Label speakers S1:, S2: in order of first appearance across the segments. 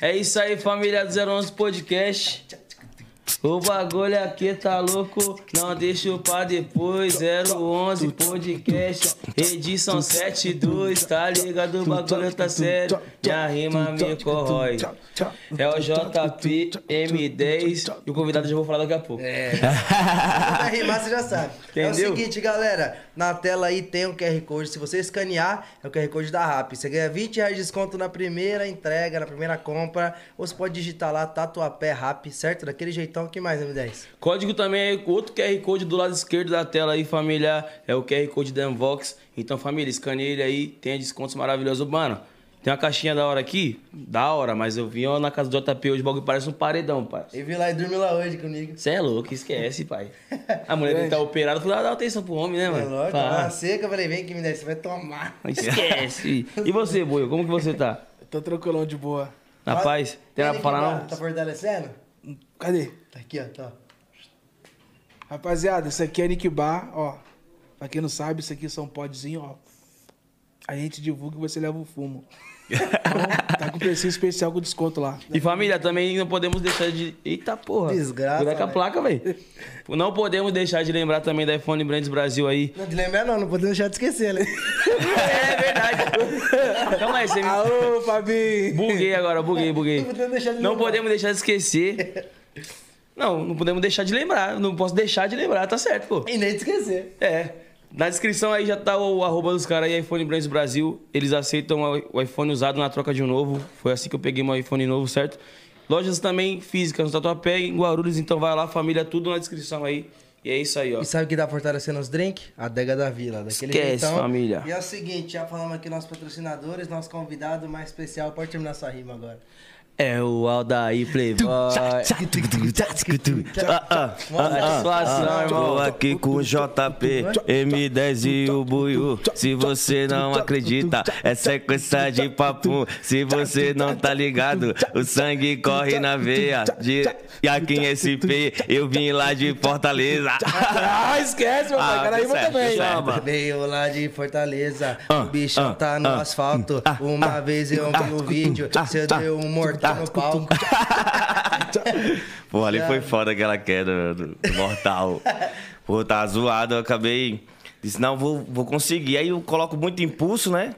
S1: É isso aí, família do 011 Podcast. O bagulho aqui tá louco, não deixa pra depois. 011 Podcast, edição 72. Tá ligado, o bagulho tá sério. Minha rima me corrói. É o JP M10 e o convidado eu já vou falar daqui a pouco.
S2: É. Pra rimar, você já sabe. É
S1: Entendeu?
S2: o seguinte, galera. Na tela aí tem um QR Code. Se você escanear, é o QR Code da RAP. Você ganha 20 reais de desconto na primeira entrega, na primeira compra. Ou você pode digitar lá Tatuapé RAP, certo? Daquele jeitão. O que mais, M10?
S1: Código também é outro QR Code do lado esquerdo da tela aí, família. É o QR Code da Unbox. Então, família, escaneia ele aí, tem descontos maravilhosos. Mano, tem uma caixinha da hora aqui? Da hora, mas eu vim ó, na casa do JP hoje, o bagulho parece um paredão, pai.
S2: E vi lá e dormiu lá hoje comigo.
S1: Você é louco, esquece, pai. A mulher dele tá operada, eu falei, ah, dá atenção pro homem, né,
S2: É
S1: mano?
S2: lógico,
S1: Fala,
S2: tava seca, eu falei, vem que M10, você vai tomar.
S1: "Ah, Esquece. E você, Boi, como que você tá?
S3: Eu tô tranquilão de boa.
S1: Na paz? Tem nada pra falar, não?
S2: Tá fortalecendo?
S3: Cadê?
S2: Tá aqui, ó, tá.
S3: Rapaziada, isso aqui é Nick Bar, ó. Pra quem não sabe, isso aqui são podzinho, ó. A gente divulga e você leva o fumo. Então, tá com precinho especial com desconto lá.
S1: E família, também não podemos deixar de. Eita porra!
S2: Desgraça,
S1: Cuidado com a
S2: velho.
S1: placa, velho. Não podemos deixar de lembrar também da iPhone Brands Brasil aí.
S2: Não, de lembrar não, não podemos deixar de esquecer, né?
S1: É verdade. Calma aí, você me.
S3: Aô, Fabi!
S1: Buguei agora, buguei, buguei.
S2: Não podemos deixar de
S1: Não
S2: lembrar.
S1: podemos deixar de esquecer. Não, não podemos deixar de lembrar. Não posso deixar de lembrar, tá certo, pô.
S2: E nem de esquecer.
S1: É. Na descrição aí já tá o arroba dos caras aí, iPhone Brands Brasil. Eles aceitam a- o iPhone usado na troca de um novo. Foi assim que eu peguei meu iPhone novo, certo? Lojas também físicas no Tatuapé e em Guarulhos. Então vai lá, família, tudo na descrição aí. E é isso aí, ó.
S2: E sabe o que dá fortalecendo os drink? A adega da vila, daquele
S1: Esquece,
S2: jeitão.
S1: família.
S2: E é o seguinte, já falamos aqui nossos patrocinadores, nosso convidado mais especial. Pode terminar sua rima agora.
S1: É o Aldair Playboy. Ah, ah, satisfação,
S4: Tô
S1: irmão.
S4: aqui com o JP, M10 e o Buiu. Se você não acredita, é sequência de papo. Se você não tá ligado, o sangue corre na veia. De... E aqui em SP, eu vim lá de Fortaleza.
S3: Ah, esquece, meu pai.
S4: Ah,
S3: Cara, rima
S4: certo,
S3: também.
S4: certo. Ah.
S2: Veio lá de Fortaleza,
S4: Ah,
S2: o bicho
S4: ah,
S2: tá no
S4: ah,
S2: asfalto.
S4: ah,
S2: Uma
S4: ah,
S2: vez eu vi o vídeo,
S4: ah,
S2: você
S4: ah,
S2: deu um mortal no palco.
S4: Pô, ali
S2: É.
S4: foi foda aquela queda do, do mortal. Pô, tava zoado, eu acabei. Disse, não, vou, vou conseguir. Aí eu coloco muito impulso, né?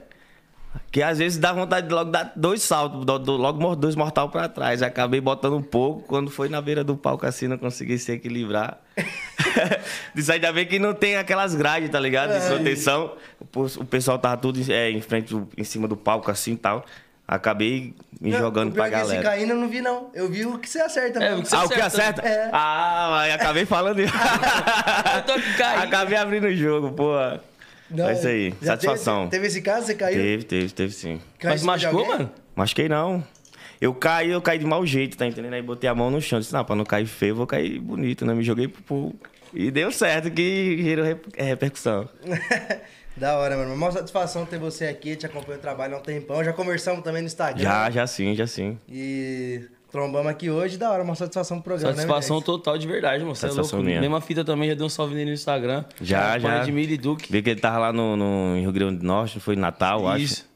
S4: Que às vezes dá vontade de logo dar dois saltos, do, do, logo mor- dois mortal pra trás. Acabei botando um pouco, quando foi na beira do palco assim, não consegui se equilibrar. Disse, ainda bem que não tem aquelas grades, tá ligado?
S2: É.
S4: De proteção. O pos- O pessoal tava tudo é, em frente, do- em cima do palco assim e tal. Acabei me jogando
S2: O pior
S4: pra
S2: é que Esse
S4: galera.
S2: caindo eu não vi, não. Eu vi o que você acerta.
S1: É,
S2: mesmo.
S1: o que você
S4: Ah, o que acerta?
S2: É.
S4: Ah, mas acabei falando. isso.
S1: Eu tô aqui caindo.
S4: acabei abrindo o jogo, pô.
S2: Não,
S4: é isso aí.
S2: já
S4: Satisfação.
S2: Teve,
S4: Teve,
S2: teve esse caso, você caiu?
S4: teve, teve, sim.
S2: Caiu em
S1: Mas
S2: cima de
S1: machucou,
S2: alguém?
S1: mano?
S4: Machuquei não. Eu caí, eu caí de mau jeito, tá entendendo? Aí botei a mão no chão. Disse, não, pra não cair feio, eu vou cair bonito, né? Me joguei pro. pro- E deu certo que gerou rep- é, repercussão.
S2: da hora, mano. Uma satisfação ter você aqui, te acompanho o trabalho há um tempão. Já conversamos também no Instagram.
S4: Já, já sim, já sim.
S2: E trombamos aqui hoje, da hora, uma satisfação pro programa,
S1: Satisfação
S2: né? Mendes?
S1: total de verdade, mano. Você é
S4: Satisfação
S1: louco.
S4: minha.
S1: Mesma fita também, já deu um salve nele no Instagram.
S4: Já, já.
S1: de Mili Duque.
S4: Vi que ele tava lá no, no em Rio Grande do Norte, foi em Natal, eu acho.
S1: Isso.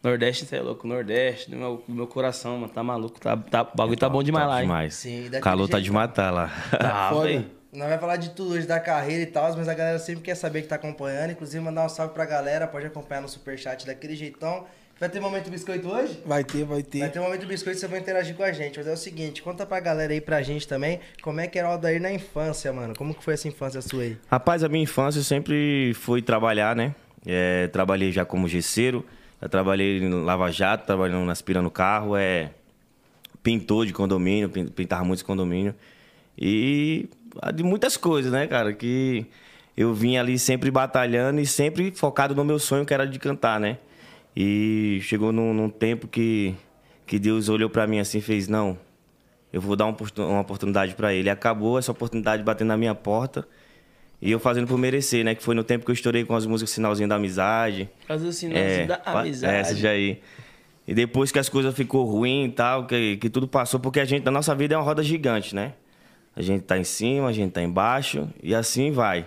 S1: Nordeste, você é louco. Nordeste, do meu, do meu coração, mano. Tá maluco. Tá, tá, o bagulho tá bom demais
S4: É Top
S1: lá, hein?
S4: demais. É
S2: Sim,
S4: Sim,
S2: daquele
S4: Calor tá
S2: jeito.
S4: de matar lá.
S1: Tá,
S3: Foda.
S1: velho.
S2: Nós vamos falar de tudo hoje, da carreira e tal, mas a galera sempre quer saber que tá acompanhando. Inclusive, mandar um salve pra galera, pode acompanhar no superchat daquele jeitão. Vai ter momento biscoito hoje?
S3: Vai ter, vai
S2: Vai
S3: ter.
S2: ter um momento biscoito, você vai interagir com a gente. Mas é o seguinte, conta pra galera aí, pra gente também, como é que era o Aldair na infância, mano. Como que foi essa infância sua aí?
S4: Rapaz, a minha infância eu sempre fui trabalhar, né? É, trabalhei já como gesseiro, já trabalhei em Lava Jato, trabalhando aspirando carro, é, pintor de condomínio, pin- pintava muitos condomínio. E ah, de muitas coisas, né, cara? Que eu vim ali sempre batalhando e sempre focado no meu sonho, que era de cantar, né? E chegou num, num tempo que, que Deus olhou pra mim assim e fez: Não, eu vou dar uma oportu- uma oportunidade pra ele. Acabou essa oportunidade batendo na minha porta e eu fazendo por merecer, né? Que foi no tempo que eu estourei com as músicas Sinalzinho da Amizade.
S1: Fazer o sinalzinho da
S4: É, pa-
S1: amizade.
S4: é, Essa aí. E depois que as coisas ficou ruim e tal, que, que tudo passou, porque a gente, na nossa vida é uma roda gigante, né? A gente tá em cima, a gente tá embaixo e assim vai.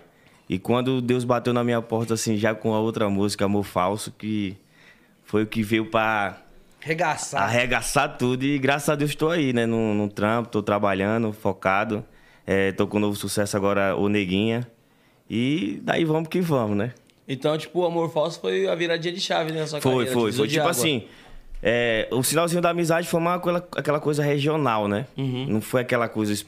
S4: E quando Deus bateu na minha porta, assim, já com a outra música, Amor Falso, que foi o que veio pra
S2: Regaçar.
S4: arregaçar tudo e graças a Deus estou aí, né? No, no trampo, tô trabalhando, focado. É, tô com um novo sucesso agora, o Neguinha. E daí vamos que vamos, né?
S1: Então, tipo, o amor falso foi a viradinha de chave, né? na sua
S4: Foi,
S1: carreira,
S4: foi,
S1: divisor
S4: foi.
S1: de
S4: Tipo
S1: água.
S4: assim, é, o sinalzinho da amizade foi uma, aquela, aquela coisa regional, né?
S1: Uhum.
S4: Não foi aquela coisa es-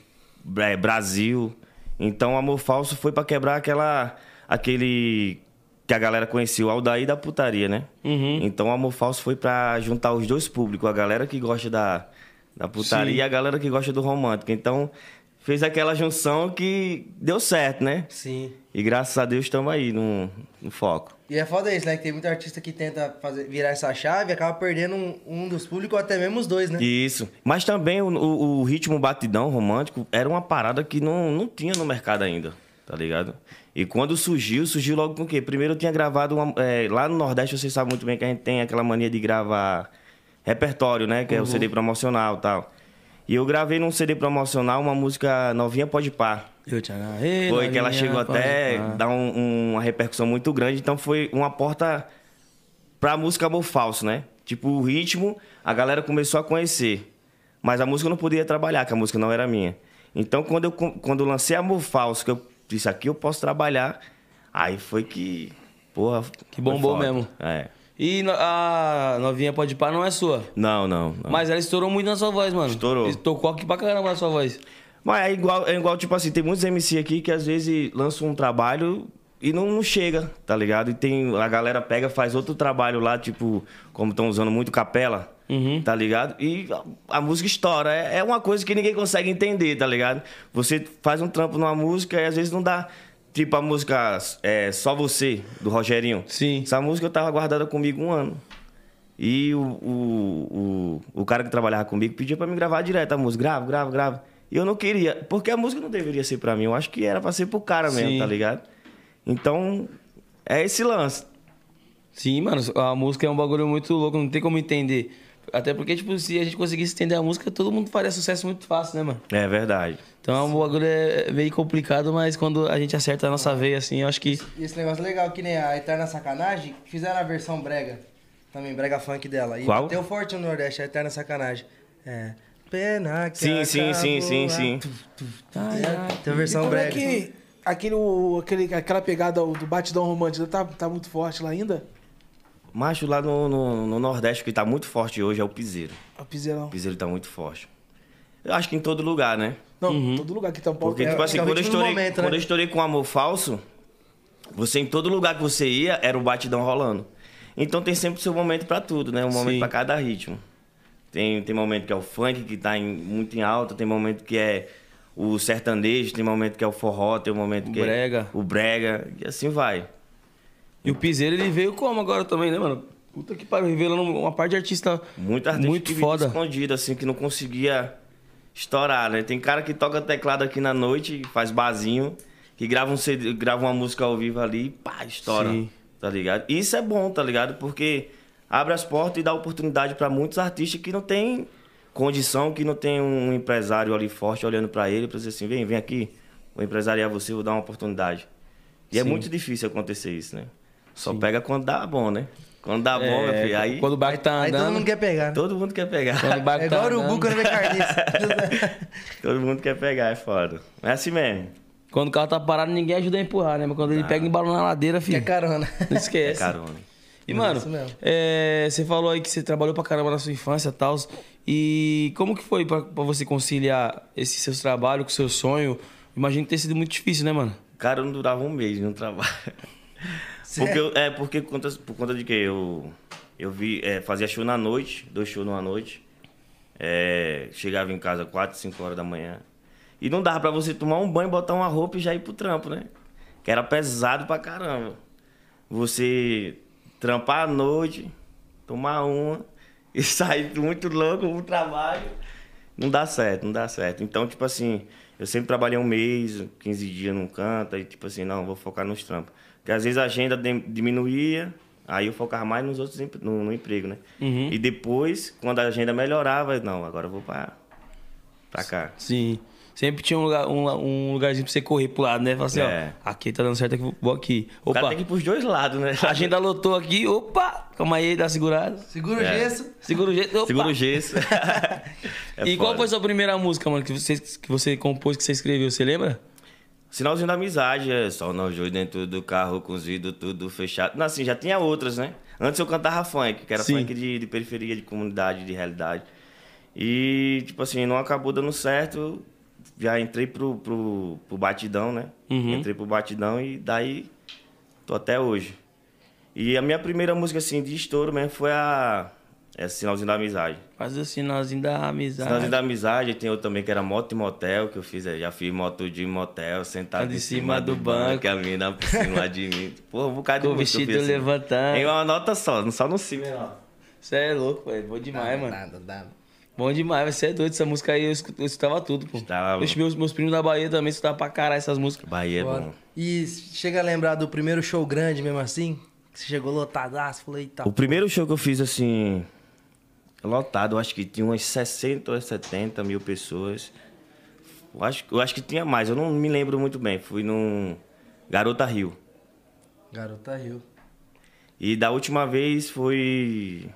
S4: é, Brasil. Então, o Amor Falso foi pra quebrar aquela... Aquele que a galera conhecia, o Aldair da putaria, né?
S1: Uhum.
S4: Então, o Amor Falso foi pra juntar os dois públicos. A galera que gosta da, da putaria e a galera que gosta do romântico. Então, fez aquela junção que deu certo, né?
S2: Sim.
S4: E graças a Deus estamos aí no, no foco.
S2: E é foda isso, né? Que tem muito artista que tenta fazer, virar essa chave e acaba perdendo um, um dos públicos ou até mesmo os dois, né?
S4: Isso. Mas também o, o- o ritmo batidão romântico era uma parada que não, não tinha no mercado ainda, tá ligado? E quando surgiu, surgiu logo com o quê? Primeiro eu tinha gravado uma- é, lá no Nordeste, vocês sabem muito bem que a gente tem aquela mania de gravar repertório, né? Que é o CD promocional e tal. E eu gravei num CD promocional uma música novinha pode par.
S1: Eu te agarrei
S4: Foi
S1: na
S4: que ela
S1: linha,
S4: chegou
S1: pode
S4: até
S1: pá.
S4: dar um- um- uma repercussão muito grande, então foi uma porta pra música amor falso, né? Tipo, o ritmo, a galera começou a conhecer. Mas a música eu não podia trabalhar, que a música não era minha. Então, quando eu, com- quando eu lancei Amor Falso, que eu disse aqui eu posso trabalhar, aí foi que. Porra.
S1: Que bombou
S4: foi foda.
S1: mesmo.
S4: É.
S1: E no- a novinha pode par não é sua.
S4: Não, não. não.
S1: Mas ela estourou muito na sua voz, mano.
S4: Estourou.
S1: E Tocou aqui pra caramba na sua voz.
S4: Mas é igual, é igual, tipo assim, tem muitos MC aqui que às vezes lançam um trabalho e não, não chega, tá ligado? E tem. A galera pega, faz outro trabalho lá, tipo, como estão usando muito capela, tá ligado? E a, a música estoura. É, é uma coisa que ninguém consegue entender, tá ligado? Você faz um trampo numa música e às vezes não dá. Tipo a música é, Só Você, do Rogerinho.
S1: Sim.
S4: Essa música eu tava guardada comigo um ano. E o, o, o, o cara que trabalhava comigo pedia pra me gravar direto a música. Grava, grava, grava. E eu não queria, porque a música não deveria ser pra mim. Eu acho que era pra ser pro cara mesmo,
S1: Sim.
S4: tá ligado? Então, é esse lance.
S1: Sim, mano, a música é um bagulho muito louco, não tem como entender. Até porque, tipo, se a gente conseguisse entender a música, todo mundo faria sucesso muito fácil, né, mano?
S4: É verdade.
S1: Então o bagulho é meio complicado, mas quando a gente acerta a nossa veia, assim, eu acho que.
S2: E esse negócio é legal, que nem a Eterna Sacanagem, fizeram a versão brega. Também, brega funk dela. E
S4: Qual?
S2: bateu forte no Nordeste, a Eterna Sacanagem. É. Pena que
S4: Sim, sim, sim, sim, sim.
S2: Tem a versão
S3: Como é
S2: brega.
S3: que aquele, o- aquele, aquela pegada do batidão romântico tá, tá muito forte lá ainda?
S4: Macho lá no, no, no Nordeste, que tá muito forte hoje, é o piseiro.
S3: A piseirão.
S4: O piseiro tá muito forte. Eu acho que em todo lugar, né?
S3: Não,
S1: Uhum.
S3: todo lugar que tá um pouco.
S4: Porque,
S2: É,
S4: tipo assim,
S2: é o
S4: quando, eu
S2: ritmo do
S4: estourei,
S2: momento, né?
S4: quando eu estourei com Amor Falso, você em todo lugar que você ia, era o batidão rolando. Então tem sempre seu momento pra tudo, né? Um momento
S1: Sim.
S4: pra cada ritmo. Tem, tem momento que é o funk, que tá em- muito em alta, tem momento que é o sertanejo, tem momento que é o forró, tem momento que
S1: brega.
S4: é o brega, e assim vai.
S1: E o Piseiro, ele veio como agora também, né, mano? Puta que pariu, revelando uma parte de artista
S4: Muita artista que
S1: muito
S4: vive
S1: foda.
S4: escondido, assim, que não conseguia estourar, né? Tem cara que toca teclado aqui na noite, faz barzinho, que grava, um CD, grava uma música ao vivo ali e pá, estoura.
S1: Sim.
S4: Tá ligado? E Isso é bom, tá ligado? Porque abre as portas e dá oportunidade pra muitos artistas que não tem condição, que não tem um empresário ali forte olhando pra ele pra dizer assim, vem, vem aqui, vou empresariar você, vou dar uma oportunidade. E é
S1: Sim.
S4: muito difícil acontecer isso, né? Só pega quando dá bom, né? Quando dá bom, meu
S1: É,
S4: filho, aí...
S1: Quando o barco tá
S2: Aí todo
S1: andando.
S2: mundo quer pegar. né?
S4: Todo mundo quer pegar.
S1: Quando o barco
S2: É
S1: tá
S2: igual o Urubu
S1: andando.
S2: quando vê carniça.
S4: Todo mundo quer pegar, é foda. É assim mesmo.
S1: Quando o carro tá parado, ninguém ajuda a empurrar, né? Mas quando ele pega e embalou na ladeira,
S2: que Ah. é
S1: filho.
S2: carona.
S1: Não esquece.
S4: É carona.
S1: E, mano,
S2: isso mesmo.
S1: é, você falou aí que você trabalhou pra caramba na sua infância e tal. E como que foi pra, pra você conciliar esse seu trabalho com o seu sonho? Imagino que tenha sido muito difícil, né, mano?
S4: Cara, eu não durava um mês no trabalho. Porque eu- é, porque por conta, por conta de que eu, eu vi, é, fazia show na noite, dois shows numa noite. É, chegava em casa 4, 5 horas da manhã. E não dava pra você tomar um banho, botar uma roupa e já ir pro trampo, né? Que era pesado pra caramba. Você trampar à noite, tomar uma e sair muito louco pro trabalho. Não dá certo, não dá certo. Então, tipo assim, eu sempre trabalhei um mês, 15 dias num canto, aí tipo assim, não, vou focar nos trampos. Porque às vezes a agenda dim- diminuía, aí eu focava mais nos outros, empre- no, no emprego, né?
S1: Uhum.
S4: E depois, quando a agenda melhorava, eu, não, agora eu vou pra, pra cá.
S1: Sim. Sempre tinha um, lugar, um, la- um lugarzinho pra você correr pro lado, né? Falar assim,
S4: É.
S1: ó, aqui tá dando certo, aqui, vou aqui.
S4: O cara
S1: Opa,
S4: tem que ir pros dois lados, né?
S1: a agenda lotou aqui, opa, Calma aí, dá uma segurada.
S2: Segura o
S4: É.
S2: gesso.
S1: Segura o jeito. opa.
S4: Segura o gesso. É
S1: e qual
S4: foda.
S1: foi a sua primeira música, mano, que você, que você compôs, que você escreveu? Você lembra?
S4: Sinalzinho da amizade, é só nós dois dentro do carro, com os vidros tudo fechado. Não, assim, já tinha outras, né? Antes eu cantava funk, que era
S1: Sim.
S4: funk de, de periferia, de comunidade, de realidade. E, tipo assim, não acabou dando certo, já entrei pro, pro, pro batidão, né?
S1: Uhum.
S4: Entrei pro batidão e daí tô até hoje. E a minha primeira música, assim, de estouro mesmo foi a... É Sinalzinho da Amizade.
S1: Faz o sinalzinho da amizade.
S4: Sinalzinho da amizade, tem outro também que era moto e motel, que eu fiz, eh, já fiz moto de motel, sentado em cima do banco, a mina por cima de mim. Porra, um bocado de
S1: Com o
S4: música eu
S1: vestido
S4: fiz assim.
S1: levantado.
S4: Em uma nota só, só no si menor.
S1: Você é louco, velho. Bom demais, mano.
S2: Nada, nada.
S1: Bom demais, você é doido. Essa música aí eu escu- eu escutava tudo, pô.
S4: Escutava,
S1: Oxe, meus, meus primos da Bahia também escutavam pra caralho essas músicas.
S4: Bahia é
S2: Bora.
S4: bom.
S2: E chega a lembrar do primeiro show grande mesmo assim? Que você chegou lotadaço, falou, eita.
S4: O primeiro show que eu fiz, assim, lotado, eu acho que tinha umas 60 ou 70 mil pessoas. Eu acho, eu acho que tinha mais, eu não me lembro muito bem. Fui num Garota Rio.
S2: Garota Rio.
S4: E da última vez foi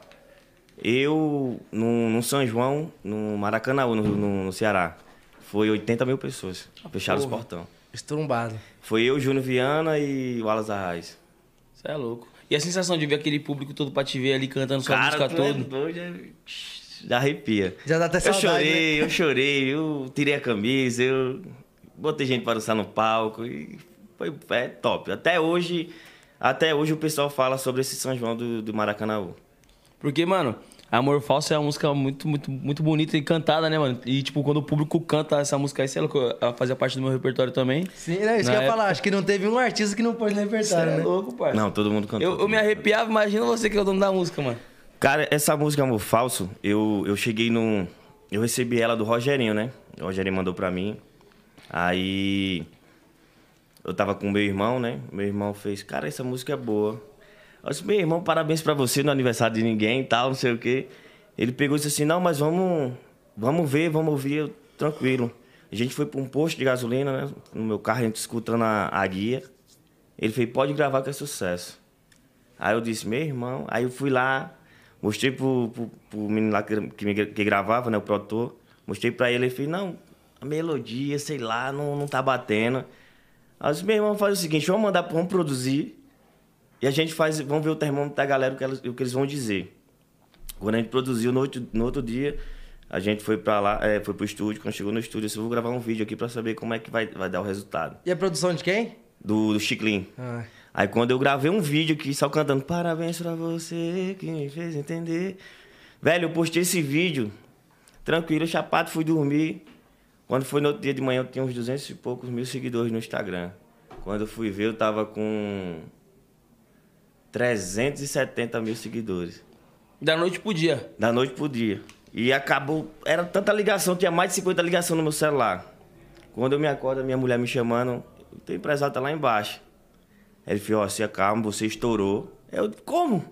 S4: eu no, no São João, no Maracanã, no, no, no Ceará. Foi 80 mil pessoas. Fecharam os portão.
S2: Estrumbado.
S4: Foi eu, Júnior Viana e o Alas Arraes.
S1: Você é louco. E a sensação de ver aquele público todo pra te ver ali cantando sua música
S4: Cara, tu é
S1: toda.
S4: doido, é- já arrepia.
S2: Já dá até
S4: Eu
S2: saudade, né?
S4: chorei, eu chorei, eu tirei a camisa, eu botei gente para dançar no palco e foi é top. Até hoje, até hoje o pessoal fala sobre esse São João do, do Maracanã.
S1: Porque, mano, Amor Falso é uma música muito, muito, muito bonita e cantada, né, mano? E, tipo, quando o público canta essa música aí, você é louco, ela fazia parte do meu repertório também.
S2: Sim, né? Isso
S1: Na
S2: que eu ia falar. Acho que não teve um artista que não pôs no
S1: Você
S2: repertório,
S1: é
S2: né?
S1: louco, pai.
S4: Não, todo mundo cantou.
S1: Eu, eu
S4: todo
S1: me
S4: mundo.
S1: arrepiava, imagina você que é o dono da música, mano.
S4: Cara, essa música Amor Falso, eu, eu cheguei num. Eu recebi ela do Rogerinho, né? O Rogerinho mandou pra mim. Aí. Eu tava com meu irmão, né? Meu irmão fez, cara, essa música é boa. Eu disse, meu irmão, parabéns pra você no aniversário de ninguém e tal, não sei o quê. Ele pegou e disse assim, não, mas vamos. Vamos ver, vamos ouvir, eu, tranquilo. A gente foi pra um posto de gasolina, né? No meu carro, a gente escutando a, a guia. Ele fez, pode gravar que é sucesso. Aí eu disse, meu irmão. Aí eu fui lá, mostrei pro, pro, pro menino lá que, que, me- que gravava, né? O produtor. Mostrei pra ele, ele fez, não, a melodia, sei lá, não, não tá batendo. Aí eu disse, meu irmão, faz o seguinte, vamos mandar, vamos produzir. E a gente faz, vamos ver o termômetro da galera, o que, elas- o que eles vão dizer. Quando a gente produziu, no outro, no outro dia, a gente foi pra lá, é, foi pro estúdio. Quando chegou no estúdio, eu disse, eu vou gravar um vídeo aqui pra saber como é que vai, vai dar o resultado.
S2: E a produção de quem?
S4: Do, do Chiclin.
S2: Ah,
S4: Aí quando eu gravei um vídeo aqui, só cantando Parabéns pra você que me fez entender. Velho, eu postei esse vídeo, tranquilo, chapado, fui dormir. Quando foi no outro dia de manhã, eu tinha uns 200 e poucos mil seguidores no Instagram. Quando eu fui ver, eu tava com 370 mil seguidores.
S1: Da noite pro dia.
S4: Da noite pro dia. E acabou. Era tanta ligação, tinha mais de 50 ligações no meu celular. Quando eu me acordo, a minha mulher me chamando, o teu empresário tá lá embaixo. Ele falou, ó, se acalma, você estourou. Eu, como?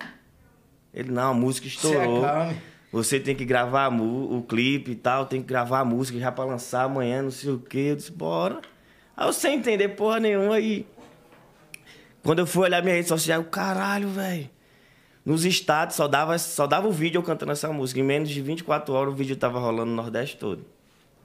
S4: Ele, não, a música
S2: É,
S4: estourou.
S2: acalme.
S4: Você tem que gravar a mu- o clipe e tal, tem que gravar a música já pra lançar amanhã, não sei o quê. Eu disse, bora. Aí eu sem entender porra nenhuma aí. Quando eu fui olhar minha rede social, eu, caralho, velho. Nos estados só dava, só dava o vídeo eu cantando essa música. Em menos de 24 horas o vídeo tava rolando no Nordeste todo.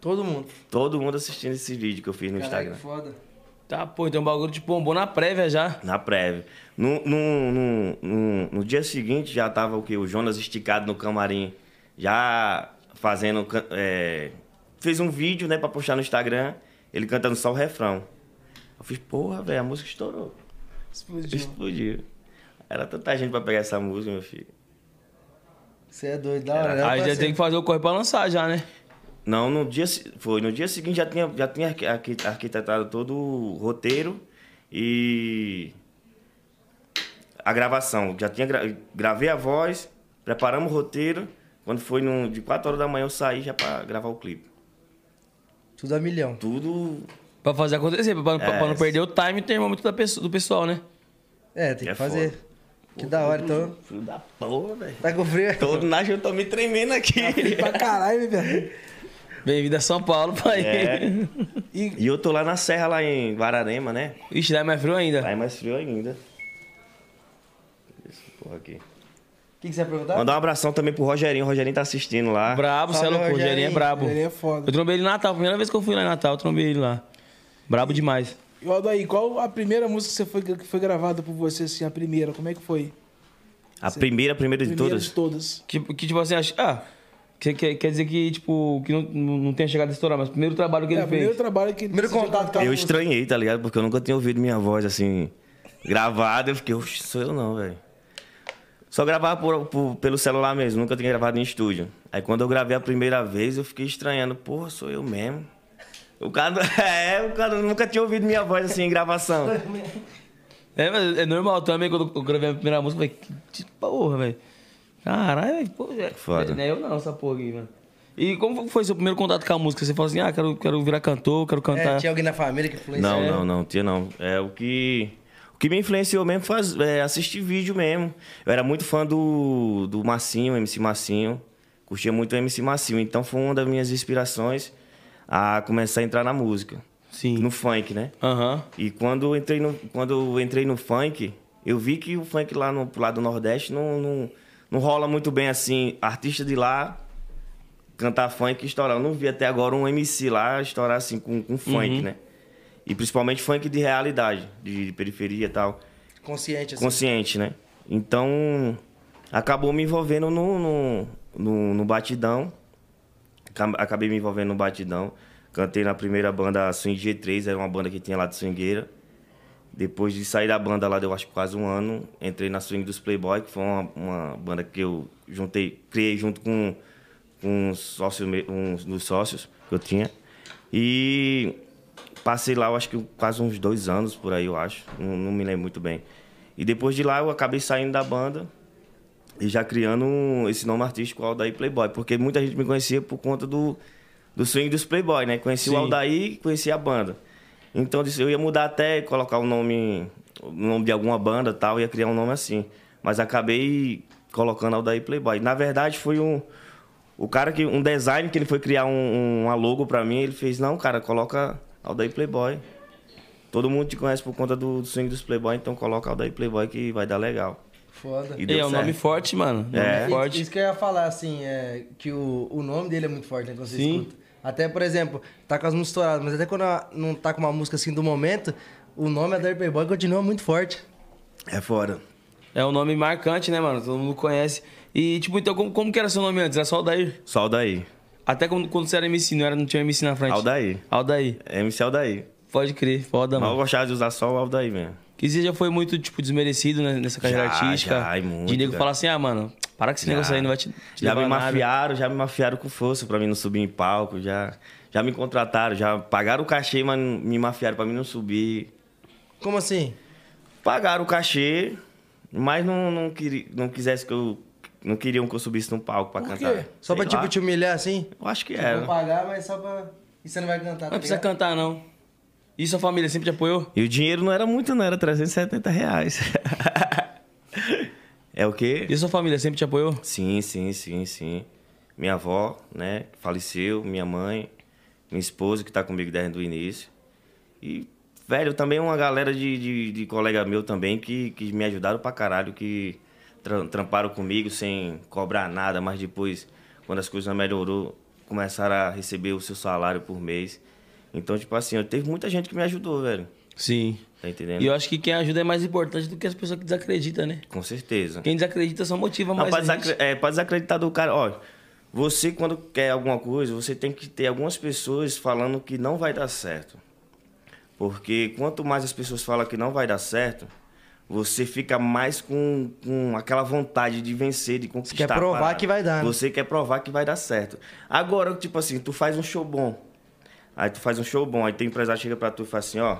S2: todo mundo.
S4: Todo mundo assistindo esse vídeo que eu fiz no
S2: Caralho,
S4: Instagram.
S2: que foda.
S1: Tá, pô, tem um bagulho de bombou na prévia já.
S4: Na prévia. No, no, no, no, no dia seguinte já tava o quê? O Jonas esticado no camarim, já fazendo. can- É, fez um vídeo, né, pra postar no Instagram, ele cantando só o refrão. Eu fiz, porra, velho, a música estourou.
S3: Explodiu.
S4: Explodiu. Era tanta gente pra pegar essa música, meu filho.
S2: Você é doido, da hora.
S1: Aí já tem que fazer o corre pra lançar já, né?
S4: Não, no dia se- foi no dia seguinte já tinha já tinha arqui- arqui- arquitetado todo o roteiro e a gravação. Já tinha gra- gravei a voz, preparamos o roteiro. Quando foi no, de 4 horas da manhã eu saí já pra gravar o clipe.
S2: Tudo a milhão.
S4: Tudo
S1: Pra fazer acontecer, pra, pra-
S4: É.
S1: pra não perder o time e o termômetro da pessoa- do pessoal, né?
S2: É, tem
S4: É
S2: que fazer. Que da hora, então.
S4: frio da porra, velho.
S2: Tá com frio?
S4: Todo na eu tô me tremendo aqui.
S2: Tá
S3: Pra caralho, velho.
S1: Bem-vindo a São Paulo, pai.
S4: É.
S3: E
S4: E eu tô lá na serra lá em Guararema, né? Tá
S1: Ixi, lá é mais frio ainda.
S4: Lá é mais frio ainda. Esse porra aqui.
S2: que, que você ia perguntar?
S4: Mandar um abração também pro Rogerinho. O Rogerinho tá assistindo lá.
S1: Brabo, você é
S2: Salve,
S1: louco. O Rogerinho é
S2: Rogerinho.
S1: brabo.
S3: Ele é
S1: Eu
S3: foda.
S1: trombei ele em Natal. Primeira vez que eu fui lá em Natal, eu trombei ele lá. Brabo demais.
S3: E o Aldair, qual a primeira música que, você foi, que foi gravada por você, assim, a primeira? Como é que foi?
S4: A primeira, a primeira de
S3: primeira
S4: todas.
S3: de todas.
S1: Que, que tipo assim, ach- ah, que, que- quer dizer que, tipo, que não, não não tenha chegado a estourar, mas o primeiro trabalho que
S3: É,
S1: ele
S3: o primeiro
S1: fez.
S3: trabalho que...
S2: Primeiro contato com a música.
S4: Eu estranhei, tá ligado? Porque eu nunca tinha ouvido minha voz assim, gravada. Eu fiquei, oxe, sou eu não, velho. Só gravava por- por- pelo celular mesmo, nunca tinha gravado em estúdio. Aí quando eu gravei a primeira vez, eu fiquei estranhando, porra, sou eu mesmo. O cara, é, o cara nunca tinha ouvido minha voz assim em gravação.
S1: É, mas é normal também, quando eu gravei a primeira música, eu falei, que de- porra, velho. Caralho, velho, pô, é,
S4: Foda.
S1: não é eu não, essa porra aqui, mano. E como foi seu primeiro contato com a música? Você falou assim, ah, quero, quero virar cantor, quero
S2: É,
S1: cantar.
S2: tinha alguém na família que influenciou.
S4: Não, não, não, tinha não. É o que. O que me influenciou mesmo foi as- é, assistir vídeo mesmo. Eu era muito fã do, do Massinho, MC Massinho. Curtia muito o MC Massinho. Então foi uma das minhas inspirações a começar a entrar na música.
S1: Sim.
S4: No funk, né?
S1: Aham.
S4: E quando eu entrei no, quando eu entrei no funk, eu vi que o funk lá no pro lado do Nordeste não, não, não rola muito bem assim. Artista de lá cantar funk e estourar. Eu não vi até agora um MC lá estourar assim com, com funk, né? E principalmente funk de realidade, de, de periferia e tal.
S2: Consciente, assim.
S4: Consciente, né? Então acabou me envolvendo no, no, no, no batidão. Acab- Acabei me envolvendo no batidão. Cantei na primeira banda Swing G3, era uma banda que tinha lá de swingueira. Depois de sair da banda lá, deu acho que quase um ano, entrei na Swing dos Playboy, que foi uma, uma banda que eu juntei, criei junto com, com um, sócio, me- um dos sócios que eu tinha. E passei lá, eu acho que quase uns dois anos por aí, eu acho. Não, não me lembro muito bem. E depois de lá, eu acabei saindo da banda e já criando um- esse nome artístico, Aldair Playboy. Porque muita gente me conhecia por conta do, do swing dos Playboy, né? Conheci o
S1: Sim.
S4: Aldair, conheci a banda. Então eu disse, eu ia mudar até colocar o nome, o nome de alguma banda e tal, ia criar um nome assim. Mas acabei colocando Aldair Playboy. Na verdade, foi um. O cara que. Um design que ele foi criar um, uma logo pra mim, ele fez, não, cara, coloca Aldair Playboy. Todo mundo te conhece por conta do, do swing dos Playboy, então coloca Aldair Playboy que vai dar legal.
S2: Foda.
S4: E
S1: E é um nome forte, mano. Nome
S4: É.
S1: forte.
S2: Isso que eu ia falar, assim, é que o, o nome dele é muito forte, né? Quando você
S1: Sim.
S2: escuta. Até, por exemplo, tá com as músicas estouradas, mas até quando ela não tá com uma música assim do momento, o nome é da Hyperboy continua muito forte.
S4: É fora.
S1: É um nome marcante, né, mano? Todo mundo conhece. E, tipo, então, como, como que era seu nome antes? Era só Aldair?
S4: Só Aldair.
S1: Até quando, quando você era MC, não, era, não tinha MC na frente?
S4: Aldair.
S1: Aldair.
S4: MC Aldair.
S1: Pode crer, foda,
S4: é Mas eu
S1: mano.
S4: gostava de usar só o Aldair mesmo.
S1: Que você já foi muito, tipo, desmerecido né, nessa carreira
S4: Já,
S1: artística.
S4: já, e muito,
S1: de nego
S4: cara.
S1: falar assim, ah, mano, para que esse negócio aí não vai te. te
S4: já me
S1: levar a nada.
S4: mafiaram, já me mafiaram com força pra mim não subir em palco, já, já me contrataram, já pagaram o cachê, mas não- me mafiaram pra mim não subir.
S2: Como assim?
S4: Pagaram o cachê, mas não, não, queri- não quisesse que eu. Não queriam que eu subisse no palco pra
S3: Por quê?
S4: cantar.
S2: Só pra,
S4: tá, Sei
S2: tipo,
S4: lá.
S2: te humilhar, assim?
S4: Eu acho que
S1: tipo um
S2: Vou
S4: era.
S2: pagar, mas só pra... E você não vai cantar, tá
S1: Não precisa
S2: ligado?
S1: cantar, não. E sua família sempre te apoiou?
S4: E o dinheiro não era muito, não, era 370 reais. é o quê?
S1: E sua família sempre te apoiou?
S4: Sim, sim, sim, sim. Minha avó, né, que faleceu, minha mãe, minha esposa, que tá comigo desde o início. E, velho, também uma galera de, de, de colega meu também que, que me ajudaram pra caralho, que tra- tramparam comigo sem cobrar nada, mas depois, quando as coisas melhorou, começaram a receber o seu salário por mês. Então, tipo assim, eu- teve muita gente que me ajudou, velho.
S1: Sim.
S4: Tá entendendo?
S1: E eu acho que quem ajuda é mais importante do que as pessoas que desacreditam, né?
S4: Com certeza.
S1: Quem desacredita só motiva
S4: Não,
S1: mais.
S4: pra,
S1: a gente.
S4: desacre- é, pra desacreditar do cara, ó. Você, quando quer alguma coisa, você tem que ter algumas pessoas falando que não vai dar certo. Porque quanto mais as pessoas falam que não vai dar certo, você fica mais com, com aquela vontade de vencer, de conquistar.
S2: quer
S4: a
S2: provar
S4: parada.
S2: que vai dar, né?
S4: Você quer provar que vai dar certo. Agora, tipo assim, tu faz um show bom. Aí tu faz um show bom, aí teu empresário chega pra tu e fala assim, ó,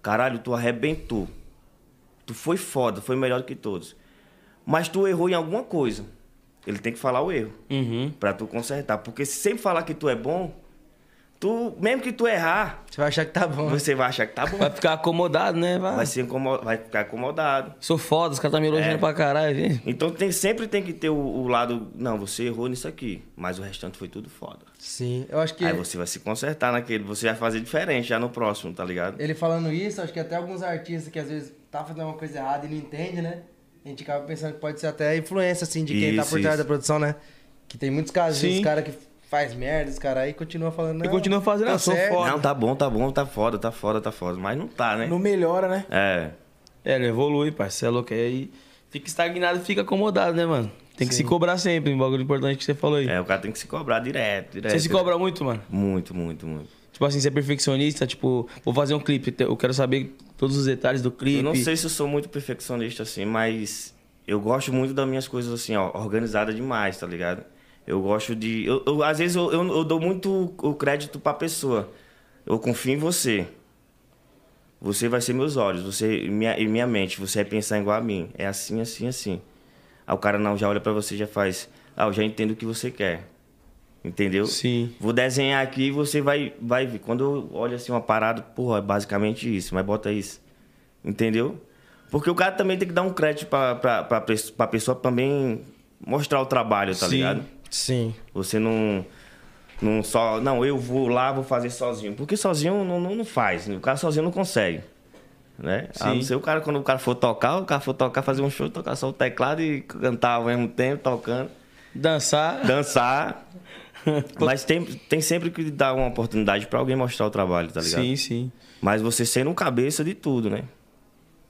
S4: caralho, tu arrebentou. Tu foi foda, foi melhor que todos. Mas tu errou em alguma coisa. Ele tem que falar o erro.
S1: Uhum.
S4: Pra tu consertar. Porque se sempre falar que tu é bom, tu, mesmo que tu errar,
S2: Você vai achar que tá bom.
S4: você vai achar que tá bom.
S1: Vai ficar acomodado, né? Vai.
S4: Vai, se incomo- vai ficar acomodado.
S1: Sou foda, os caras tá me elogiando
S4: É.
S1: pra caralho, hein?
S4: Então tem, sempre tem que ter o, o lado. Não, você errou nisso aqui, mas o restante foi tudo foda.
S2: Sim, eu acho que...
S1: é?
S4: Aí você vai se consertar naquele, você vai fazer diferente já no próximo,
S1: É
S4: tá ligado?
S2: Ele falando isso, acho que até alguns artistas que às vezes tá fazendo uma coisa errada e não entende, né? A gente acaba pensando que pode ser até a influência, assim, de quem tá
S4: Isso,
S2: por trás
S4: isso.
S2: da produção, né? Que tem muitos casos,
S1: Sim.
S2: os caras que faz merda, os caras aí continua falando.
S1: E
S2: "Não,
S1: continua fazendo,
S2: tá
S1: eu sou
S2: certo."
S1: foda.
S4: Não, tá bom, tá bom, tá foda, tá foda, tá foda. Mas não tá, né?
S3: Não melhora, né?
S4: É.
S1: É, não evolui, parceiro. É louco. Aí fica estagnado, fica acomodado, né, mano? Tem que se cobrar sempre, um bagulho importante que você falou aí.
S4: É, o cara tem que se cobrar direto, direto.
S1: você se cobra muito, mano?
S4: Muito, muito, muito.
S1: Tipo assim, você é perfeccionista, tipo, vou fazer um clipe, eu quero saber todos os detalhes do clipe.
S4: Eu não sei se eu sou muito perfeccionista assim, mas eu gosto muito das minhas coisas assim, ó, organizada demais, tá ligado? Eu gosto de. Eu, eu- às vezes eu, eu, eu dou muito o crédito pra pessoa. Eu confio em você. Você vai ser meus olhos, você e minha, e minha mente, você vai pensar igual a mim. É assim, assim, assim. Aí o cara não já olha pra você e já faz. Ah, eu já entendo o que você quer. Entendeu?
S1: Sim.
S4: Vou desenhar aqui e você vai, vai ver. Quando eu olho assim uma parada, porra, é basicamente isso, mas bota isso. Entendeu? Porque o cara também tem que dar um crédito pra, pra, pra, pes- pra pessoa também mostrar o trabalho, tá
S1: Sim.
S4: ligado?
S2: Sim.
S4: Você não. Não só. Não, eu vou lá, vou fazer sozinho. Porque sozinho não, não, não faz. né? O cara sozinho não consegue. Né? A não
S1: Sim.
S4: ser o cara, quando o cara for tocar, o cara for tocar, fazer um show, tocar só o teclado e cantar ao mesmo tempo, tocando
S1: Dançar.
S4: dançar. Mas tem, tem sempre que dar uma oportunidade pra alguém mostrar o trabalho, tá ligado?
S1: sim, sim.
S4: Mas você sendo um cabeça de tudo, né?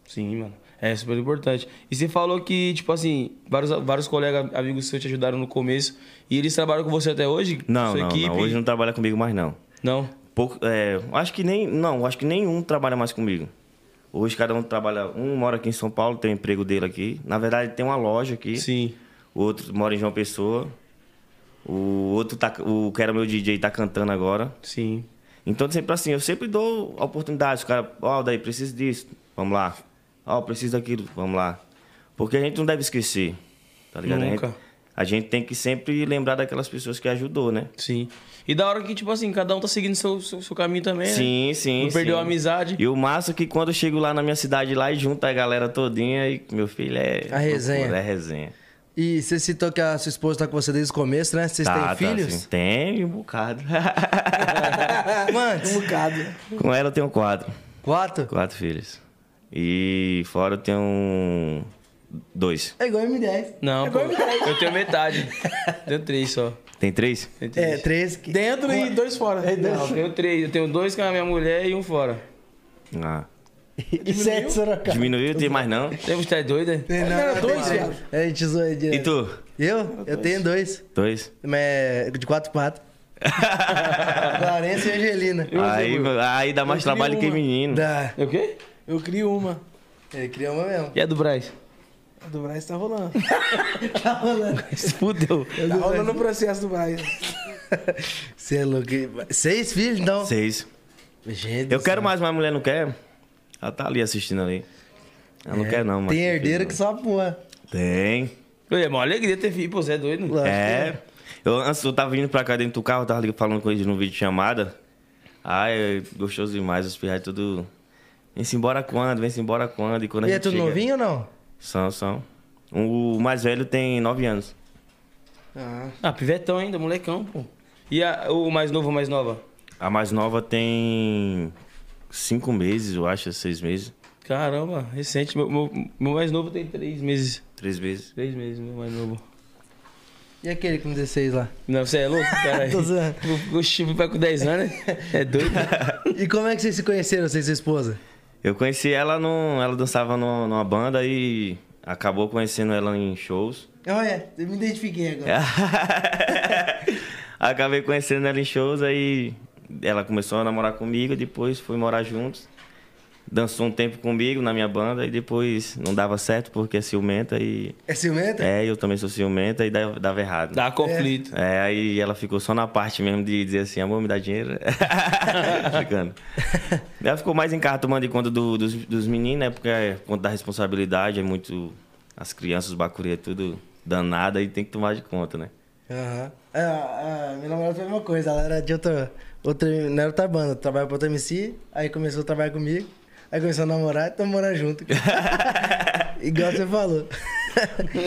S1: Sim, mano. É super importante. E você falou que, tipo assim, vários, vários colegas, amigos seus te ajudaram no começo. E eles trabalham com você até hoje?
S4: Não,
S1: Sua
S4: não,
S1: equipe?
S4: não. Hoje não trabalha comigo mais, não.
S1: Não?
S4: Pouco, é, acho que nem. Não, acho que nenhum trabalha mais comigo. Hoje cada um trabalha. Um mora aqui em São Paulo, tem o emprego dele aqui. Na verdade, tem uma loja aqui.
S1: Sim.
S4: O outro mora em João Pessoa. O outro tá. O que era meu DJ tá cantando agora.
S1: Sim.
S4: Então, sempre assim, eu sempre dou oportunidades. O cara, ó, daí, preciso disso, vamos lá. Ó, preciso daquilo, vamos lá. Porque a gente não deve esquecer, tá ligado? A gente-
S1: Nunca.
S4: A gente, tem que sempre lembrar daquelas pessoas que ajudou, né?
S1: Sim. E da hora que, tipo assim, cada um tá seguindo seu, seu, seu caminho
S2: É.
S1: também, né?
S4: Sim, sim.
S1: Não perdeu
S4: sim.
S1: a amizade.
S4: E o massa é que quando eu chego lá na minha cidade, lá e junto a galera todinha, e meu filho é.
S2: A resenha.
S4: loucura, É resenha.
S2: E você citou que a sua esposa tá com você desde o começo, né? Vocês
S4: Tá, tá,
S2: têm filhos?
S4: sim. Tem um bocado.
S2: Mano,
S3: Um bocado.
S4: Com ela eu tenho quatro.
S2: quatro?
S4: Quatro filhos. E fora eu tenho dois.
S2: É igual M10.
S1: Não, pô, eu tenho metade. tenho três só.
S4: Tem três?
S1: Tenho três.
S2: É, três. que-
S3: Dentro e dois fora.
S1: Não, eu tenho três. Eu tenho dois com a minha mulher e um fora.
S4: Ah.
S2: E sete é Sorocaba.
S4: Diminuiu, tem mais não.
S1: Temos tá doido, né?
S2: Não,
S3: Era
S2: eu
S3: dois,
S2: tenho
S3: viado.
S2: É, A gente zoa direto.
S4: E tu?
S2: Eu? Eu tenho dois.
S4: Dois?
S2: Mas é de quatro patas. Clarence e Angelina.
S4: Aí, aí dá mais
S3: Eu queria
S4: trabalho que
S3: uma.
S4: menino.
S2: Da...
S1: É o quê?
S3: Eu crio uma.
S2: Ele criou uma mesmo.
S1: E é do Braz?
S3: A do Braz tá rolando.
S2: Tá rolando.
S1: Se Fudeu.
S3: Tá rolando o processo do Braz.
S2: Você é louco. Seis filhos, então?
S4: Seis.
S2: Gente,
S4: Eu quero mais, mas a mulher não quer. Ela tá ali assistindo ali. Ela não quer não, mano.
S2: É. Tem herdeiro que só porra.
S4: Tem.
S1: Ué, É uma alegria ter filho, pô, você é doido.
S2: Lógico.
S4: É. Eu, antes eu tava vindo pra cá dentro do carro, eu tava ali falando com eles no vídeo de chamada. Ai, é gostoso demais, os pirrais tudo. Vem-se embora quando, vem-se embora quando. E quando a
S2: E é
S4: gente
S2: tudo
S4: chega-
S2: novinho ou não?
S4: São, são. O mais velho tem nove anos.
S3: Ah,
S1: Ah, pivetão ainda, molecão, pô. E a- o mais novo, a mais nova?
S4: A mais nova tem cinco meses, eu acho, seis meses,
S1: Caramba, recente. Meu, meu- meu mais novo tem três meses.
S4: três meses.
S1: Três meses, meu mais novo.
S2: E aquele com 16 lá?
S1: Não, você é louco, caralho.
S2: Tô zoando.
S1: Oxi, vai com 10 anos, né? É doido.
S2: E como é que vocês se conheceram, vocês e sua esposa?
S4: Eu conheci ela num, ela dançava numa, numa banda e acabou conhecendo ela em shows.
S2: Olha, eu me identifiquei agora.
S4: É. Acabei conhecendo ela em shows, aí ela começou a namorar comigo, depois fui morar juntos. Dançou um tempo comigo na minha banda e depois não dava certo porque é ciumenta e.
S2: É ciumenta?
S4: É, eu também sou ciumenta e dava, dava errado.
S1: Dá conflito.
S4: É, aí ela ficou só na parte mesmo de dizer assim, amor, me dá dinheiro. Brincando. ela ficou mais em casa tomando de conta do- dos, dos meninos, né? Porque é por conta da responsabilidade, é muito. As crianças, os bacuri, é tudo danada e tem que tomar de conta, né?
S2: Aham. Ah, ah, minha namorada foi a mesma coisa, ela era de outra. outra não era outra banda, trabalhava pra outra MC, aí começou a trabalhar comigo, aí começou a namorar e tamo morando junto. Igual você falou.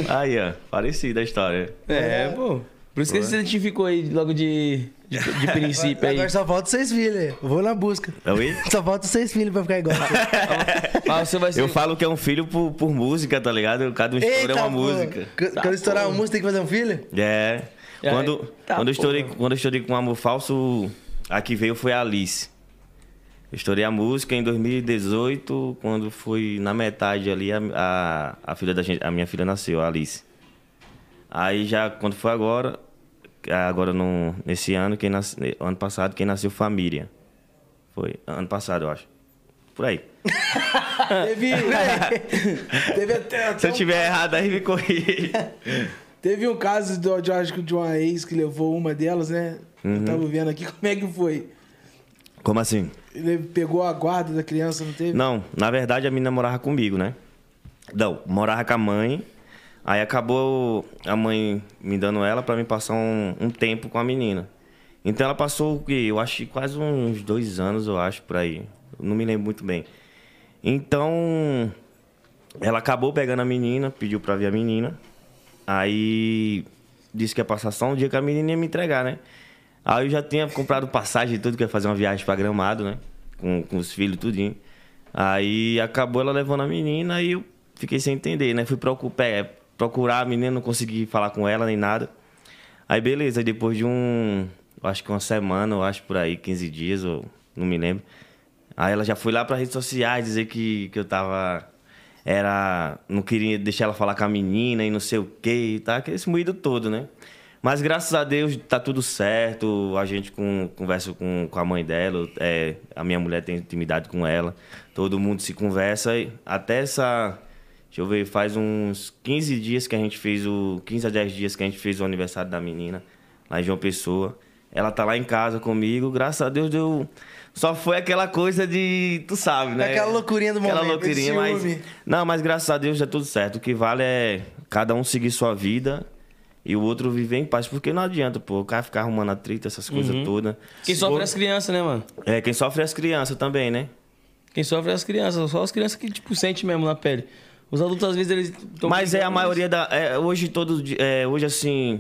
S4: Aí, ó, parecida a história. É.
S1: É, pô. Por isso que ele se identificou aí logo de. De princípio aí.
S2: Agora só falta seis filhos. Eu vou na busca.
S4: É o I?
S2: Só falta seis filhos pra ficar igual.
S1: Mas Ah, você vai ser.
S4: Eu falo que é um filho por, por música, tá ligado? Cada um estouro é uma
S2: pô.
S4: música. Tá
S2: Qu- Quando estourar uma música, tem que fazer um filho?
S4: É.
S1: E aí,
S4: Quando,
S1: tá,
S4: quando, eu estourei,
S1: porra.
S4: quando eu estourei com um Amor Falso, a que veio foi a Alice. Eu estourei a música em 2018, quando foi na metade ali, a, a, a filha da gente, a minha filha nasceu, a Alice. Aí já, quando foi agora, agora no, nesse ano, quem nas- ano passado, quem nasceu foi a Miriam. Foi ano passado, eu acho. Por aí.
S3: Teve, teve até, até
S4: Se eu
S3: um-
S4: tiver errado, aí me corri.
S3: Teve um caso do, de, acho que de uma ex que levou uma delas, né?
S2: Uhum.
S3: Eu tava vendo aqui como é que foi.
S4: Como assim?
S3: Ele pegou a guarda da criança, não teve?
S4: Não, na verdade a menina morava comigo, né? Não, morava com a mãe. Aí acabou a mãe me dando ela pra me passar um, um tempo com a menina. Então ela passou o quê? Eu acho que quase uns dois anos, eu acho, por aí. Eu Não me lembro muito bem. Então, ela acabou pegando a menina, pediu pra ver a menina. Aí disse que ia passar só um dia que a menina ia me entregar, né? Aí eu já tinha comprado passagem e tudo, que ia fazer uma viagem pra Gramado, né? Com, com os filhos, tudinho. Aí acabou ela levando a menina e eu fiquei sem entender, né? Fui procu- pe- procurar a menina, não consegui falar com ela nem nada. Aí beleza, aí depois de um. eu Acho que uma semana, eu acho por aí, 15 dias, ou não me lembro. Aí ela já foi lá para redes sociais dizer que, que eu tava. Era. Não queria deixar ela falar com a menina e não sei o quê e tá. Aquele moído todo, né? Mas graças a Deus tá tudo certo. A gente com, conversa com, com a mãe dela. é, a minha mulher tem intimidade com ela. Todo mundo se conversa. E até essa. Deixa eu ver, faz uns 15 dias que a gente fez o. 15 a 10 dias que a gente fez o aniversário da menina, lá em João Pessoa. Ela tá lá em casa comigo, graças a Deus deu. Só foi aquela coisa de. Tu sabe, né?
S2: Aquela loucurinha do
S4: Aquela
S2: momento,
S4: loucurinha,
S2: de
S4: mas.
S2: ciúme.
S4: Não, mas graças a Deus deu tudo certo. O que vale é cada um seguir sua vida e o outro viver em paz. Porque não adianta, pô, o cara ficar arrumando atrito, essas coisas
S2: Uhum.
S4: todas.
S1: Quem sofre é as crianças, né, mano?
S4: É, quem sofre é as crianças também, né?
S1: Quem sofre é as crianças. Só as crianças que, tipo, sente mesmo na pele. Os adultos, às vezes, eles. tão
S4: Mas é a
S1: brigando,
S4: maioria da. é, hoje todo di- é, Hoje assim.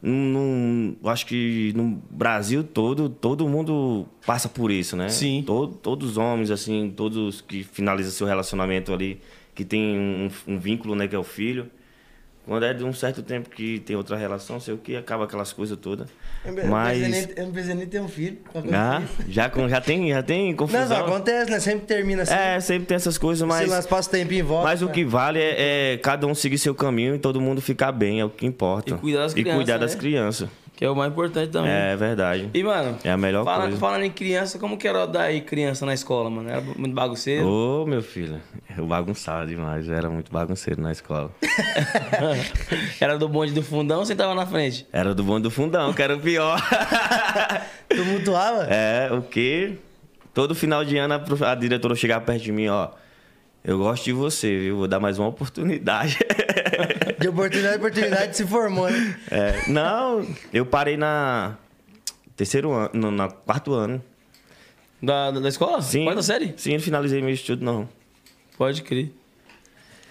S4: num- eu acho que no Brasil todo, todo mundo passa por isso, né?
S1: Sim.
S4: To- todos os homens, assim, todos que finalizam seu relacionamento ali, que tem um, um vínculo, né, que é o filho. Quando é de um certo tempo que tem outra relação, sei o que, acaba aquelas coisas todas.
S2: É Eu não
S4: Mas.
S2: precisei nem- eu não precisei nem ter um filho.
S4: Ah, já, com- já tem, já tem confusão.
S2: Não, não, acontece, né? Sempre termina assim.
S4: É, sempre tem essas coisas,
S2: Mas,
S4: mas.
S2: se nós passa o tempinho e volta.
S4: Mas o que vale é, é cada um seguir seu caminho e todo mundo ficar bem, é o que
S1: E
S4: importa.
S1: cuidar das
S4: E cuidar
S1: crianças,
S4: das
S1: né?
S4: crianças.
S1: Que é o mais importante também.
S4: É verdade.
S1: E, mano.
S4: É a melhor
S1: fala-
S4: coisa.
S1: Falando em criança, como que era dar aí criança na escola, mano? Era muito bagunceiro.
S4: Ô, meu filho, eu bagunçava demais, eu era muito bagunceiro na escola.
S1: Era do bonde do fundão ou você tava na frente?
S4: Era do bom do fundão, que era o pior.
S2: Tumultuava?
S4: É, o quê? Todo final de ano a prof- a diretora chegava perto de mim, ó. Eu gosto de você, viu? Vou dar mais uma oportunidade.
S2: De oportunidade em oportunidade se formou, né?
S4: É, não, eu parei na terceiro ano, no, na quarto ano.
S1: Da, da, da escola?
S4: Sim.
S1: Quarta série?
S4: Sim, eu finalizei meu estudo, não.
S1: Pode crer.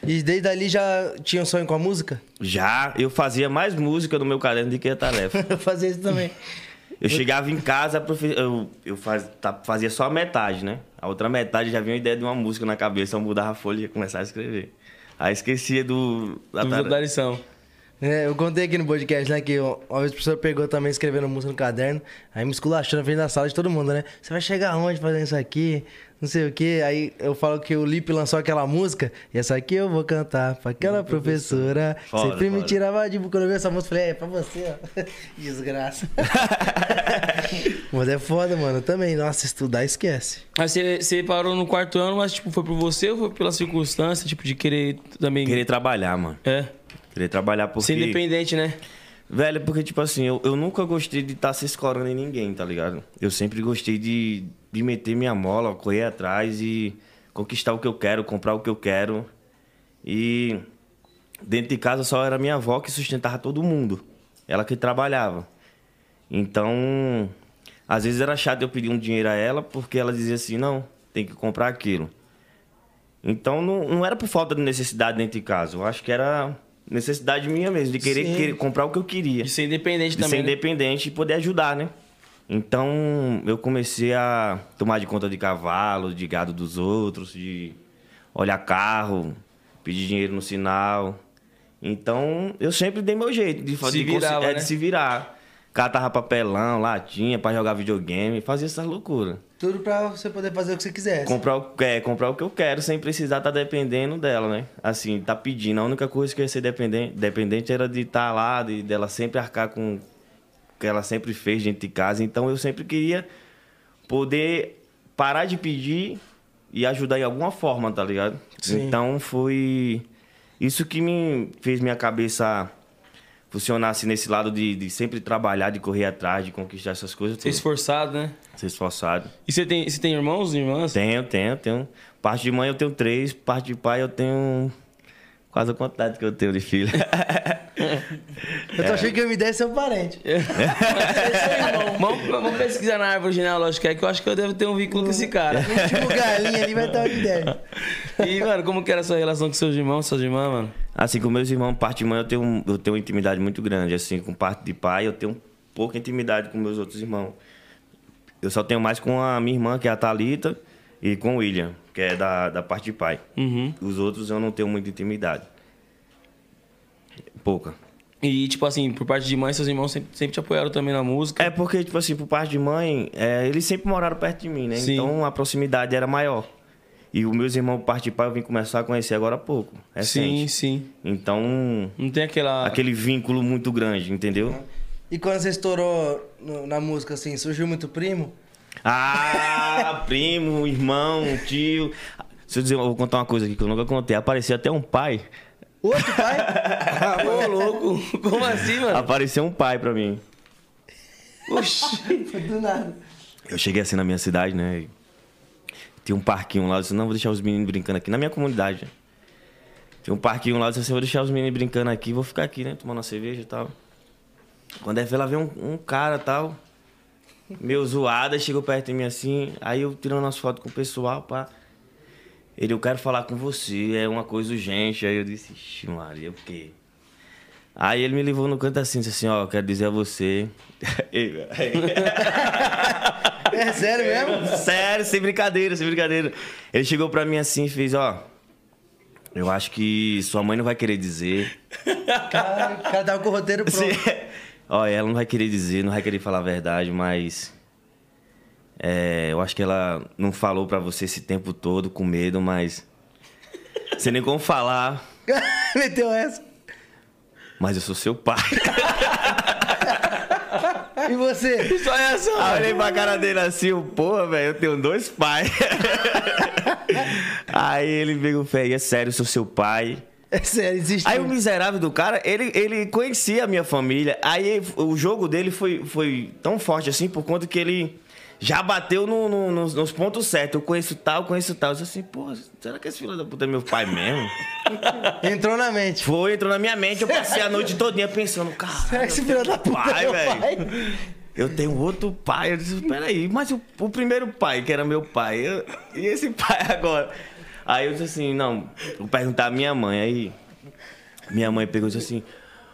S2: E desde ali já tinha um sonho com a música?
S4: Já, eu fazia mais música no meu caderno do que a tarefa.
S2: Eu fazia isso também.
S4: Eu chegava em casa, a profe- eu, eu faz- tá- fazia só a metade, né? A outra metade já vinha uma ideia de uma música na cabeça, eu mudava a folha e ia começar a escrever. Aí esquecia do... Da
S1: Do-
S4: tarefa.
S1: Da lição.
S2: É, eu contei aqui no podcast, né, que ó, uma vez o professor pegou também escrevendo música no caderno, aí me esculachou na frente da sala de todo mundo, né? Você vai chegar aonde fazendo isso aqui? Não sei o quê. Aí eu falo que o Lipe lançou aquela música, e essa aqui eu vou cantar pra aquela professora.
S4: Foda,
S2: Sempre me
S4: foda.
S2: tirava de boca quando eu vi essa música, eu falei, é, é pra você, ó. Desgraça. Mas é foda, mano. Eu também, nossa, estudar esquece.
S1: Aí você, você parou no quarto ano, mas tipo, foi por você ou foi pela circunstância, tipo, de querer também.
S4: Querer trabalher, mano.
S1: É.
S4: Querer trabalhar porque...
S1: Ser independente, né?
S4: Velho, porque, tipo assim, eu, eu nunca gostei de estar se escorando em ninguém, tá ligado? Eu sempre gostei de, de meter minha mola, correr atrás e conquistar o que eu quero, comprar o que eu quero. E dentro de casa só era minha avó que sustentava todo mundo. Ela que trabalhava. Então, às vezes era chato eu pedir um dinheiro a ela, porque ela dizia assim, não, tem que comprar aquilo. Então não, não era por falta de necessidade dentro de casa. Eu acho que era necessidade minha mesmo, de querer, querer comprar o que eu queria.
S1: De ser independente
S4: De ser
S1: também. né?
S4: independente e poder ajudar, né? Então eu comecei a tomar de conta de cavalo, de gado dos outros, de olhar carro, pedir dinheiro no sinal. Então eu sempre dei meu jeito de fazer
S1: Se virava,
S4: é,
S1: né?
S4: de se virar. Catava papelão, latinha pra jogar videogame, fazia essas loucuras.
S2: Tudo pra você poder fazer o que você quiser.
S4: Comprar o, é, comprar o que eu quero sem precisar estar dependendo dela, né? Assim, tá pedindo. A única coisa que eu ia ser dependente, dependente era de estar lá, de dela sempre arcar com o que ela sempre fez dentro de casa. Então eu sempre queria poder parar de pedir e ajudar em alguma forma, tá ligado?
S2: Sim.
S4: Então foi isso que me fez minha cabeça funcionar assim nesse lado de, de sempre trabalhar, de correr atrás, de conquistar essas coisas.
S1: Ser
S4: todas.
S1: esforçado, né?
S4: Ser esforçado.
S1: E você tem, você tem irmãos e irmãs?
S4: Tenho, tenho, tenho. Parte de mãe eu tenho três, parte de pai eu tenho quase a quantidade que eu tenho de filho.
S2: Eu
S4: É.
S2: tô achando que eu me desse seu parente.
S1: Vamos, vamos pesquisar na árvore genealógica aí, que eu acho que eu devo ter um vínculo com esse cara.
S2: O último Tipo, galinha ali vai estar o ideia.
S1: E, mano, como que era a sua relação com seus irmãos, suas irmãs, mano?
S4: assim, com meus irmãos, parte de mãe eu tenho, um, eu tenho uma intimidade muito grande. Assim, com parte de pai eu tenho pouca intimidade com meus outros irmãos. Eu só tenho mais com a minha irmã, que é a Thalita, e com o William, que é da, da parte de pai.
S1: Uhum.
S4: Os outros eu não tenho muita intimidade. Pouca.
S1: E, tipo assim, por parte de mãe, seus irmãos sempre, sempre te apoiaram também na música.
S4: É porque, tipo assim, por parte de mãe, é, eles sempre moraram perto de mim, né?
S1: Sim.
S4: Então a proximidade era maior. E os meus irmãos, por parte de pai, eu vim começar a conhecer agora há pouco.
S1: sim,
S4: Recente.
S1: sim. Ah.
S4: Então,
S1: Não tem aquela.
S4: é aquele vínculo muito grande, entendeu?
S1: Uhum.
S2: E quando você estourou no- na música, assim, surgiu muito primo?
S4: Ah, primo, irmão, tio. Deixa eu dizer, eu vou contar uma coisa aqui que eu nunca contei. Apareceu até um pai.
S2: Outro pai?
S1: Ah, ô, louco. Como assim, mano?
S4: Apareceu um pai pra mim.
S1: Oxi.
S2: Do nada.
S4: Eu cheguei assim na minha cidade, né? e Tem um parquinho lá, eu disse, não, vou deixar os meninos brincando aqui. Na minha comunidade. né? Tem um parquinho lá, eu disse assim, vou deixar os meninos brincando aqui, vou ficar aqui, né? Tomando uma cerveja e tal. Quando é ver, lá vem um, um cara tal, meio zoado, aí chegou perto de mim assim, aí eu tirando umas fotos com o pessoal, pá. Ele, eu quero falar com você, é uma coisa urgente. Aí eu disse, ixi, Maria, o quê? Aí ele me levou no canto assim, disse assim, ó, eu quero dizer a você. Ei, velho.
S2: É sério mesmo?
S4: Sério, sem brincadeira, sem brincadeira. Ele chegou pra mim assim e fez, ó. Eu acho que sua mãe não vai querer dizer.
S2: Caralho, o cara tava com o roteiro pronto.
S4: Se- Ó, ela não vai querer dizer, não vai querer falar a verdade, mas. é, eu acho que ela não falou pra você esse tempo todo com medo, mas. Sem nem como falar,
S2: Meteu essa.
S4: mas eu sou seu pai.
S2: E você?
S1: Só é assim? essa,
S4: Aí eu
S1: mano.
S4: olhei pra cara dele assim, eu, porra, velho, eu tenho dois pais. Aí ele veio, velho, é sério, eu sou seu pai.
S2: É sério, existe.
S4: Aí o miserável do cara, ele, ele conhecia a minha família. Aí o jogo dele foi, foi tão forte assim por conta que ele já bateu no- no- nos, nos pontos certos. Eu conheço tal, conheço tal. Eu disse assim, pô, será que esse filho da puta é meu pai mesmo?
S2: Entrou na mente.
S4: Foi, entrou na minha mente. Eu passei a noite todinha pensando,
S2: Será
S4: cara,
S2: que esse filho da puta
S4: um pai,
S2: é o
S4: velho.
S2: pai?
S4: eu tenho outro pai. Eu disse, peraí, mas o, o primeiro pai, que era meu pai, eu- e esse pai agora? Aí eu disse assim, não, vou perguntar à minha mãe. Aí minha mãe pegou e disse assim,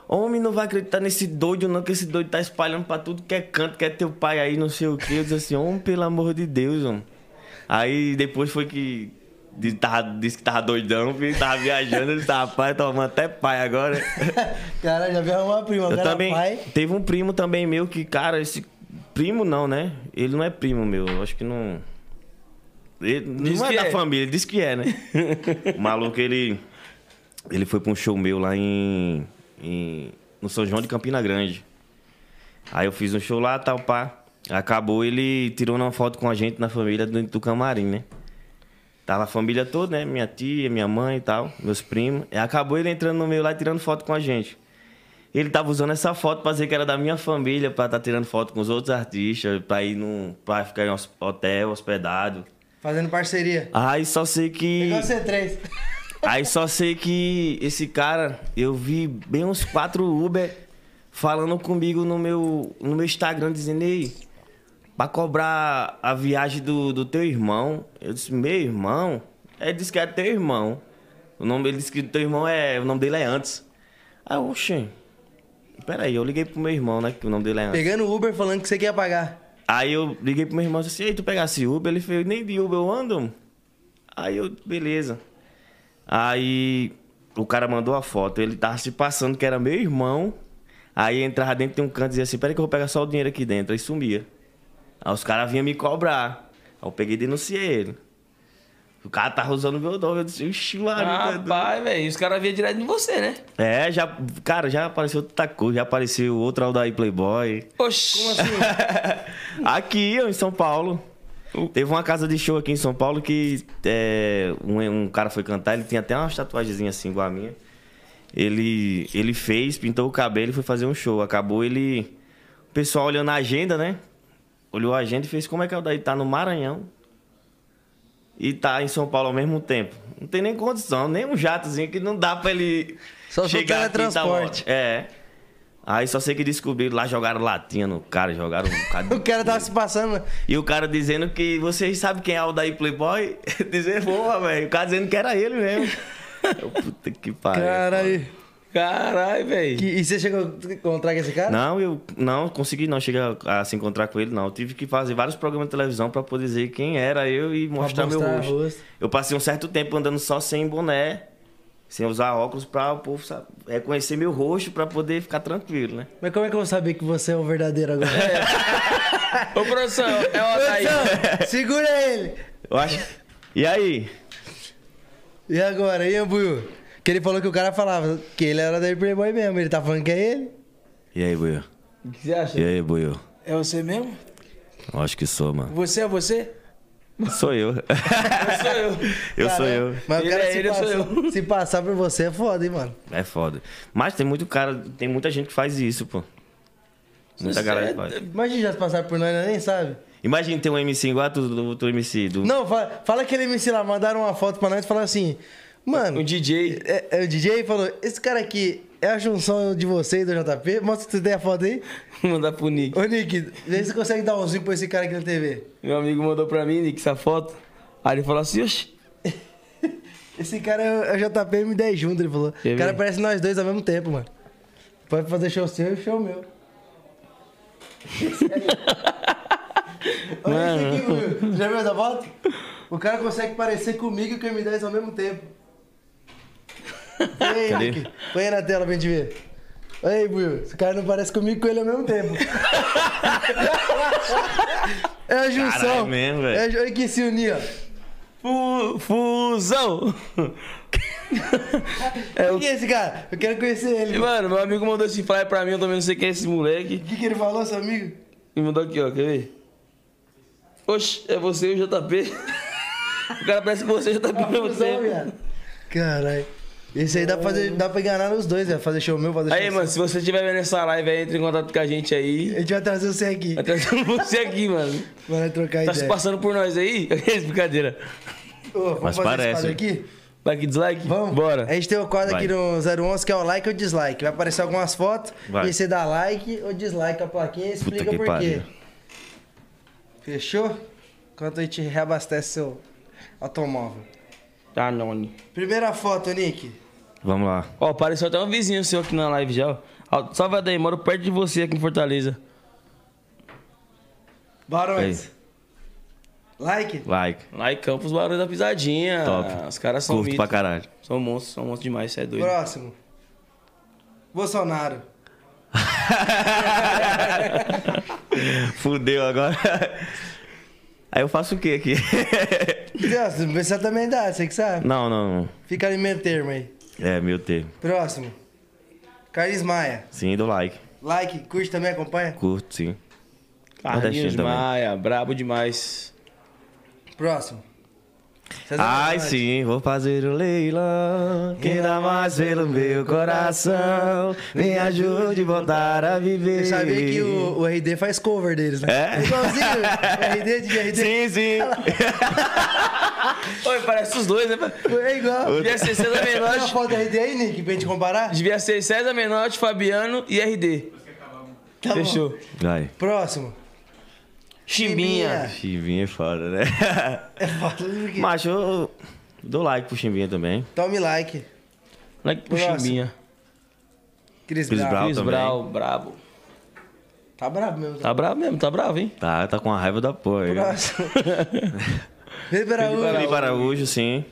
S4: homem, não vai acreditar nesse doido não, que esse doido tá espalhando pra tudo que é canto, que é teu pai aí, não sei o quê. Eu disse assim, homem, pelo amor de Deus, homem. Aí depois foi que... de- tava- disse que tava doidão, filho, tava viajando, ele tava pai, tomando até pai agora.
S2: Cara, já veio arrumar primo.
S4: Eu
S2: Agora
S4: também.
S2: pai.
S4: Teve um primo também meu que, cara, esse. Primo não, né? Ele não é primo meu. eu Acho que não. Ele
S1: Diz
S4: não é
S1: que
S4: da
S1: é.
S4: família, ele diz que é, né? o maluco, ele. Ele foi pra um show meu lá em. em- no São João de Campina Grande. Aí eu fiz um show lá, tal, pá. Acabou, ele tirou uma foto com a gente na família dentro do camarim, né? Tava a família toda, né? Minha tia, minha mãe e tal, meus primos. E acabou ele entrando no meio lá e tirando foto com a gente. Ele tava usando essa foto pra dizer que era da minha família, pra estar tirando foto com os outros artistas, pra ir num. pra ficar em hos- hotel, hospedado.
S2: Fazendo parceria.
S4: Aí só sei que.
S2: Igual você três.
S4: Aí só sei que esse cara, eu vi bem uns quatro Uber falando comigo no meu, no meu Instagram, dizendo, ei, pra cobrar a viagem do, do teu irmão. Eu disse, meu irmão? Aí Ele disse que é teu irmão. O nome, ele disse que teu irmão é. O nome dele é antes. Aí, eu, oxe. Peraí, eu liguei pro meu irmão, né? Que o nome dele é antes.
S2: Pegando o Uber falando que você quer pagar.
S4: Aí eu liguei pro meu irmão e disse, assim, ei, tu pegasse Uber? Ele falou, nem de Uber eu ando. Aí eu, beleza. Aí o cara mandou a foto, ele tava se passando que era meu irmão. Aí entrava dentro de um canto e dizia assim, peraí que eu vou pegar só o dinheiro aqui dentro. Aí sumia. Aí os caras vinham me cobrar. Aí eu peguei e denunciei ele. O cara tava usando meu nome, eu disse, oxi, Maria, tá doido."
S1: Rapaz, velho, os caras vêm direto em você, né?
S4: É, já, cara, já apareceu outra coisa, já apareceu outro Aldair Playboy.
S1: Oxi. Como assim?
S4: aqui, ó, em São Paulo. Teve uma casa de show aqui em São Paulo que é, um, um cara foi cantar, ele tinha até umas tatuagenzinhas assim, igual a minha. Ele, ele fez, pintou o cabelo e foi fazer um show. Acabou ele. O pessoal olhando a agenda, né? Olhou a agenda e fez: como é que é o daí? Tá no Maranhão e tá em São Paulo ao mesmo tempo. Não tem nem condição, nem um jatozinho que não dá pra ele.
S2: Só se for
S4: chegar aqui e tá
S2: teletransporte.
S4: lá. É. Aí só sei que descobriram lá, jogaram latinha no cara, jogaram um bocado de
S2: O cara tava se passando.
S4: e o cara dizendo que vocês sabem quem é o Daí Playboy? Dizer, porra, velho. O cara dizendo que era ele mesmo. Eu, puta que pariu.
S2: Caralho.
S1: Caralho, velho.
S2: Que- E você chegou a encontrar com esse cara?
S4: Não, eu não consegui não chegar a, a se encontrar com ele, não. Eu tive que fazer vários programas de televisão pra poder dizer quem era eu e mostrar,
S2: mostrar
S4: meu rosto.
S2: rosto.
S4: Eu passei um certo tempo andando só sem boné, sem usar óculos, pra o povo sabe, reconhecer meu rosto pra poder ficar tranquilo, né?
S2: Mas como é que eu vou saber que você é o verdadeiro agora?
S1: Ô, produção, é o Aldair.
S2: Produção, segura ele.
S4: Eu acho... E aí?
S2: E agora, e Ambuio? Que ele falou que o cara falava que ele era da Playboy mesmo. Ele tá falando que é ele?
S4: E aí, Buiu?
S1: O que você acha?
S4: E aí, Buiu?
S3: É você mesmo?
S4: Eu acho que sou, mano.
S3: Você é você?
S4: Sou eu.
S1: Sou eu.
S4: eu sou eu.
S2: Mas
S1: Ele
S2: o cara
S1: é
S2: se,
S1: ele, eu sou
S2: passar, se passar por você é foda, hein, mano?
S4: É foda. Mas tem muito cara, tem muita gente que faz isso, pô. Muita
S1: Isso
S4: galera
S1: é
S4: que faz.
S2: Imagina já se passar por nós, nós nem sabe.
S4: Imagina ter um MC igual a tu- do outro MC. Do...
S2: Não, fala, fala aquele MC lá, mandaram uma foto pra nós e falaram assim... Mano,
S1: Um DJ.
S2: é, é, o DJ falou, esse cara aqui é a junção de você e do JP? Mostra se tu tem a foto aí.
S1: Mandar pro Nick.
S2: Ô, Nick, vê se você consegue dar um zinho pra esse cara aqui na TV.
S1: Meu amigo mandou pra mim, Nick, essa foto. Aí ele falou assim, oxi.
S2: Esse cara é o JP e M10 junto, ele falou.
S1: Quer
S2: o cara
S1: ver?
S2: parece nós dois ao mesmo tempo, mano. Pode fazer show seu e show meu. Olha isso aqui, Will. Já viu essa foto? O cara consegue parecer comigo e com o M10 ao mesmo tempo. Ei,
S4: Cadê?
S2: Nick. Põe aí na tela pra gente ver. Olha aí, Will. Esse cara não parece comigo e com ele ao mesmo tempo. é a junção.
S4: Caralho mesmo, velho.
S2: É a ju- Olha que se unir, ó.
S1: Fu- Fusão! é
S2: Quem é esse cara? Eu quero conhecer ele.
S1: o...
S2: mano.
S1: Mano, meu amigo mandou esse flyer pra mim, eu também não sei quem é esse moleque.
S2: O que, que ele falou, seu amigo?
S1: E mandou aqui, ó, quer ver? Oxi, é você e o JP. o cara parece que você e o JP ao mesmo
S2: Fusão,
S1: tempo.
S2: viado. Caralho. Esse aí dá pra, fazer, dá pra enganar os dois, velho. Fazer show meu, fazer show
S1: Aí,
S2: seu.
S1: mano, se você estiver vendo essa live aí, entre em contato com a gente aí.
S2: A gente vai trazer você aqui.
S1: Tá trazendo você aqui, mano.
S2: Vai trocar
S1: Tá se
S2: ideia.
S1: passando por nós aí? É Brincadeira.
S2: Ô, vamos
S4: Mas
S2: fazer
S4: parece.
S2: esse quadro aqui?
S1: Like, dislike?
S2: Vamos? É
S1: Bora.
S2: A gente tem o quadro
S4: Vai.
S2: aqui no 011 que é o like ou dislike. Vai aparecer algumas fotos
S4: Vai.
S2: e você dá like ou dislike a plaquinha e explica
S4: que
S2: por quê.
S4: pariu.
S2: Fechou? Enquanto a gente reabastece seu automóvel.
S1: Danone.
S2: Primeira foto, Nick.
S4: Vamos lá.
S1: Ah, Ó, apareceu até um vizinho seu aqui na live já, ó. ó. Salve daí, moro perto de você aqui em Fortaleza.
S2: Barões. Like?
S4: Like.
S1: Lá em Campos, barulho da pisadinha.
S4: Top.
S1: Os caras
S2: um
S1: são
S4: Curto
S1: mitos.
S4: pra caralho.
S1: São monstros, são monstros demais, cê é doido.
S2: Próximo. Bolsonaro.
S4: Fudeu agora. Aí eu faço o quê aqui?
S2: Deus, não precisa também dá, você que sabe.
S4: não, não, não.
S2: Fica ali meio termo aí.
S4: É, meu termo.
S2: Próximo. Carlos Maia.
S4: Sim, do like.
S2: Like, curte também, acompanha.
S4: Curto, sim.
S1: Carlinhos
S4: Nordestino Tá também.
S2: né?
S1: Maia, brabo demais.
S2: Próximo. César
S4: Ai,
S2: Menotti.
S4: sim, vou fazer o leilão. Quem dá mais pelo meu coração? Me ajude, voltar a viver.
S2: Você sabia que o, o RD faz cover deles, né?
S4: É?
S2: Igualzinho. o RD de RD.
S4: Sim, sim.
S1: Oi, parece os dois, né?
S2: É igual.
S1: Devia ser César
S2: Olha a
S1: Menotti.
S2: foto do RD aí, Nick, pra gente comparar.
S1: Devia ser César Menotti, Fabiano e RD.
S2: Tá bom.
S1: Fechou.
S4: Vai.
S2: Próximo.
S1: Chimbinha.
S4: Chimbinha é foda, né?
S2: É foto do Nick.
S4: Macho, eu dou like pro Chimbinha também.
S2: Tome like.
S1: Like pro
S2: Próximo.
S1: Chimbinha.
S2: Cris
S4: Chris
S2: Brown.
S4: Brown.
S1: Chris
S4: também.
S1: Brau, brabo.
S2: Tá brabo mesmo.
S1: Tá bravo mesmo, tá bravo, hein?
S4: Tá, tá com a raiva da porra. aí.
S2: Próximo. Felipe
S4: Felipe
S2: Araújo.
S4: Araújo, sim.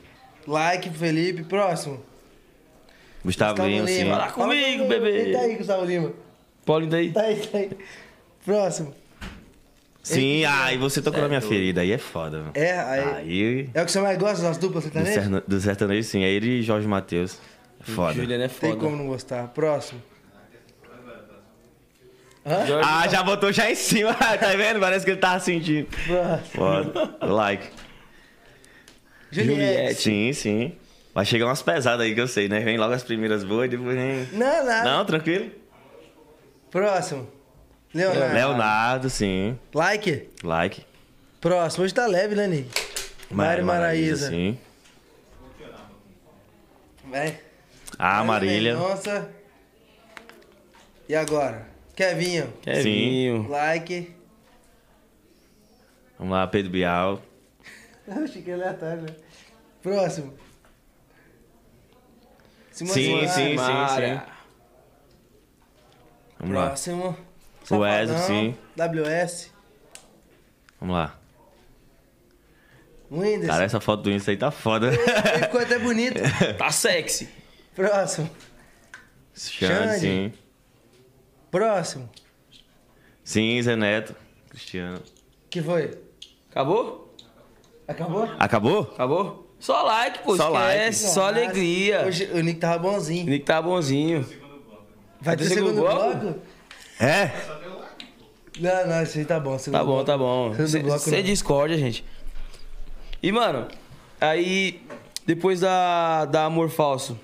S2: Like, Felipe. Próximo.
S4: Gustavo Lima, sim.
S1: Fala comigo, bebê.
S2: Tá aí, Gustavo Lima.
S1: Paulinho daí.
S2: Tá aí, tá aí. Próximo.
S4: Sim, ah, e você tocou na minha ferida, aí é foda, mano.
S2: É, aí-
S4: Aí,
S2: É o que você mais gosta das duplas
S4: do,
S2: sertanejas?
S4: sertane- do sertanejo, sim. É ele e Jorge Matheus. Foda.
S1: Juliano é
S2: Tem
S1: foda.
S2: como não gostar. Próximo.
S1: Jorge-
S4: Ah, já botou já em cima, tá vendo? Parece que ele tava sentindo.
S2: Próximo.
S4: Foda. Like.
S1: Juliette.
S4: Sim, sim. Vai chegar umas pesadas aí que eu sei, né? Vem logo as primeiras boas e depois vem.
S2: Não, não.
S4: Não, tranquilo?
S2: Próximo. Leonardo.
S4: Leonardo, sim.
S2: Like.
S4: Like.
S2: Próximo. Hoje tá leve, né, Nick? Mari Maraíza.
S4: Sim.
S2: Vai.
S4: Ah, Marília.
S2: Nossa. E agora? Kevinho.
S1: Kevinho.
S2: Like.
S4: Vamos lá, Pedro Bial.
S2: Eu achei que ele era tarde, né? Próximo. Simone Simara.
S4: Sim, sim, sim,
S1: Mara.
S4: sim. Vamos lá.
S2: Próximo.
S4: Wesley, sim.
S2: WS.
S4: Vamos lá.
S2: Whindersson.
S4: Cara, essa foto do Insta aí tá foda.
S2: Ele ficou até bonito.
S1: Tá sexy.
S2: Próximo.
S4: Xande, sim.
S2: Próximo.
S4: Sim, Zé Neto. Cristiano.
S2: Que foi?
S1: Acabou?
S2: Acabou?
S4: Acabou?
S1: Acabou? Só like, pô.
S4: Só like.
S1: esquece, Só alegria.
S2: é Hoje é o Nick tava bonzinho.
S1: Nick tá bonzinho.
S2: Vai
S4: tá
S2: ter
S1: Tem
S2: segundo
S1: segundo
S2: bloco?
S1: bloco?
S4: É?
S2: Não, não, isso aí tá bom. segundo
S1: Tá bom,
S2: bloco.
S1: tá bom.
S2: Segundo bloco
S1: Sem
S2: não.
S1: discórdia, gente. E, mano, aí depois da, da Amor Falso,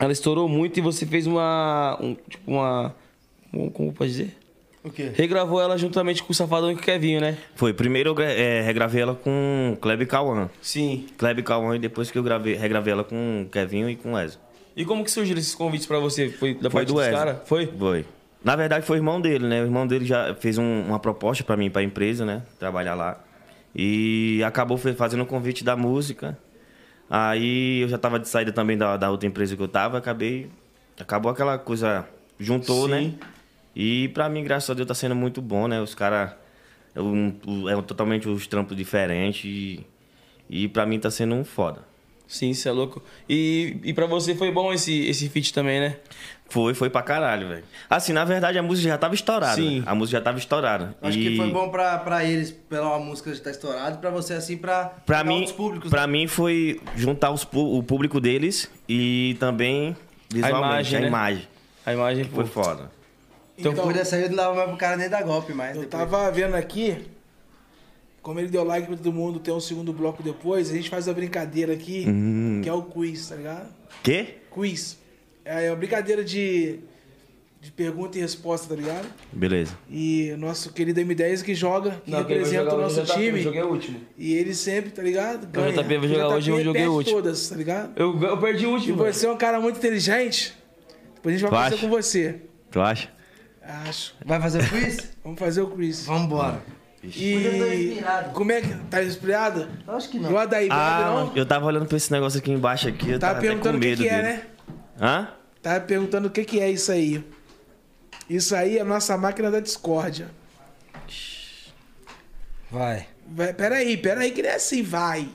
S1: ela estourou muito e você fez uma. um- tipo, uma. Como, como pode dizer?
S4: tá.
S2: O quê?
S1: Regravou ela juntamente com o Safadão e com o Kevinho, né?
S4: Foi. Primeiro eu gra- é, regravei ela com Kleber Cauã.
S1: Sim.
S4: Kleber Cauã e depois que eu gravei, regravei ela com Kevinho e com Wesley.
S1: E como que surgiram esses convites pra você? Foi da
S4: Foi
S1: parte
S4: do
S1: dos
S4: Wesley.
S1: caras? Foi?
S4: Foi. Na verdade, foi o irmão dele, né? O irmão dele já fez um- uma proposta pra mim, pra empresa, né? Trabalhar lá. E acabou fe- fazendo o convite da música. Aí eu já tava de saída também da, da outra empresa que eu tava, acabei. Acabou aquela coisa. Juntou,
S1: Sim.
S4: né? E pra mim, graças a Deus, tá sendo muito bom, né? Os caras. É, um- é um- totalmente os trampos diferentes. E, e pra mim tá sendo um foda.
S1: Sim, você é louco. E, e pra você foi bom esse, esse feat também, né?
S4: Foi, foi pra caralho, velho. Assim, na verdade, a música já tava estourada.
S1: Sim.
S4: né? A música já tava estourada.
S2: Acho
S4: E
S2: que foi bom pra, pra eles, pela música de tá estourada, e pra você, assim, pra,
S4: Pra
S2: pra
S4: mim,
S2: outros públicos.
S3: né?
S4: pra mim foi juntar os pú- o público deles e também visualmente, a imagem.
S1: imagem, né? A imagem
S4: Foi
S1: foi.
S4: foda.
S2: Então,
S3: Então-
S2: por essa aí eu não dava mais pro cara nem dar golpe mais.
S3: Eu
S2: depois.
S3: tava vendo aqui, como ele deu like pra todo mundo, tem um segundo bloco depois, a gente faz a brincadeira aqui,
S1: Uhum.
S3: que é o quiz, tá ligado?
S4: Quê?
S3: Quiz. É uma brincadeira de, de pergunta e resposta, tá ligado?
S4: Beleza.
S3: E o nosso querido M10 que joga, que
S1: Não, quem vai
S3: representa
S1: jogar
S3: o
S1: hoje
S3: nosso
S1: é o JP,
S3: time.
S1: eu joguei o último.
S3: E ele sempre, tá ligado? Ganha.
S1: JP vai jogar hoje, eu
S3: JP
S1: joguei o é
S3: perde
S1: último.
S3: todas, tá ligado?
S1: Eu, eu perdi o
S3: E
S1: último.
S3: você é um cara muito inteligente, depois a gente vai
S4: Tu
S3: fazer
S4: acha?
S3: com você.
S4: Tu acha?
S3: Acho.
S2: Vai fazer o quiz?
S3: Vamos fazer o quiz.
S2: Vambora. Mas eu tô
S3: E
S2: resfriado.
S3: como é que tá resfriado?
S2: Acho que
S3: Igual a daí,
S4: Ah,
S3: não?
S4: mano, eu tava olhando pra esse negócio aqui embaixo aqui, eu tava,
S3: Tava
S4: até com
S3: perguntando o que,
S4: medo
S3: que é,
S4: dele.
S3: né?
S4: Hã?
S3: Tava perguntando o que, que é isso aí. Isso aí é a nossa máquina da discórdia.
S2: Vai.
S3: Vai, peraí, peraí, que não é assim, vai.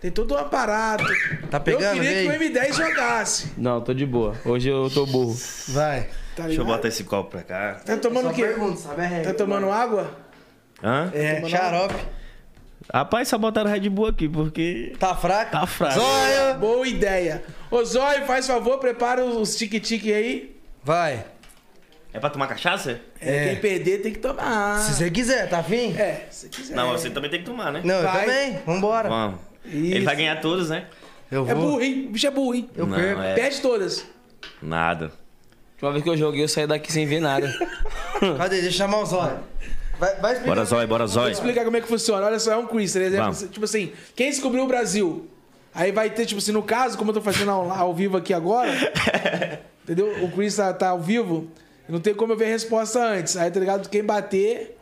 S3: Tem todo um aparato.
S2: Tá pegando,
S3: Eu queria
S2: Ney?
S3: que o M10 jogasse.
S1: Não, tô de boa. Hoje eu tô burro.
S2: Vai.
S3: Tá
S4: Deixa eu
S3: ligado?
S4: botar esse copo pra cá.
S3: Tá tomando
S2: É Só
S3: o quê?
S2: pergunta, sabe a regra.
S3: Tá tomando Tá água?
S4: Hã?
S2: É, xarope.
S4: Rapaz, só botaram Red Bull aqui, porque.
S2: Tá fraco?
S4: Tá fraco.
S2: Zóio.
S3: Boa ideia. Ô, Zóio, faz favor, prepara os tique-tique aí.
S2: Vai.
S4: É pra tomar cachaça?
S3: É, Quem perder tem que tomar.
S2: Se você quiser, tá afim?
S3: É, se quiser.
S4: Não, você também tem que tomar, né?
S2: Não,
S3: Vai.
S2: eu também. Vambora.
S4: Vamos. Ele
S3: Isso.
S4: vai ganhar todos, né?
S2: Eu
S3: É
S2: vou.
S3: burro, hein? O bicho é burro, hein?
S2: Eu
S4: Não,
S2: perco.
S4: é.
S3: Perde todas.
S4: Nada.
S1: Uma vez que eu joguei, eu saí daqui sem ver nada.
S2: Cadê? Deixa eu chamar o Zóio. Vai, vai explicar.
S4: Bora zói, bora zói.
S3: explicar como é que funciona. Olha só, é um quiz, por exemplo,
S4: Vamos.
S3: tipo assim, quem descobriu o Brasil? Aí vai ter, tipo assim, no caso, como eu tô fazendo ao, ao vivo aqui agora, entendeu? O quiz tá, tá ao vivo, não tem como eu ver a resposta antes. Aí, tá ligado? Quem bater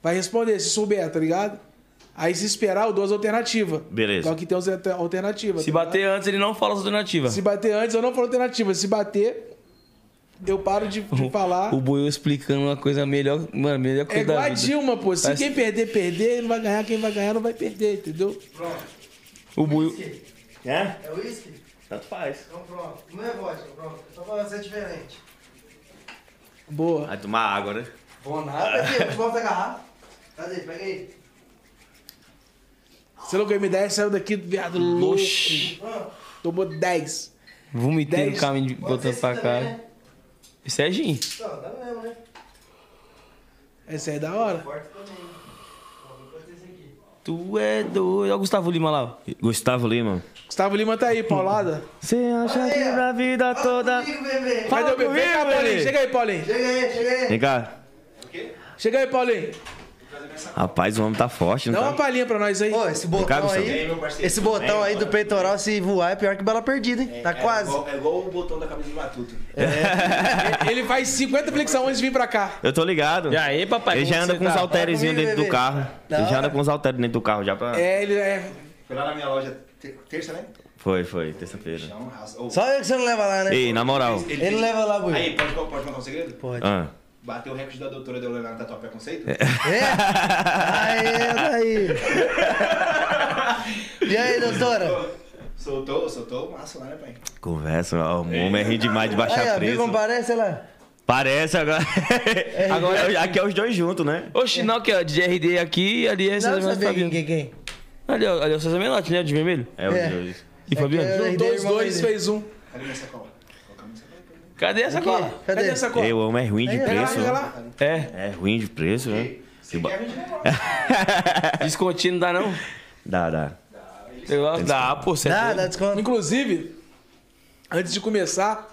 S3: vai responder, se souber, tá ligado? Aí se esperar, eu dou as alternativas.
S4: Beleza.
S3: Então aqui tem as alter- alternativas.
S1: Se
S3: tá ligado?
S1: bater antes, ele não fala as alternativas.
S3: Se bater antes, eu não falo alternativa. Se bater, eu paro de, de falar.
S1: O Buiu explicando uma coisa melhor, mano, melhor
S3: É
S1: coisa
S3: igual
S1: da
S3: a
S1: vida.
S3: Dilma, pô. Se
S1: Mas-
S3: quem perder, perder, não vai ganhar. Quem vai ganhar, não vai perder, entendeu?
S1: O Buiu...
S4: É?
S2: É o uísque?
S4: Tanto faz.
S2: Então pronto. Não é vodka, pronto. Só pra ser é diferente.
S3: Boa.
S4: Vai tomar água, né?
S2: Bom nada. Aqui, eu te mostro a garrafa. Cadê? Pega aí.
S3: Você louco, o M10 saiu daqui do viado louco.
S1: Oxi.
S3: Tomou 10.
S1: Vomitei no
S3: Dez.
S1: caminho, de-
S2: Pode ser
S1: botando
S2: esse
S1: pra
S2: também,
S1: cá.
S2: né?
S1: Isso é gin.
S2: Não, dá mesmo, né?
S3: Essa aí é da hora.
S2: Forte também. Ó, vou fazer esse aqui.
S1: Tu é doido. Olha o Gustavo Lima lá. ó.
S4: Gustavo Lima.
S3: Gustavo Lima tá aí, paulada.
S4: Você acha que na vida
S2: Fala
S4: toda.
S2: comigo, bebê.
S3: Cadê o bebê? Vem cá,
S4: comigo,
S3: Paulinho.
S4: Lele.
S3: Chega aí, Paulinho.
S2: Chega aí, chega aí.
S4: Vem cá.
S3: Chega aí, Paulinho.
S4: Rapaz, o homem tá forte,
S3: Dá
S4: não
S3: uma
S4: tá?
S3: palhinha pra nós aí.
S2: Ô, esse
S4: cá,
S2: botão
S4: Gustavo.
S2: aí, esse botão aí do peitoral, se voar, é pior que bala perdida, hein? Tá quase.
S5: É igual o botão da camisa de matuto.
S3: É, Ele faz 50 flexões antes de vir pra cá.
S4: Eu tô ligado.
S1: E aí, papai?
S4: Ele já
S1: como
S4: anda
S1: você
S4: com os
S1: tá?
S4: halterezinhos
S2: Fala comigo,
S4: dentro do
S2: bebê.
S4: carro.
S2: Da
S4: Ele já anda
S2: hora.
S4: com os halteres dentro do carro já
S1: Ah.
S4: pra.
S3: É, ele é.
S5: Foi lá na minha loja te- terça, né?
S4: Foi, foi, terça-feira.
S5: Então, arrasa- ô,
S2: Só eu que você não leva lá, né?
S4: Ei, na moral.
S2: Ele não leva lá, Bui.
S5: Aí, pode, pode contar um segredo?
S2: Pode.
S4: Ah,
S5: Bateu o recorde da doutora Deolana na Tatuapé Conceito?
S2: É? tá Aí, daí. E aí, doutora?
S5: Soltou, soltou o maço lá, né, pai?
S4: conversa, ó, o homem ri demais de
S2: Aí,
S4: baixar
S2: ó, viu
S4: preço.
S2: como parece lá?
S4: Parece agora. agora aqui é os dois juntos, né?
S1: Oxi, não, que ó, de GRD aqui e ali é
S2: Dá
S1: César
S2: pra
S1: Menotti e
S2: saber quem,
S1: Fabiano.
S2: quem, quem?
S1: Ali, ó, ali é o César Menotti, né? De vermelho.
S4: É os
S2: É.
S4: dois.
S1: E Fabiano.
S2: que é-
S3: Juntou os dois,
S2: dele.
S3: fez um.
S5: Cadê minha sacola? Coloca minha sacola. pra mim.
S1: Cadê
S2: É
S1: essa cola?
S2: Cadê?
S3: Cadê essa cola?
S4: Ei, o homem é ruim de
S3: Pega lá,
S4: preço.
S3: pega lá.
S1: É,
S4: É ruim de preço, né?
S5: Você quer me divulgar?
S1: descontinho não dá não.
S4: Dá, dá.
S1: Eu gosto- Dá, pô, você é
S2: Dá,
S1: doido.
S2: dá desconto.
S3: Inclusive, antes de começar,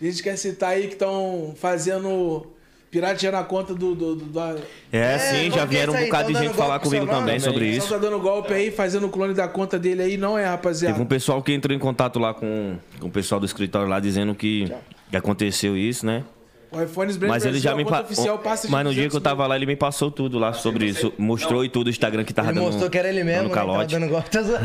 S3: a gente quer citar aí que estão fazendo pirateando a conta do. do, do da...
S4: É,
S2: É,
S4: sim,
S2: como que é
S4: já vieram
S2: isso
S4: um
S2: aí?
S4: bocado de
S2: Tão
S4: gente
S2: dando
S4: falar
S2: golpe
S4: comigo
S2: pro seu
S4: também
S2: mano?
S4: sobre
S3: O
S4: isso.
S3: pessoal tá dando golpe aí, fazendo clone da conta dele aí, não é, rapaziada?
S4: Teve um pessoal que entrou em contato lá com, com o pessoal do escritório lá dizendo que, que aconteceu isso, né?
S3: O iPhones Brand
S4: Mas ele
S3: Brasil,
S4: já me
S3: a conta
S4: pa-
S3: oficial passa de
S4: Mas no dia
S3: 200
S4: que eu tava lá, ele me passou tudo lá sobre isso. Mostrou e tudo o Instagram que tava
S2: Ele
S4: dando.
S2: mostrou que era ele mesmo,
S4: dando
S2: né? Tava
S4: calote.
S2: dando golpe. Tá zoando.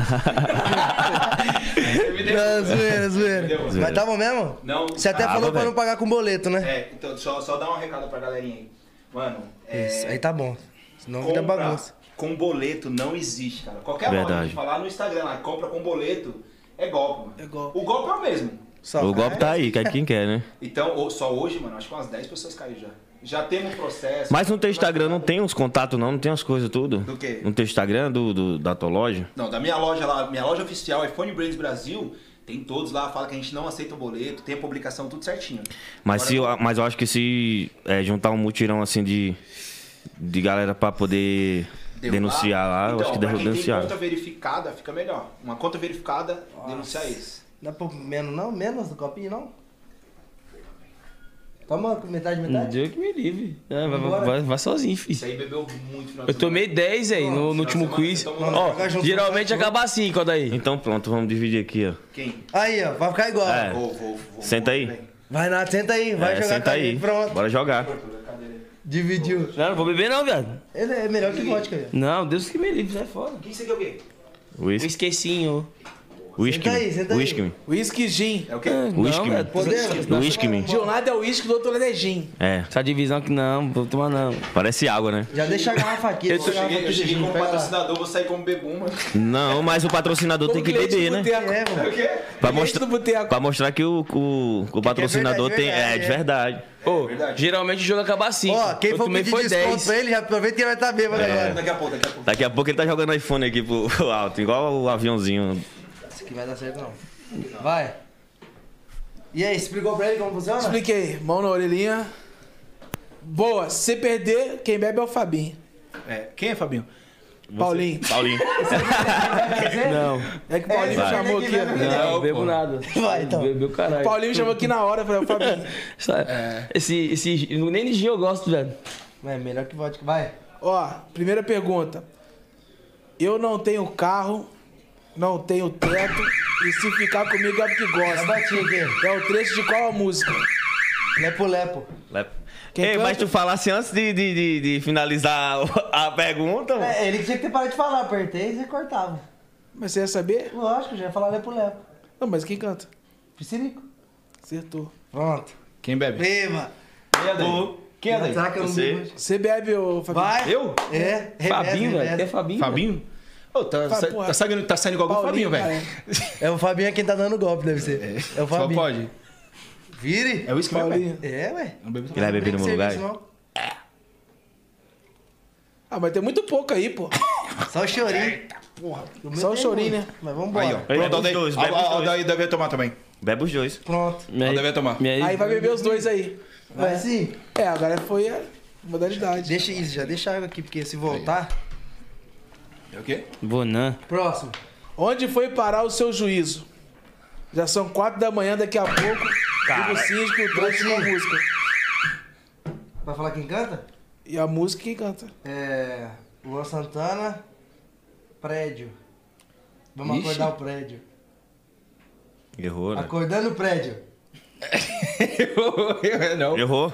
S2: Não, É, zoeira, zoeira. Mas tava mesmo?
S5: Não.
S2: Você até
S4: Tava,
S2: falou pra
S4: velho.
S2: não pagar com boleto, né?
S5: É, então, só, só dá um recado pra galerinha aí. Mano, é...
S2: Isso, aí tá bom. Senão
S5: Compra
S2: vira bagunça.
S5: com boleto não existe, cara. Qualquer
S4: Verdade.
S5: loja, falar no Instagram lá, compra com boleto, é golpe, mano.
S3: É golpe.
S5: O golpe é o mesmo.
S2: Só
S4: O golpe tá aí, que é quem quer, né?
S5: Então, ou- só hoje, mano, acho que umas 10 pessoas caíram já. Já temos processo.
S4: Mas no teu Instagram não tem os contatos, não? Não tem as coisas tudo?
S5: Do quê?
S4: No teu Instagram, do, do- da tua loja?
S5: Não, da minha loja lá, minha loja oficial, iPhone Brands Brasil, tem todos lá, fala que a gente não aceita o boleto, tem a publicação, tudo certinho.
S4: Mas,
S5: Agora,
S4: se, eu- mas eu acho que se é, juntar um mutirão assim de, de galera pra poder
S5: derrubar-
S4: denunciar lá, eu
S5: Então,
S4: acho que
S5: pra
S4: deve
S5: quem
S4: denunciar.
S5: tem conta verificada, fica melhor. Uma conta verificada, denunciar isso.
S2: Não é por menos não? Menos do copinho não? Toma com metade, metade?
S1: Deus que me livre. É, vai,
S2: Vambora.
S1: vai- vai sozinho,
S5: Isso
S1: filho.
S5: aí bebeu muito final de
S1: Eu tomei 10 aí no, no último
S5: semana então
S1: quiz.
S5: você tomou-
S1: Ó,
S2: Joga junto,
S1: geralmente
S2: joga
S1: acaba assim, quando aí.
S4: Então pronto, vamos dividir aqui, ó.
S5: semana. Quem?
S2: Aí, ó, vai ficar igual.
S4: É.
S5: Vou, vou, vou.
S4: Senta aí.
S5: Vem.
S2: Vai, Nath, senta aí, Tá vai
S4: é,
S2: jogar com
S4: senta
S2: a
S4: aí.
S2: gente, Pronto.
S4: Bora jogar.
S2: Dividiu.
S1: Não, não vou beber não, viado.
S2: Ele é melhor que vodka, velho.
S1: Não, Deus que me livre, sai fora.
S5: Quem seguiu o quê?
S4: Whisky.
S1: Esquecinho.
S4: Whisky.
S2: aí, senta aí.
S4: Whisky.
S3: Whisky Gin.
S5: É o quê?
S4: Whisky.
S1: velho,
S2: Podemos?
S4: Whisky.
S3: De um lado é o whisky, do outro lado é gin.
S4: É,
S1: Essa divisão que não, vou tomar não.
S4: parece água, né?
S2: Já deixa a garrafa aqui.
S1: Eu
S5: Eu
S2: deixa a garrafa
S5: cheguei, eu
S2: aqui,
S5: cheguei
S2: gente,
S5: como
S2: pega lá.
S5: patrocinador, vou sair como bebum, mano.
S4: Não, mas o patrocinador tem que
S3: Como leite
S4: beber,
S3: do
S4: né?
S3: boteco.
S2: É,
S5: O
S2: mano.
S5: quê?
S4: Pra
S3: Leite
S4: mostrar,
S3: do boteco.
S4: pra mostrar que o, o, o patrocinador
S2: verdade,
S4: tem. É, de verdade.
S1: Ô,
S5: verdade.
S1: geralmente o jogo acaba assim.
S2: Ó, quem
S1: eu
S2: for
S1: tomei
S2: pedir
S1: foi
S2: desconto
S1: 10.
S2: pra ele, já aproveita que ele vai estar tá bêbado
S5: É.
S4: É.
S2: agora.
S5: Daqui a pouco, daqui a pouco.
S4: Daqui a pouco ele tá jogando iPhone aqui pro pro alto, igual o aviãozinho.
S2: Isso aqui vai dar certo, não. Vai. E aí, explicou pra ele como funciona?
S3: Expliquei. Mão na orelhinha. Boa. Se perder, quem bebe é o Fabinho.
S5: É, quem é Fabinho?
S3: Paulinho.
S4: Paulinho.
S1: Não,
S3: É que o Paulinho me
S4: vai.
S3: chamou aqui. ó.
S2: né?
S1: não, eu bebo nada.
S2: Vai, então.
S1: Bebeu caralho.
S3: Paulinho me chamou aqui na hora, falei, Fabinho.
S1: Sabe? Esse, esse, nem de gin eu gosto, velho.
S2: É melhor que vodka. Vai.
S3: Ó, primeira pergunta. Eu não tenho carro, não tenho teto, e se ficar comigo é porque
S2: Já
S3: gosta.
S2: bati aqui.
S3: É o trecho de qual a música?
S2: Lepo, lepo.
S4: Lep-
S3: Quem
S4: Ei,
S3: canta?
S4: mas tu falasse antes de, de, de, de finalizar o- a pergunta. mano.
S2: É, ele que tinha que ter parado de falar. Apertei e você cortava.
S3: Mas você ia saber?
S2: Lógico, já ia falar lepo, lepo.
S3: Não, mas quem canta?
S2: né, Piscirico.
S3: Acertou.
S2: Pronto.
S5: Quem bebe?
S2: Beba.
S5: Quem é daí? Quem é daí?
S2: Será que eu não
S4: Você.
S2: bebo?
S3: Você bebe, ô Fabinho?
S2: Vai.
S5: Eu?
S2: É. revés,
S1: Fabinho,
S2: revés.
S1: velho. É Fabinho?
S5: Fabinho? Ô, tá,
S3: Fa-
S5: sa-
S3: porra.
S5: tá, saindo, tá saindo igual o
S3: Paulinho,
S5: Fabinho, velho.
S2: É o Fabinho é quem tá dando golpe, deve ser. É, o
S5: Só
S2: Fabinho.
S5: pode.
S2: Vire.
S5: É o uísque mesmo, velho.
S3: Paulinho.
S2: É, ué.
S5: Não bebo
S4: Ele vai beber no meu lugar?
S2: Serviço, não.
S3: Ah, mas tem muito pouco aí, pô.
S2: Só o chorinho. O meu
S3: Só o
S2: tem
S3: chorinho,
S2: muito,
S3: né?
S2: Mas
S5: Aí, ó.
S2: vambora.
S4: Bebe
S5: Pronto,
S4: os
S5: Aldair.
S4: dois, bebe os
S5: Al-
S4: dois.
S5: Aldair deve tomar também.
S4: Bebe os dois.
S2: Pronto.
S1: Minha-
S5: Ela deve tomar.
S1: minha-
S3: Aí vai beber os dois aí.
S2: Mas sim.
S3: É, agora foi a modalidade.
S2: Deixa isso, já deixa a água aqui, porque se voltar.
S5: É o quê?
S1: Bonan.
S2: Próximo.
S3: Onde foi parar o seu juízo? Já são quatro da manhã, daqui a pouco. E o síndico trouxe uma
S2: Brasil.
S3: música.
S2: Vai falar quem canta?
S3: E a música que canta.
S2: É. Luan Santana. Prédio. Vamos
S5: Ixi.
S2: acordar o prédio.
S4: Errou, né?
S2: Acordando o prédio.
S5: não.
S4: Errou.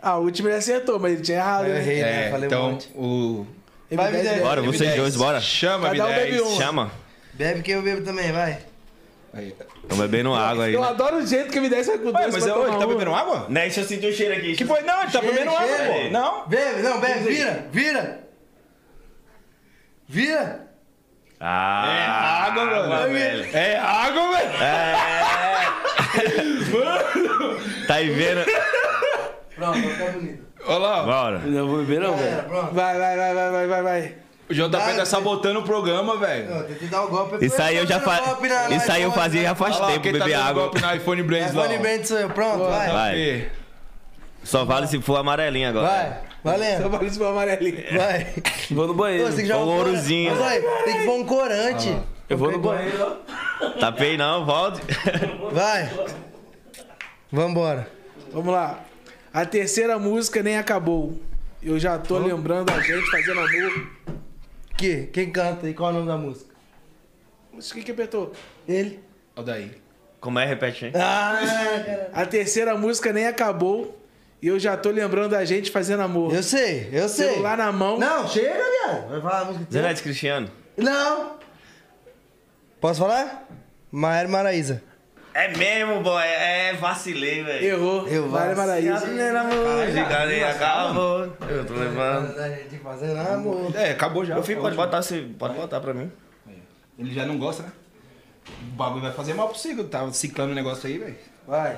S3: Ah, o último ele acertou, mas ele tinha errado.
S2: Eu
S3: né?
S2: errei, né?
S5: É,
S2: Falei um
S5: então,
S2: monte.
S5: o...
S3: Ele
S2: Vai,
S3: dez,
S2: Vidal.
S3: dez.
S4: Bora,
S5: M10.
S4: Então vocês dois, bora.
S5: Chama,
S3: Cada um bebe
S5: M10.
S3: um.
S4: Chama.
S2: Bebe que eu bebo também, vai.
S5: Aí.
S4: Estão bebendo água aí.
S3: Eu
S4: Né?
S3: adoro o jeito que me desce com doce.
S5: Ué, mas
S3: pra
S5: eu,
S3: tomar
S5: ele tá
S3: uma.
S5: bebendo água?
S4: Né, deixa eu sentir o cheiro aqui.
S5: Que foi? Não, ele tá bebendo água,
S2: chega.
S5: pô. Não.
S2: Bebe, não, bebe, vira, vira. Vira.
S4: Ah,
S5: É água, mano.
S4: velho.
S5: É água, velho.
S4: Tá aí vendo?
S2: Pronto, vai ficar bonito.
S5: Olha lá, ó.
S4: Bora.
S1: Não vou beber, não,
S2: Era,
S1: velho.
S2: pronto.
S3: Vai, vai, vai, vai, vai, vai, vai.
S5: o JP tá sabotando o programa, velho.
S2: Eu tentei dar o golpe.
S4: Isso aí eu já fa...
S2: um
S4: Isso aí eu fazia
S2: né?
S4: já faz
S5: Olha lá,
S4: tempo,
S5: quem tá
S4: beber
S5: dando
S4: água.
S5: golpe na iPhone Brands lá. ó.
S2: Fone Brand sou eu, pronto, vai. Vai,
S4: Vai. Só vale se for amarelinho agora.
S3: Só
S2: valendo.
S3: vale isso pro amarelinho.
S2: Vai.
S1: Vou no
S2: Pô,
S1: banheiro.
S2: você tem que jogar
S4: Ó, o
S2: cora-
S4: um ourozinho.
S2: Mas, olha, tem que pôr um corante.
S1: Eu vou no banheiro.
S4: Tapei não, volte.
S2: Vai. Vambora.
S3: Vamos lá. A terceira música nem acabou. Eu já tô lembrando a gente fazendo amor.
S2: Que? Quem canta e qual é o nome da música?
S3: Isso que que apertou?
S2: Ele.
S5: Olha daí.
S4: Como é, repete, hein?
S2: Ah, cara.
S3: A terceira música nem acabou. E eu já tô lembrando a gente fazendo amor.
S2: Eu sei, eu sei.
S3: Celular na mão.
S2: Não, chega, viado. Vai falar a música. inteira.
S4: Zenete Cristiano.
S2: Não! Posso falar? Maer Maraíza.
S4: É mesmo, boy. É, vacilei, velho.
S3: Errou.
S2: Eu
S3: vale,
S2: vacilo.
S3: Maraísa.
S4: primeira música nem acabou. Eu tô levando.
S2: gente fazendo amor.
S5: É, acabou já.
S4: Meu filho, pode botar, se... pode botar pra mim.
S5: Ele já não gosta, né? O bagulho vai fazer mal pro ciclo. Tava ciclando o negócio aí, velho.
S2: Vai.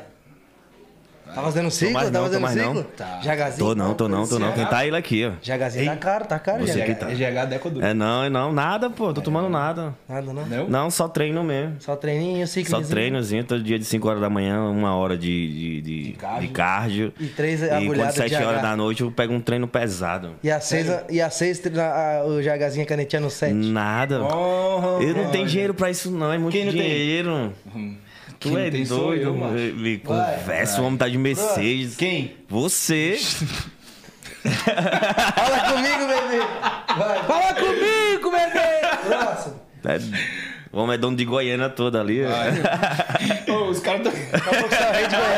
S2: Tá fazendo ciclo?
S4: mais
S2: Tá
S4: não, tô
S2: fazendo
S4: mais
S2: ciclo?
S4: não.
S2: Tá. Jagazinho.
S4: Tô não, tô não, tô não. Quem tá ele aqui, ó.
S2: Jagazinho tá caro, tá caro.
S4: Você
S2: Jaga.
S4: que tá.
S5: EGH Deco duro.
S4: É não, é não. Nada, pô. Tô tomando nada.
S2: Nada, não.
S5: Não?
S4: Não, só treino mesmo.
S2: Só treininho, ciclo.
S4: Só treinozinho, todo dia de 5 horas da manhã, uma hora de, de, de, de cardio.
S2: E três
S4: E quando
S2: agulhadas
S4: 7
S2: de H.
S4: horas da noite eu pego um treino pesado.
S2: E às seis, e às seis treina- a- o Jagazinho é canetinha no set.
S4: Nada.
S5: Oh,
S4: eu não tenho dinheiro pra isso, não. É muito
S5: Quem não tem?
S4: dinheiro. Tu
S5: Hum. Quem
S4: é
S5: não tem sou
S4: doido,
S5: eu,
S4: mano.
S5: macho.
S4: Me conversa, o homem tá de Mercedes.
S5: Quem?
S4: Você.
S2: Fala comigo, bebê. Vai,
S3: Fala comigo, bebê!
S2: próximo.
S4: É, o homem é dono de Goiânia toda ali.
S5: Ô, os caras estão.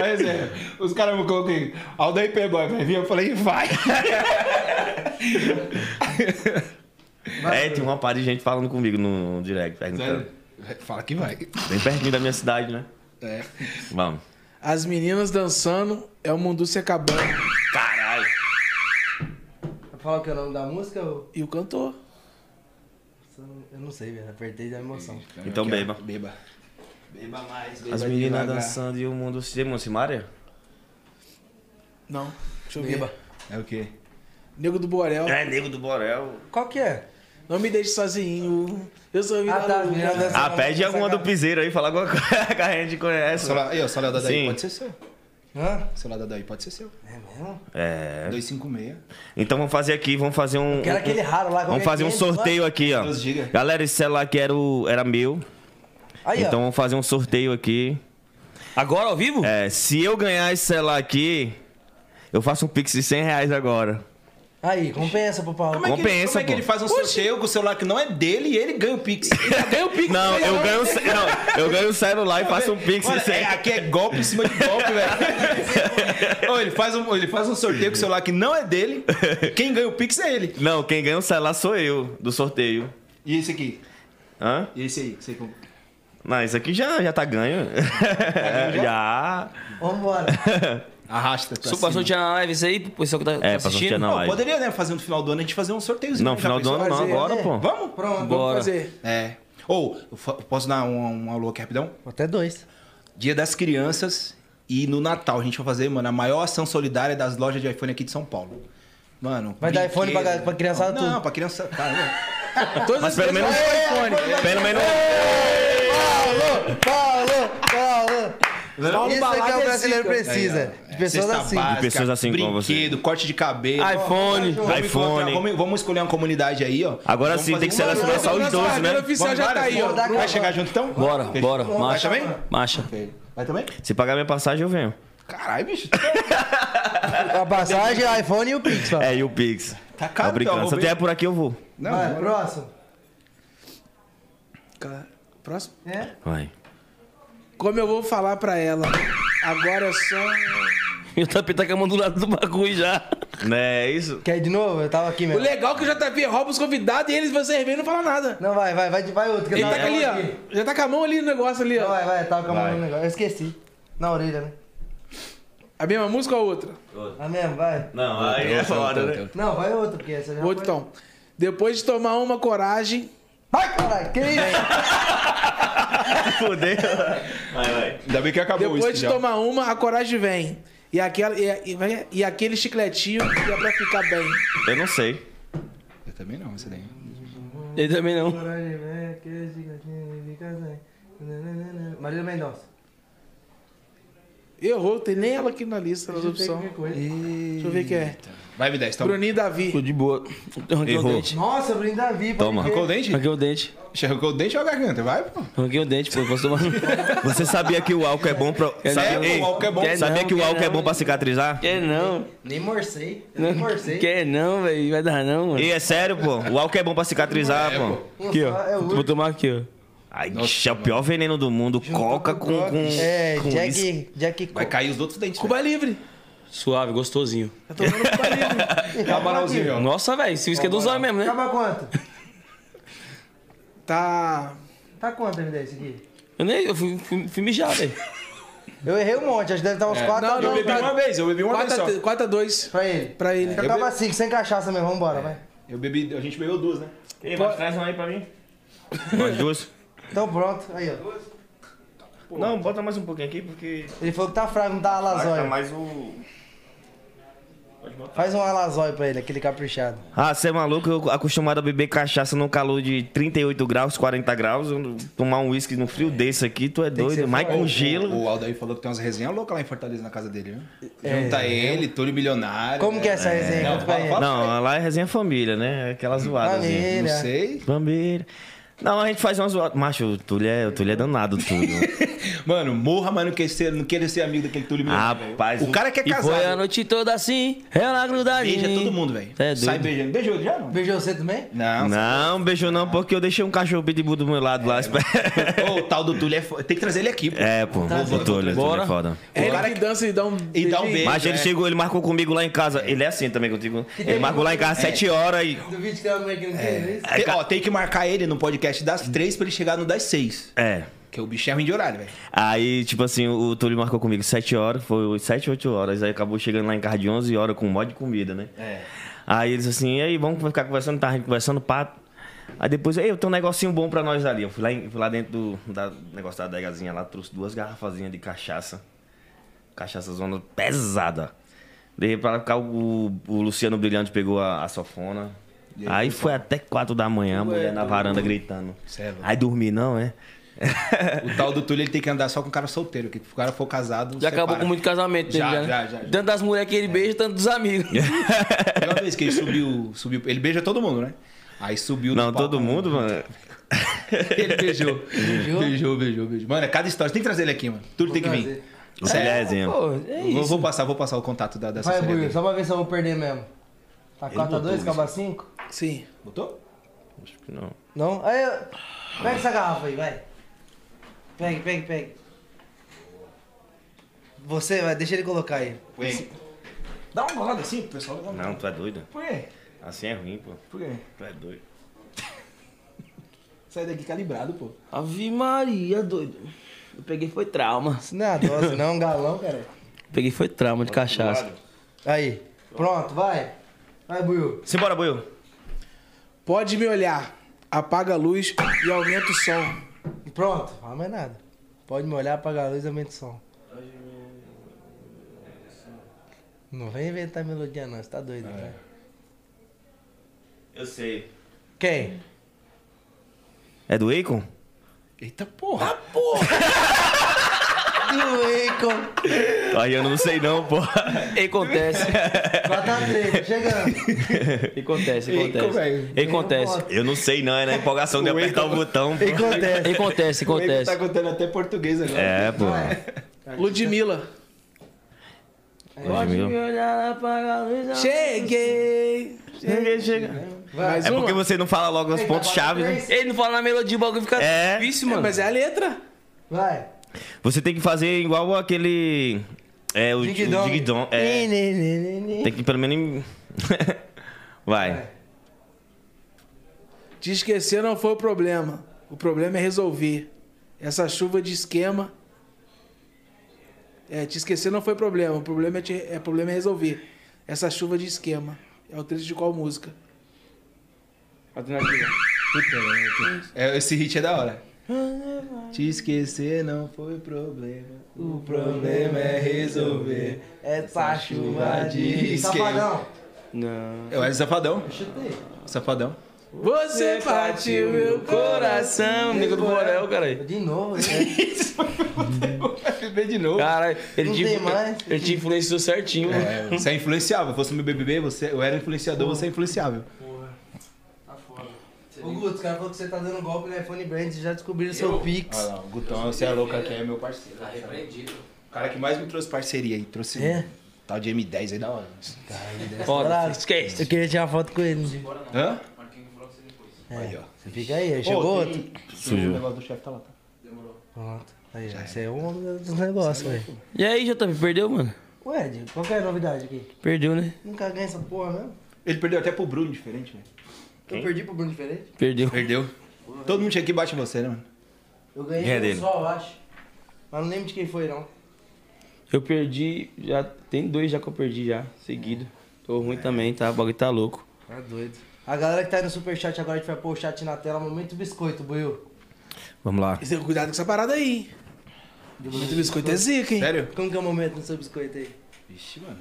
S5: Olha, Zé, os caras me colocam aí. Aldair Playboy vai vir? Eu falei, vai.
S4: é, tem uma par de gente falando comigo no direct, perguntando.
S5: Fala que vai.
S4: Bem pertinho da minha cidade, né?
S5: É.
S4: Vamos.
S3: As meninas dançando, é o mundo se acabando.
S4: Caralho.
S2: Fala que é o nome da música? Eu
S3: E o cantor.
S2: eu não sei, velho. Apertei da emoção.
S4: Então
S5: Aqui, ó.
S4: beba.
S5: Beba. Beba mais, beba
S4: As meninas
S5: devagar.
S4: dançando e o mundo se. Moça, Maria?
S3: Não. Deixa eu ver.
S5: É o quê?
S3: Nego do Borel.
S4: É, nego do Borel.
S2: Qual que é?
S3: Não me deixe sozinho. Eu sou o
S2: Ah, tá, as meninas dançando.
S4: Ah, pede alguma do piseiro aí, fala alguma coisa que a gente conhece.
S5: Celular, aí, ó, celular da Daí
S4: Sim.
S5: pode ser seu.
S2: Hã?
S5: Celular da Daí pode ser seu.
S2: É mesmo?
S4: É.
S5: 256.
S4: Então vamos fazer aqui, vamos fazer um.
S2: Que era
S4: um-
S2: aquele raro lá. como é
S4: Vamos
S2: que
S4: fazer
S2: é
S4: um
S2: ele?
S4: sorteio aqui, ó.
S5: 12 giga.
S4: Galera, esse celular aqui era, o, era meu.
S2: Aí,
S4: então
S2: ó.
S4: vamos fazer um sorteio aqui.
S1: Agora ao vivo?
S4: É, se eu ganhar esse celular aqui, eu faço um pix de 100 reais agora.
S2: Aí, compensa pro Paulo.
S4: é que ele- Compensa,
S5: como é que
S4: pô.
S5: ele faz um sorteio com o celular que não é dele e ele ganha o Pix?
S3: Ganha o Pix.
S4: Não,
S3: ganha
S4: eu
S3: o-
S4: ganho, o ce- não, eu ganho o celular e faço um pix de
S5: Mano,
S4: 100
S5: é, aqui é golpe em cima de golpe, velho. Ô, ele, faz um, ele faz um sorteio com o celular que não é dele. Quem ganha o Pix é ele.
S4: Não, quem ganha o celular sou eu, do sorteio.
S5: E esse aqui?
S4: Hã?
S5: E esse aí? que Você... Tá comp-
S4: Não, isso aqui já, já tá ganho. já.
S2: Vambora.
S5: Arrasta. pra
S1: Só passou
S5: cima.
S1: o dia na live isso aí, pro pessoal que tá
S4: É, passou o
S1: assistindo.
S4: dia na
S5: Não,
S4: live.
S5: poderia, né? Fazer no final do ano a gente fazer um sorteio.
S4: Não, final do ano não,
S3: fazer,
S4: agora,
S2: né?
S4: pô.
S5: Vamos?
S2: Pronto.
S1: Bora.
S3: Vamos fazer.
S5: É. Ou, eu fa- posso dar um, um alô aqui rapidão?
S2: Até dois.
S5: Dia das Crianças e no Natal. A gente vai fazer, mano, a maior ação solidária das lojas de iPhone aqui de São Paulo. Mano.
S2: Vai dar
S5: brinquedo.
S2: iPhone pra ga- pra criançada
S5: Não,
S2: tudo.
S5: pra criança. Tá, não.
S3: Todas
S4: Mas
S3: as
S4: pelo menos.
S3: vezes-
S4: Pelo menos.
S2: Paulo! Paulo! Paulo!
S3: Paulo
S2: Isso é que
S3: Balada
S2: o
S3: é
S2: brasileiro
S3: zica.
S2: precisa.
S5: Aí, ó.
S2: de pessoas
S5: Cesta
S2: assim.
S5: básica,
S4: De pessoas assim como você.
S5: Brinquedo, corte de cabelo.
S1: iPhone.
S5: Vamos encontrar-
S4: iPhone.
S5: Vamos, vamos escolher uma comunidade aí, ó.
S4: Agora
S5: Vamos
S4: sim,
S5: fazer
S4: tem que
S5: uma-
S4: selecionar
S5: Vamos
S4: só os
S3: Nossa,
S4: doze,
S3: a galera
S4: né?
S3: oficial já tá
S5: várias,
S3: aí, ó.
S5: vamos. Vai chegar junto então?
S1: Bora,
S5: Fechou.
S1: bora.
S5: Vai
S1: Marcha.
S5: também?
S1: Marcha.
S5: Vai também?
S4: Se pagar minha passagem, eu venho.
S5: Caralho, bicho.
S2: A passagem, iPhone e o Pix, ó.
S4: É, e o Pix.
S5: Tá
S4: Tá
S5: caro,
S4: brincando. Se eu
S5: Roberto.
S4: vier por aqui, eu vou.
S5: Não,
S2: Vai,
S5: bora.
S2: próximo.
S3: Cara, Próximo.
S2: É?
S4: Vai.
S3: Como eu vou falar pra ela? Agora é só.
S1: E o tapete tá com a mão do lado do bagulho já.
S4: Não é isso?
S2: Quer ir de novo? Eu tava aqui
S3: O
S2: mesmo.
S3: legal é que o JP rouba os convidados e eles vocês vêm e não falam nada.
S2: Não, vai, vai, vai, de- vai outro. Que eu
S3: Ele
S2: tava
S3: tá ali,
S2: é aqui.
S3: ó. Já tá com a mão ali no negócio ali,
S2: Não, é.
S3: ó.
S2: vai, vai, tava com a mão
S4: Vai.
S2: no negócio. Eu esqueci. Na orelha, né?
S3: A mesma música ou a outra?
S2: Ah, mesmo, vai.
S4: Não, aí é
S5: então,
S4: foda, né?
S2: Não, vai outro, porque essa já
S3: Outro então.
S2: foi.
S3: tom. Depois de tomar uma coragem.
S2: Vai, caralho, que isso?
S4: Fudeu. Vai, vai.
S5: Ainda bem que acabou isso.
S3: Depois de tomar uma, a coragem vem. E, aquela, e, e vai- e aquele chicletinho que é pra ficar bem.
S4: Eu não sei.
S5: Eu também não, essa daí.
S1: Ele também não.
S2: Coragem, velho, que é esse gatinho fica sem. Marília Mendonça.
S3: Errou, tem nem ela aqui na lista das opções. Deixa eu ver quem é.
S5: Vai, me então. 10, toma.
S3: Bruninho e Davi.
S1: Tô de boa. Eu Arranquei
S4: Errou.
S1: o dente.
S2: Nossa, Bruno Davi. pode
S4: Toma.
S2: crer.
S5: Arrancou o dente?
S1: Arranquei o dente.
S5: Bicho, Arrancou o dente ou a garganta? Vai, pô.
S1: Arranquei o dente, pô. Posso tomar.
S4: Você sabia que o álcool é bom pra.
S1: não,
S4: Sabe- Ei,
S5: o álcool é bom.
S1: quer
S4: sabia
S1: não,
S4: que o
S1: quer
S4: álcool é
S1: não.
S4: bom pra cicatrizar?
S1: Quer não.
S2: Nem morcei. Eu nem
S1: Não
S2: morcei.
S1: quer não, velho. Vai dar não, mano.
S4: Ei, é sério, pô. O álcool é bom pra cicatrizar,
S5: É,
S4: pô.
S2: Um
S1: Aqui,
S2: só é
S1: ó.
S2: o
S1: Vou
S2: último.
S1: tomar aqui, ó.
S4: Ai, é o pior veneno do mundo. Coca com. com
S2: É,
S4: com isso.
S2: Jack, Jack
S5: Vai cair os outros dentes.
S3: Cuba Livre.
S1: Suave, gostosinho.
S3: Tá tomando Cuba Livre.
S4: Tá
S5: Dá um banalzinho, ó.
S1: Nossa, velho. Esse uísque é dos homens mesmo, né?
S2: Acaba quanto?
S3: Tá.
S2: Tá quanto, MD, esse aqui?
S1: Eu nem. Eu fui, fui, fui mijar, velho.
S2: Eu errei um monte, acho que deve estar uns 4
S3: Não,
S5: Eu
S3: não,
S5: bebi
S3: tá-
S5: uma vez, eu bebi uma vez só.
S3: 4x2
S2: pra ele.
S3: pra ele.
S5: eu
S2: Acaba 5, sem cachaça mesmo, vambora, vai.
S5: Eu bebi, a gente bebeu duas, né?
S4: Ei, mas traz uma aí pra mim. Mais duas?
S2: Então pronto, aí ó.
S4: Não, bota mais um pouquinho aqui, porque.
S2: Ele falou que tá fraco, não tá alazói.
S4: mais o.
S2: Faz um alazói pra ele, aquele caprichado.
S4: Ah, você é maluco? Eu acostumado a beber cachaça num calor de 38 graus, 40 graus. eu não- Tomar um uísque num frio desse aqui, tu é doido. Mais com gelo.
S5: O, o Aldo aí falou que tem umas resenhas loucas lá em Fortaleza, na casa dele, viu? Junta ele, Túlio Milionário.
S2: Como que é essa resenha?
S5: Não,
S2: Conta pra
S5: fala-
S2: ele.
S5: fala-
S4: Não, lá é resenha família, né? Aquela zoada. assim.
S5: Não
S2: Família.
S5: sei.
S4: Família. Não, a gente faz uma zoada. Macho, o Túlio é, o Túlio é danado, tudo.
S5: Mano, morra, mas não quer ser, não querer ser amigo daquele Túlio Milionário. velho.
S4: Rapaz,
S5: o cara quer
S1: E foi É a
S5: casar.
S1: noite toda assim. Ela gruda em
S5: Beija
S1: mim.
S5: todo mundo, velho.
S1: É
S5: Sai
S1: doido.
S5: beijando. Beijou já? Não.
S2: Beijou você também?
S5: Não.
S4: Não, beijo não, porque eu deixei um cachorro pitbull do meu lado lá.
S5: Ô, o tal do Túlio é foda. Tem que trazer ele aqui, pô.
S4: É, pô, o Túlio, o Túlio é
S1: Bora.
S4: foda.
S3: É ele
S5: cara
S3: que dança e dá um.
S5: E dá um
S3: beijinho.
S5: beijo.
S4: Mas ele
S5: é.
S4: chegou, ele marcou comigo lá em casa. Ele é assim também contigo. Ele
S2: tem-
S4: marcou lá em casa às 7 horas e.
S2: Do vídeo que ela não é que não tem isso?
S5: Tem, ó, tem que marcar ele no podcast das três pra ele chegar no das seis.
S4: É.
S5: Que o bicho é ruim de horário, velho.
S4: Aí, tipo assim, o Túlio marcou comigo 7 horas, foi 7, 8 horas. Aí acabou chegando lá em casa de 11 horas com um monte de comida, né?
S5: É.
S4: Aí eles assim, e aí, vamos ficar conversando, tá a gente conversando, pá. Aí depois, ei, eu tenho um negocinho bom pra nós ali. Eu fui lá, em- fui lá dentro do da, do negócio da adegazinha lá, trouxe duas garrafazinhas de cachaça. Cachaça zona pesada. Daí pra cá o, o Luciano Brilhante pegou a, a sofona. Aí foi até 4 da manhã, a mulher na varanda gritando.
S5: Cê é louco.
S4: Aí dormi não, é?
S5: O tal do Túlio, ele tem que andar só com cara solteiro. Que se o cara for casado,
S1: Já acabou
S5: separa.
S1: com muito casamento dele,
S5: Já,
S1: já, né?
S5: já, já, É. já.
S1: Tanto das mulheres que ele beija, tanto dos amigos.
S5: Tem uma vez que ele subiu, subiu... Ele beija todo mundo, né? Aí subiu no
S4: Não,
S5: palco.
S4: todo mundo, mano.
S5: Ele beijou. beijou. Beijou, beijou, beijou. Mano, é cada história. Tem que trazer ele aqui, mano. Túlio tem que vir.
S4: O Celezinho.
S1: Pô, é
S5: Vou,
S1: isso.
S5: vou passar, vou passar o contato da, dessa
S2: Vai,
S5: série
S2: Buiu,
S5: dele.
S2: só pra ver se eu vou perder mesmo. Tá 4x2, acaba 5?
S3: Sim.
S5: Botou?
S4: Não.
S2: Não? Aí, eu- pega essa garrafa aí, vai. Pega, pega, pega. Você, vai, deixa ele colocar aí. um
S5: Põe. Dá uma rolada assim pro pessoal. Dá uma-
S4: Não, tu é doido.
S5: Por quê?
S4: Assim é ruim, pô.
S5: Por quê?
S4: Tu é doido.
S3: Sai daqui calibrado, pô.
S1: Ave Maria, doido. Eu peguei foi trauma.
S2: Isso não é a dose, não, galão, cara.
S1: Peguei foi trauma de cachaça.
S2: Aí. Pronto, vai. Vai, Buiu.
S4: Simbora, Buiu.
S3: Pode me olhar. Apaga a luz e aumenta o som.
S2: Pronto. Não fala mais nada. Pode me olhar, apagar a luz e aumenta o som. Não vem inventar melodia, não. Você tá doido, né?
S4: Eu sei.
S2: Quem?
S4: É do Akon?
S3: Eita porra.
S2: Do Eikon.
S4: Aí eu não sei não, pô.
S1: E acontece.
S2: Bota a treta, tá chegando.
S1: E acontece, e
S5: é?
S1: acontece. E acontece.
S4: Eu não sei não, é na empolgação de apertar o botão.
S2: E acontece.
S5: é?
S1: E acontece,
S5: O Eiko
S1: acontece.
S5: tá contando até português agora.
S4: É, pô.
S3: Tá. Ludmilla.
S1: Pode me olhar, apaga a luz.
S3: Cheguei.
S4: Chega, chega.
S3: Mais
S4: É
S3: uma.
S4: porque você não fala logo os pontos chave, né?
S1: Ele não fala na melodia, o bagulho fica
S4: É.
S1: difícil,
S3: É,
S1: mano.
S3: mas é a letra.
S2: Vai.
S4: Você tem que fazer igual aquele. É, o
S2: Dig
S4: Dig
S2: Dong.
S4: Dong, É, tem que pelo menos. Vai.
S3: Te esquecer não foi o problema. O problema é resolver. Essa chuva de esquema. É, te esquecer não foi problema. O problema é, te- é, problema é resolver. Essa chuva de esquema. É o trecho de qual música?
S5: É, esse hit é da hora. Te esquecer não foi problema. O problema é resolver.
S2: Essa É chuva de...
S5: esquema.
S2: Safadão.
S1: Não.
S5: É o Safadão.
S2: Chutei.
S5: Safadão.
S3: Você partiu meu coração.
S1: Coração, nego do Borel, caralho.
S2: De novo, né?
S5: FB de novo.
S1: Caralho, ele,
S2: Não
S1: te,
S2: tem mais.
S1: ele te influenciou certinho. mano.
S5: É, você é influenciável. Fosse meu BBB, você, eu era influenciador, você é influenciável.
S2: Ô, Guto, o cara falou que você tá dando golpe no iPhone Brand e já descobriram seu Pix.
S5: Ah, não, o Gutão, você é louco aqui, é meu parceiro. Tá repreendido. O cara que mais me trouxe parceria aí, trouxe um
S2: É?
S5: tal de M10 aí da hora.
S1: Foda,
S2: Bravo.
S1: esquece.
S2: Eu queria tirar uma foto com ele.
S5: Hã?
S2: Aí, ó. Você fica aí, aí chegou
S5: Ô,
S2: outro.
S5: tem- O negócio do chefe tá lá, tá?
S2: Pronto. Aí, ó. Esse é um homem dos negócios, velho.
S1: E aí, JP, perdeu, mano?
S2: Ué, Diego, qual que é a novidade aqui?
S1: Perdeu, né?
S2: Nunca ganha essa porra, né?
S5: Ele perdeu até pro Bruno, diferente, né? velho.
S2: Eu perdi pro Bruno Diferente.
S1: Perdeu.
S5: Perdeu. Todo mundo aqui bate em você, né, mano?
S2: Eu
S4: É
S2: ganhei de um
S4: dele.
S2: só, eu acho. Mas não lembro de quem foi, não.
S1: Eu perdi, já tem dois já que eu perdi já, seguido. Tô ruim também, tá? O bagulho tá louco.
S2: Tá doido. A galera que tá aí no superchat agora, a gente vai pôr o chat na tela. Momento biscoito, Buiu.
S4: Vamos lá.
S3: Esse- é, Cuidado com essa parada aí. hein? Muito biscoito é zica, hein?
S5: Sério?
S2: Como que é o momento do seu biscoito aí?
S5: Vixe, mano.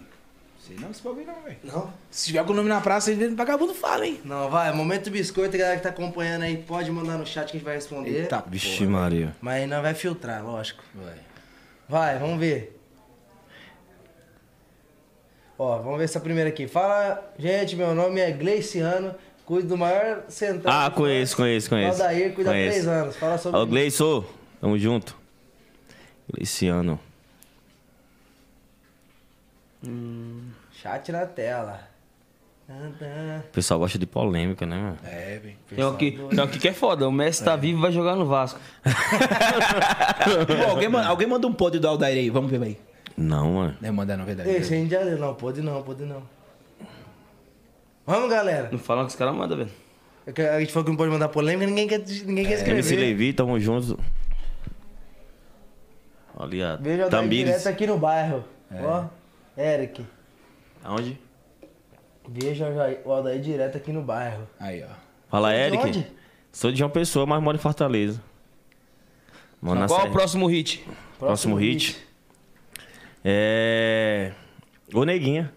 S5: Sei não esse bagulho não, velho.
S2: Não?
S3: Se tiver com o nome na praça, eles vêm vagabundo fala, hein?
S2: Não, vai. Momento biscoito, a galera que tá acompanhando aí, pode mandar no chat que a gente vai responder.
S5: Eita,
S4: Vixe, Maria.
S2: Mas não vai filtrar, lógico.
S5: Vai.
S2: Vai, vamos ver. Ó, vamos ver essa primeira aqui. Fala, gente, meu nome é Gleiciano, cuido do maior central.
S4: Ah, conheço, conheço, conheço.
S2: Valdair, cuida há
S4: Conheço.
S2: três anos. Fala sobre.
S4: Ó, Gleison, tamo junto. Gleiciano.
S2: Chat na tela. Tantã.
S4: O pessoal gosta de polêmica, né, mano?
S5: É, velho.
S1: Tem um aqui, tem um aqui que é foda, o Messi tá vivo e vai jogar no Vasco.
S5: Pô, alguém, manda, alguém manda um pod do Aldair aí, vamos ver aí.
S4: Não, mano.
S5: Não é mandar, não, verdade.
S2: Esse a gente já leu. Não, pode não, pode não. Vamos, galera.
S1: Não fala que os caras mandam, velho.
S2: É que A gente falou que não pode mandar polêmica, ninguém quer, ninguém quer
S4: MC
S2: escrever.
S4: É, Levi, tamo junto. Olha,
S2: Vejo a
S4: Tamires.
S2: direto aqui no bairro.
S4: É.
S2: Ó, Eric.
S4: Aonde?
S2: Vejo o Aldair direto aqui no bairro.
S5: Aí, ó.
S4: Fala, Eric.
S2: onde?
S4: Sou de João Pessoa, mas moro em Fortaleza. Moro na
S1: Qual
S4: Serra.
S1: o próximo hit?
S4: Próximo hit. É. Ô Neguinha.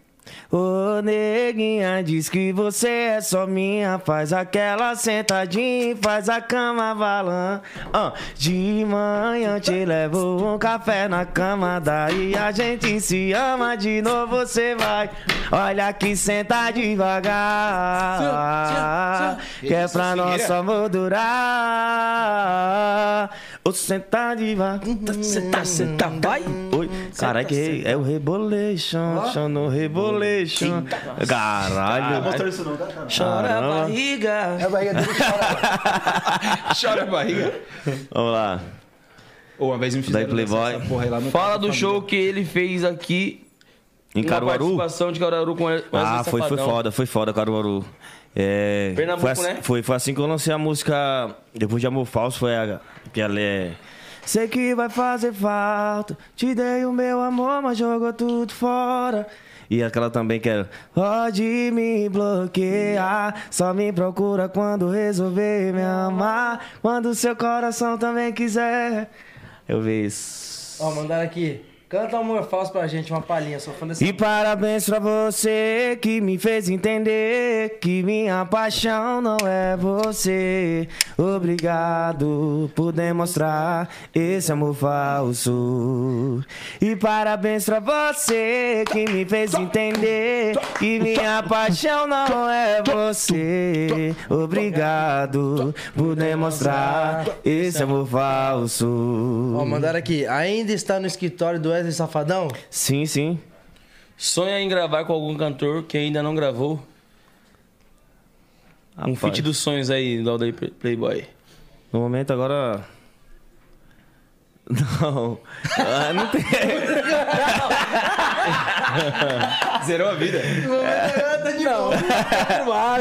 S4: Ô Neguinha, diz que você é só minha. Faz aquela sentadinha, e faz a cama valã. Ah, de manhã te levo um café na cama. Daí a gente se ama, de novo você vai. Olha que senta devagar. Que é pra nosso amor durar. Ô, senta devagar.
S1: Você tá, você tá, vai?
S4: Oi, caralho, que é o Rebolation, chama o Rebolation. Caralho,
S5: Mostrou isso não, tá? tá, não.
S1: Chora a
S4: caramba.
S1: barriga.
S2: É a barriga dele chora.
S5: Chora a barriga.
S4: Vamos lá.
S5: Ou uma vez me
S4: Daí
S5: fizeram
S4: Playboy.
S5: essa porra aí lá no
S1: Fala
S5: Casa
S1: do
S5: da
S1: show que ele fez aqui
S4: Em
S1: na
S4: Caruaru?
S1: participação de Caruaru com o Wesley
S4: Ah, foi, foi
S1: é Safadão.
S4: foda, foi foda, Caruaru. É,
S1: Pernambuco,
S4: foi, assim-
S1: né?
S4: foi, foi assim que eu lancei a música Depois de Amor Falso, foi a. Que ela é. Sei que vai fazer falta. Te dei o meu amor, mas jogou tudo fora. E aquela também que era. Pode me bloquear. Só me procura quando resolver me amar. Quando seu coração também quiser. Eu vi isso.
S2: Ó, mandaram aqui. Canta Amor Falso pra gente, uma palhinha, sou fã dessa.
S4: E parabéns pra você que me fez entender que minha paixão não é você. Obrigado por demonstrar esse amor falso. E parabéns pra você que me fez entender que minha paixão não é você. Obrigado por demonstrar esse amor
S2: Ó,
S4: falso.
S2: mandaram aqui. Ainda está no escritório do Wesley Safadão?
S4: Sim, sim.
S1: Sonha em gravar com algum cantor que ainda não gravou? Um
S4: Rapaz.
S1: feat dos sonhos aí, Lauda Playboy.
S4: No momento agora. Não. Ah, não tem.
S5: Zerou a vida.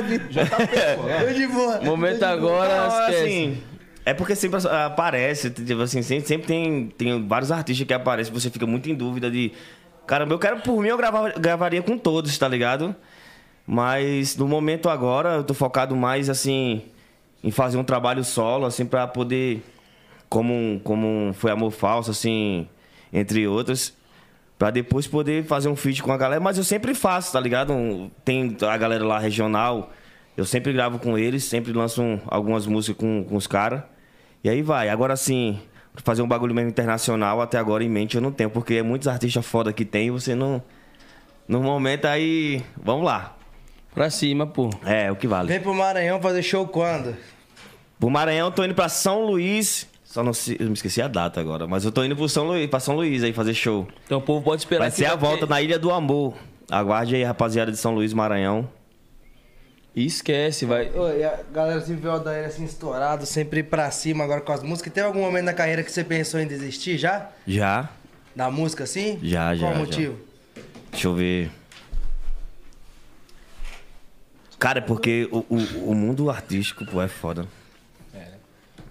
S2: Tô de boa.
S1: Momento agora,
S4: Não,
S1: esquece.
S4: assim, é porque sempre as- aparece, tipo assim, sempre, sempre tem, tem vários artistas que aparecem, você fica muito em dúvida de. Caramba, eu quero por mim, eu grava- gravaria com todos, tá ligado? Mas no momento agora, eu tô focado mais assim em fazer um trabalho solo, assim, pra poder. Como, como foi Amor Falso, assim, entre outros. Pra depois poder fazer um feat com a galera. Mas eu sempre faço, tá ligado? Um- Tem a galera lá regional. Eu sempre gravo com eles, sempre lanço um- algumas músicas com, com os caras. E aí vai. Agora sim, fazer um bagulho mesmo internacional, até agora em mente eu não tenho, porque é muitos artistas foda que tem e você não. No momento aí. Vamos lá.
S1: Pra cima, pô.
S4: É, o que vale.
S2: Vem pro Maranhão fazer show quando?
S4: Pro Maranhão, eu tô indo pra São Luís. Só não sei. Eu me esqueci a data agora, mas eu tô indo pro São Luís, pra São Luís aí fazer show.
S1: Então o povo pode esperar.
S4: Vai
S1: que
S4: ser a volta
S1: ter-
S4: na Ilha do Amor. Aguarde aí, rapaziada de São Luís, Maranhão.
S1: E esquece, vai.
S2: Ô, e a galera sempre vê o Adair assim estourado, sempre pra cima agora com as músicas. Teve algum momento na carreira que você pensou em desistir já?
S4: Já?
S2: Da música assim?
S4: Já, já,
S2: Qual o
S4: já.
S2: motivo?
S4: Deixa eu ver. Cara, é porque o, o, o mundo artístico, pô, é foda.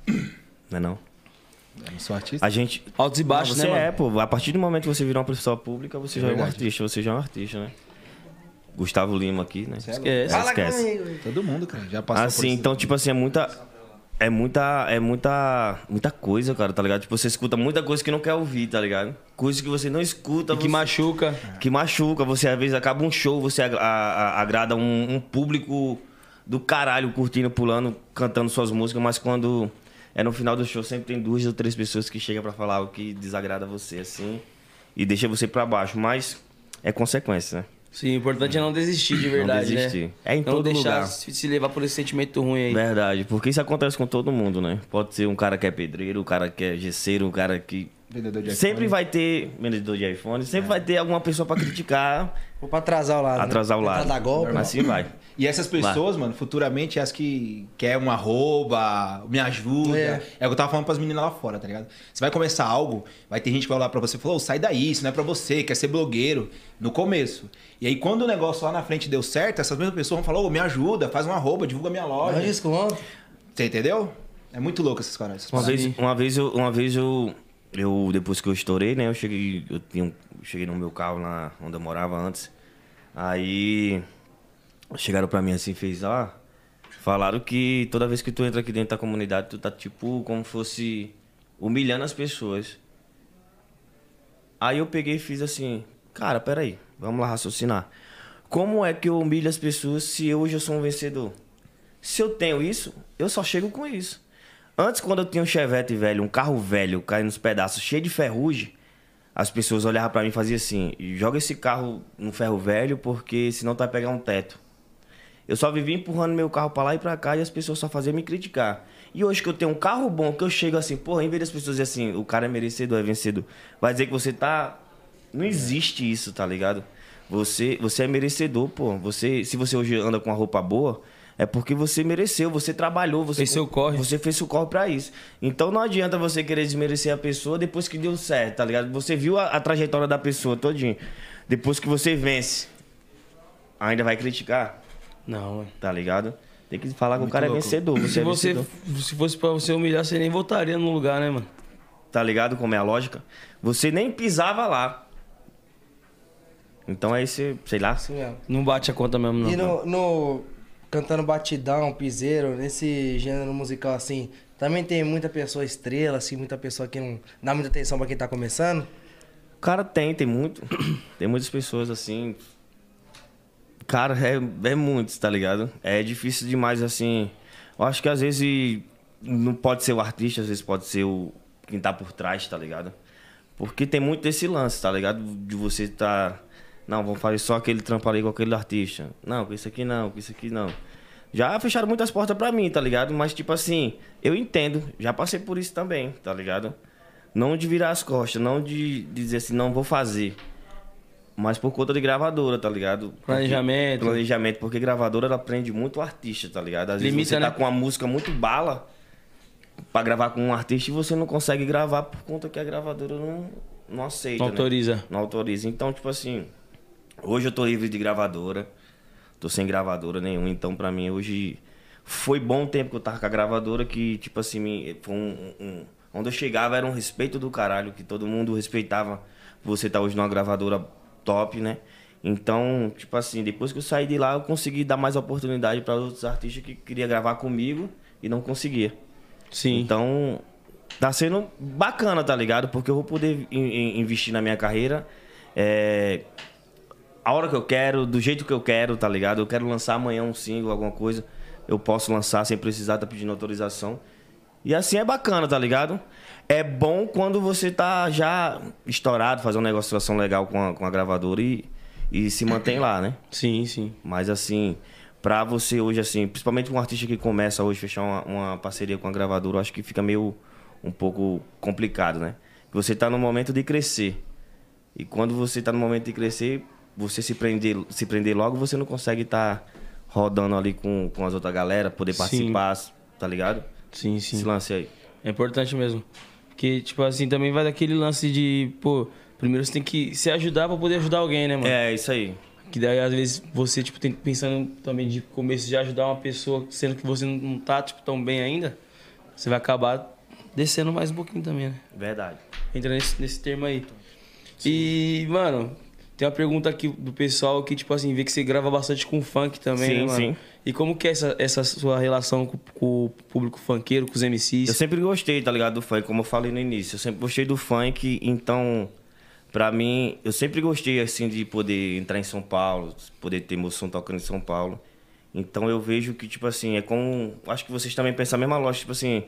S4: Não é não?
S5: Eu não sou artista.
S4: A gente.
S1: Altos e baixos,
S4: Não,
S1: né,
S4: você
S1: mano?
S4: é, pô. A partir do momento que você vira uma pessoa pública, você já é um
S5: verdade.
S4: artista, você já é um artista, né? Gustavo Lima aqui, né?
S1: Esquece.
S4: Fala esquece.
S2: comigo.
S5: Todo mundo, cara. Já passou
S4: Assim,
S5: por isso.
S4: então, tipo assim, é muita. É muita. É muita. Muita coisa, cara, tá ligado? Tipo, você escuta muita coisa que não quer ouvir, tá ligado? Coisa que você não escuta.
S1: E que
S4: você-
S1: machuca.
S4: que machuca. Você às vezes acaba um show, você agra- a- a- agrada um, um público do caralho curtindo, pulando, cantando suas músicas, mas quando é no final do show sempre tem duas ou três pessoas que chegam pra falar algo que desagrada você assim e deixa você pra baixo, mas é consequência, né?
S1: Sim, o importante é não desistir de verdade,
S4: desistir.
S1: né?
S4: É em
S1: não
S4: todo
S1: deixar
S4: lugar. Né?
S1: se se levar por esse sentimento ruim aí.
S4: Verdade, porque isso acontece com todo mundo, né? Pode ser um cara que é pedreiro, um cara que é gesseiro, um cara que
S5: Vendedor de
S4: sempre
S5: iPhone.
S4: vai ter vendedor de iPhone, sempre vai ter alguma pessoa pra criticar,
S2: Vou pra atrasar o lado. né?
S4: atrasar o
S2: Tentar
S4: lado.
S2: dar golpe.
S4: Mas assim vai.
S5: E essas pessoas, mano, futuramente é as que quer um arroba, me ajuda.
S2: É.
S5: É. o que eu tava falando pras meninas lá fora, tá ligado? Você vai começar algo, vai ter gente que vai olhar pra você e falar, "Ô, sai daí, isso não é pra você, quer ser blogueiro. No começo. E aí, quando o negócio lá na frente deu certo, essas mesmas pessoas vão falar, ô, me ajuda, faz um arroba, divulga minha
S2: Olha
S5: loja.
S2: o disco ontem.
S5: Você entendeu? É muito louco essas caras. essas
S4: Uma
S5: paradas.
S4: vez, uma vez eu, uma vez eu, eu depois que eu estourei, né? Eu cheguei, eu tinha, um- cheguei no meu carro lá onde eu morava antes. Aí chegaram pra mim assim, fez, ah, falaram que toda vez que tu entra aqui dentro da comunidade, tu tá tipo como fosse humilhando as pessoas. Aí eu peguei e fiz assim, cara, peraí, vamos lá raciocinar. Como é que eu humilho as pessoas se hoje eu sou um vencedor? Se eu tenho isso, eu só chego com isso. Antes, quando eu tinha um Chevette velho, um carro velho, caindo nos pedaços, cheio de ferrugem, as pessoas olhavam pra mim e faziam assim, joga esse carro no ferro velho porque senão tu vai pegar um teto. Eu só vivia empurrando meu carro pra lá e pra cá e as pessoas só faziam me criticar. E hoje que eu tenho um carro bom, que eu chego assim, porra, em vez das pessoas dizerem assim, o cara é merecedor, é vencedor, vai dizer que você tá. Não
S1: É.
S4: existe isso, tá ligado? Você, você é merecedor, pô. Você, se você hoje anda com uma roupa boa, é porque você mereceu, você trabalhou, você.
S1: Fez seu corre.
S4: Você fez seu corre pra isso. Então não adianta você querer desmerecer a pessoa depois que deu certo, tá ligado? Você viu a, a trajetória da pessoa todinha. Depois que você vence, ainda vai criticar?
S1: Não, mano.
S4: tá ligado? Tem que falar que o
S5: Muito
S4: cara é
S5: louco.
S4: vencedor. Você
S1: Se,
S4: é
S1: você,
S4: vencedor.
S1: se fosse pra você humilhar, você nem voltaria no lugar, né, mano?
S4: Tá ligado como é a lógica? Você nem pisava lá. Então aí você, sei lá,
S2: Isso mesmo.
S1: Não bate a conta mesmo, não.
S2: E
S1: mano.
S2: no, no- cantando batidão, piseiro, nesse gênero musical assim, também tem muita pessoa estrela, assim, muita pessoa que não dá muita atenção pra quem tá começando.
S4: O Cara, tem, tem muito. Tem muitas pessoas assim. Cara, é, é muitos, tá ligado? É difícil demais, assim. Eu acho que às vezes não pode ser o artista, às vezes pode ser o quem tá por trás, tá ligado? Porque tem muito desse lance, tá ligado? De você tá. Não, vamos fazer só aquele trampo ali com aquele artista. Não, com isso aqui não, com isso aqui não. Já fecharam muitas portas pra mim, tá ligado? Mas, tipo assim, eu entendo. Já passei por isso também, tá ligado? Não de virar as costas, não de dizer assim, não vou fazer. Mas por conta de gravadora, tá ligado? Porque-
S1: Planejamento.
S4: planejamento, porque gravadora ela prende muito o artista, tá ligado? Às
S1: Limita,
S4: vezes você
S1: né?
S4: tá com uma música muito bala pra gravar com um artista e você não consegue gravar por conta que a gravadora não, não aceita.
S1: Não
S4: né?
S1: autoriza.
S4: Não autoriza. Então, tipo assim, hoje eu tô livre de gravadora. Tô sem gravadora nenhuma, então pra mim hoje foi bom o tempo que eu tava com a gravadora que, tipo assim, me, foi um, um- um- Onde eu chegava era um respeito do caralho, que todo mundo respeitava você tá hoje numa gravadora top, né? Então, tipo assim, depois que eu saí de lá, eu consegui dar mais oportunidade pra outros artistas que queria gravar comigo e não conseguia.
S1: Sim.
S4: Então, tá sendo bacana, tá ligado? Porque eu vou poder in- in- investir na minha carreira. é, a hora que eu quero, do jeito que eu quero, tá ligado? Eu quero lançar amanhã um single, alguma coisa. Eu posso lançar sem precisar tá pedindo autorização. E assim é bacana, tá ligado? É bom quando você tá já estourado, fazer um uma negociação legal com a, com a gravadora e, e se mantém lá, né?
S1: Sim, sim.
S4: Mas assim, pra você hoje, assim, principalmente um artista que começa hoje fechar uma, uma parceria com a gravadora, eu acho que fica meio um pouco complicado, né? Você tá no momento de crescer. E quando você tá no momento de crescer, você se prender, se prender logo, você não consegue tá rodando ali com, com as outras galera, poder
S1: Sim.
S4: participar, tá ligado?
S1: Sim, sim.
S4: Esse lance aí.
S1: É importante mesmo. Porque, tipo assim, também vai daquele lance de, pô, primeiro você tem que se ajudar pra poder ajudar alguém, né, mano?
S4: É, isso aí.
S1: Que daí, às vezes, você, tipo, tem pensando também de começo de ajudar uma pessoa, sendo que você não tá, tipo, tão bem ainda, você vai acabar descendo mais um pouquinho também, né?
S4: Verdade.
S1: Entra nesse, nesse termo aí. E, mano, tem uma pergunta aqui do pessoal que, tipo assim, vê que você grava bastante com funk também,
S4: Sim,
S1: né, mano?
S4: sim.
S1: E como que é essa, essa sua relação com, com o público funkeiro, com os MCs?
S4: Eu sempre gostei, tá ligado, do funk, como eu falei no início. Eu sempre gostei do funk, então, pra mim, eu sempre gostei, assim, de poder entrar em São Paulo, poder ter meu som tocando em São Paulo. Então eu vejo que, tipo assim, é como. Acho que vocês também pensam a mesma lógica, tipo assim.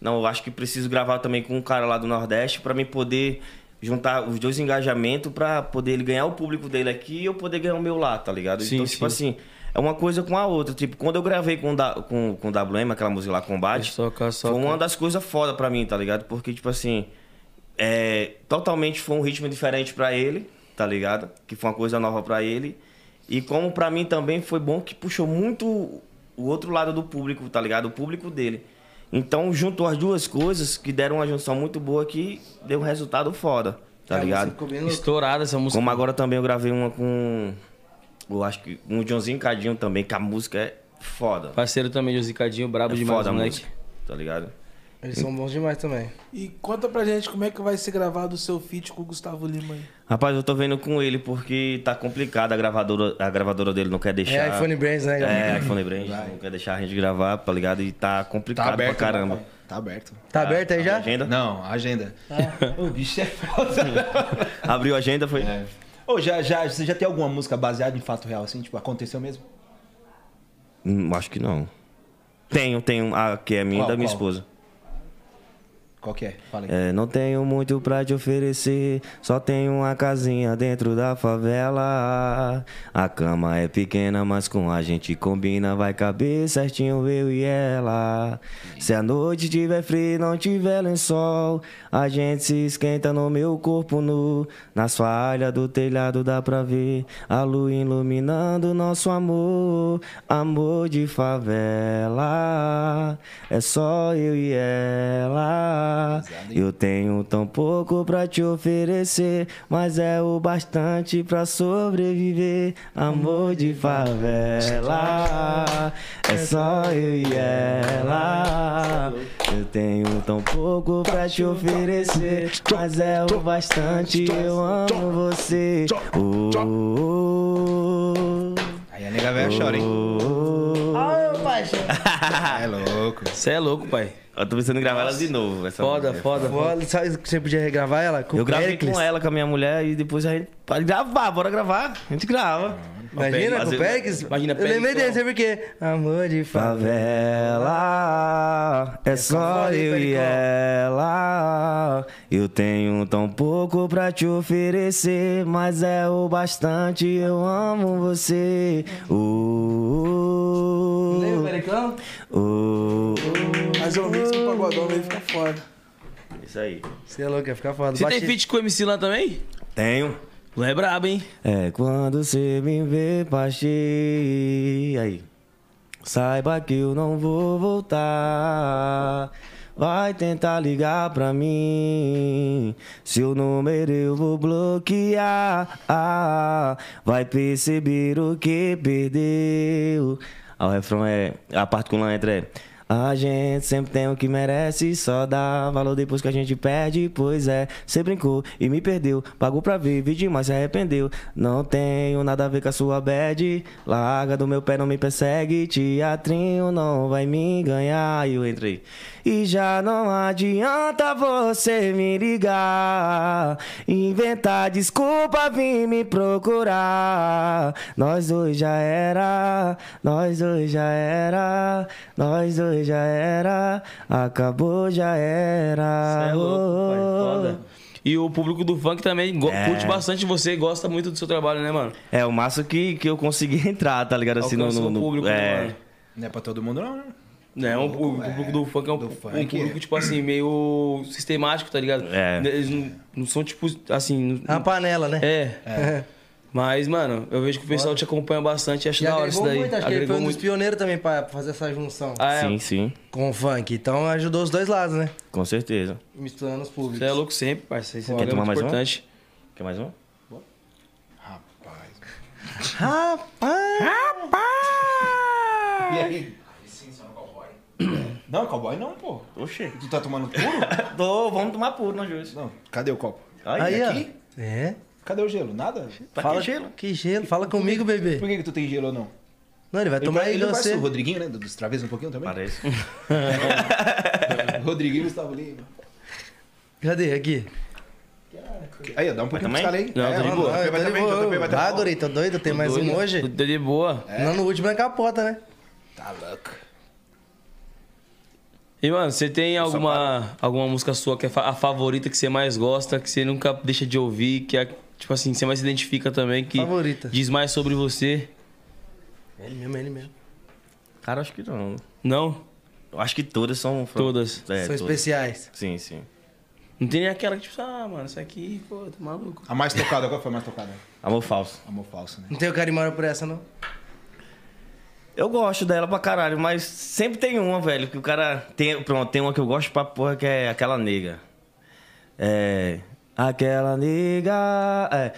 S4: Não, eu acho que preciso gravar também com um cara lá do Nordeste pra mim poder juntar os dois engajamentos pra poder ele ganhar o público dele aqui e eu poder ganhar o meu lá, tá ligado?
S1: Sim,
S4: então, tipo
S1: sim.
S4: assim, é uma coisa com a outra. Tipo, quando eu gravei com, o da, com, com o WM, aquela música lá, Combate,
S1: Só com a- só
S4: foi
S1: com a-
S4: uma das coisas foda pra mim, tá ligado? Porque, tipo assim, é, totalmente foi um ritmo diferente pra ele, tá ligado? Que foi uma coisa nova pra ele. E como pra mim também foi bom que puxou muito o outro lado do público, tá ligado? O público dele. Então juntou as duas coisas que deram uma junção muito boa que deu um resultado foda, tá
S2: É,
S4: ligado?
S2: você ficou bem louco.
S1: Estourada essa música.
S4: Como agora também eu gravei uma com. Eu acho que um Johnzinho Cadinho também, que a música é foda.
S1: Parceiro também, Josicadinho, brabo
S4: É
S1: demais,
S4: foda a
S1: moleque.
S4: música, tá ligado?
S2: Eles são bons demais também.
S3: E conta pra gente como é que vai ser gravado o seu feat com o Gustavo Lima aí.
S4: Rapaz, eu tô vendo com ele porque tá complicado, a gravadora, a gravadora dele não quer deixar.
S2: É iPhone Brands, né, galera?
S4: É, iPhone Brand, não quer deixar a gente gravar, tá ligado? E tá complicado
S5: Tá aberto.
S4: pra caramba.
S5: né? Tá aberto.
S2: Tá aberto aí
S4: A
S2: já?
S4: Agenda?
S5: Não, a agenda. O bicho é foda.
S4: Abriu a agenda, foi.
S5: É. Ô, já, já, você já tem alguma música baseada em fato real, assim? Tipo, aconteceu mesmo?
S4: Hum, acho que não. Tenho, tenho. Ah, que é minha e
S5: Qual,
S4: da minha
S5: qual?
S4: esposa.
S5: Qual que é? Fala aí.
S4: É, não tenho muito pra te oferecer, só tenho uma casinha dentro da favela. A cama é pequena, mas com a gente combina, vai caber certinho eu e ela. Se a noite tiver frio, não tiver lençol, a gente se esquenta no meu corpo nu. Nas falhas do telhado dá pra ver a lua iluminando nosso amor, amor de favela. É só eu e ela. dar. Eu tenho tão pouco pra te oferecer, mas é o bastante pra sobreviver. Amor de favela, é só eu e ela. Eu tenho tão pouco pra te oferecer, mas é o bastante. Eu amo você. Oh,
S5: Aí a nega velha chora, hein?
S4: oh, oh.
S2: Ah, meu paixão.
S5: É louco.
S1: Você é louco, pai.
S4: Eu tô pensando em gravar ela de novo. Essa
S1: Foda,
S4: música.
S1: foda, foda.
S2: Pô, Sabe que você podia regravar ela? Com
S4: Eu gravei
S2: Pericles?
S4: com ela, com a minha mulher, e depois a gente. Pode gravar, bora gravar. A gente grava.
S2: Imagina, com
S4: Fazer-
S2: o Pericles?
S1: Imagina,
S2: Eu lembrei
S1: Pericles,
S2: dele, sabe por quê? Amor de favela.
S4: Favela, é só
S2: foda, hein,
S4: eu e
S2: Pericão?
S4: ela. Eu tenho tão pouco pra te oferecer, mas é o bastante. Eu amo você. Uh,
S2: Lembra, Pericão?
S4: uh,
S3: Mas eu vi isso com o pagodão, ele fica foda.
S4: Isso aí.
S2: Você é louco, ia ficar foda.
S1: Você tem
S2: Bate-
S1: feat com o MC Lan também?
S4: Tenho.
S1: Não é brabo, hein?
S4: É quando cê me vê partir, aí. Saiba que eu não vou voltar. Vai tentar ligar pra mim. Seu número eu vou bloquear. Vai perceber o que perdeu. Ah, o refrão é. A parte com o entra é. A gente sempre tem o que merece, só dá valor depois que a gente perde. Pois é, cê brincou e me perdeu. Pagou pra ver, vi demais, se arrependeu. Não tenho nada a ver com a sua bad. Larga do meu pé, não me persegue. Teatrinho não vai me ganhar. E eu entrei. E já não adianta você me ligar. Inventar desculpa, vir me procurar. Nós dois já era, nós dois já era, nós dois já era, acabou já
S1: Cê
S4: era.
S1: é louco, pai. Foda. E o público do funk também go-
S4: É.
S1: curte bastante você, gosta muito do seu trabalho, né, mano?
S4: É, o máximo que, que eu consegui entrar, tá ligado? Assim, no,
S1: Alcança
S4: no,
S1: o
S4: no-
S1: público, né,
S4: é,
S1: mano?
S5: Não é pra todo mundo, não, né?
S1: Não, é um público, o público do funk é um,
S5: do
S1: um
S5: funk,
S1: público,
S5: é.
S1: tipo assim, meio sistemático, tá ligado?
S4: É.
S1: Eles não, não são, tipo, assim...
S2: É uma
S1: Não,
S2: panela, né?
S1: é. Mas, mano, eu vejo que o pessoal te acompanha bastante e acho
S2: E
S1: da hora isso
S2: agregou
S1: daí.
S2: muito, acho que ele foi um dos pioneiros também pra pra fazer essa junção
S1: Ah, é.
S4: sim, sim,
S2: com o funk. Então ajudou os dois lados, né?
S4: com certeza.
S2: Misturando os públicos.
S1: Você é louco sempre, parceiro. Isso
S4: Quer
S1: é
S4: tomar
S1: muito
S4: mais uma?
S1: importante.
S4: Quer mais um?
S5: Rapaz.
S4: Rapaz!
S5: E aí? Não, cowboy não, pô.
S4: Oxê.
S5: Tu tá tomando puro?
S4: Tô, vamos tomar puro
S1: né,
S4: nós dois.
S5: Não. Cadê o copo?
S4: Aí, aqui.
S2: ó. É.
S5: Cadê o gelo? Nada?
S1: Tá
S4: Pra
S2: Fala,
S4: que gelo?
S2: Que gelo? Fala comigo, bebê.
S5: Por que, que tu tem gelo ou não?
S2: Não, ele vai tomar
S5: ele
S2: aí
S5: parece
S2: você.
S5: o Rodriguinho, né? Dos travessos um pouquinho também.
S4: Parece.
S5: Rodriguinho e Gustavo Lima.
S2: Cadê? Aqui.
S5: Aí, ó, dá um pouquinho
S4: Vai
S5: pros caras aí.
S1: Não, tô de
S5: ó,
S1: boa.
S2: Tá
S5: JP vai também, JP vai
S2: Ah,
S5: também.
S2: Dorito, tô doido, tem mais um
S1: Doido.
S2: hoje.
S1: Tô de boa.
S2: Não, no último é capota, né?
S5: Tá louco.
S1: E, mano, você tem alguma, alguma música sua que é fa- a favorita que você mais gosta, que você nunca deixa de ouvir, que é, tipo assim, você mais se identifica também, que
S2: Favorita.
S1: diz mais sobre você?
S2: É Ele mesmo, ele mesmo.
S4: Cara, acho que não.
S1: Não?
S4: Eu acho que todas são.
S1: Todas.
S4: É,
S2: São
S4: todas.
S2: especiais.
S4: Sim, sim.
S1: Não tem nem aquela que, tipo, ah, mano, isso aqui, pô, tá maluco.
S5: A mais tocada, qual foi a mais tocada?
S4: Amor falso.
S5: Amor falso, né?
S2: Não tem o carimora por essa, não?
S4: Eu gosto dela pra caralho, mas sempre tem uma, velho, que o cara. Tem, pronto, tem uma que eu gosto pra porra, que é aquela nega. É. Aquela nega. É.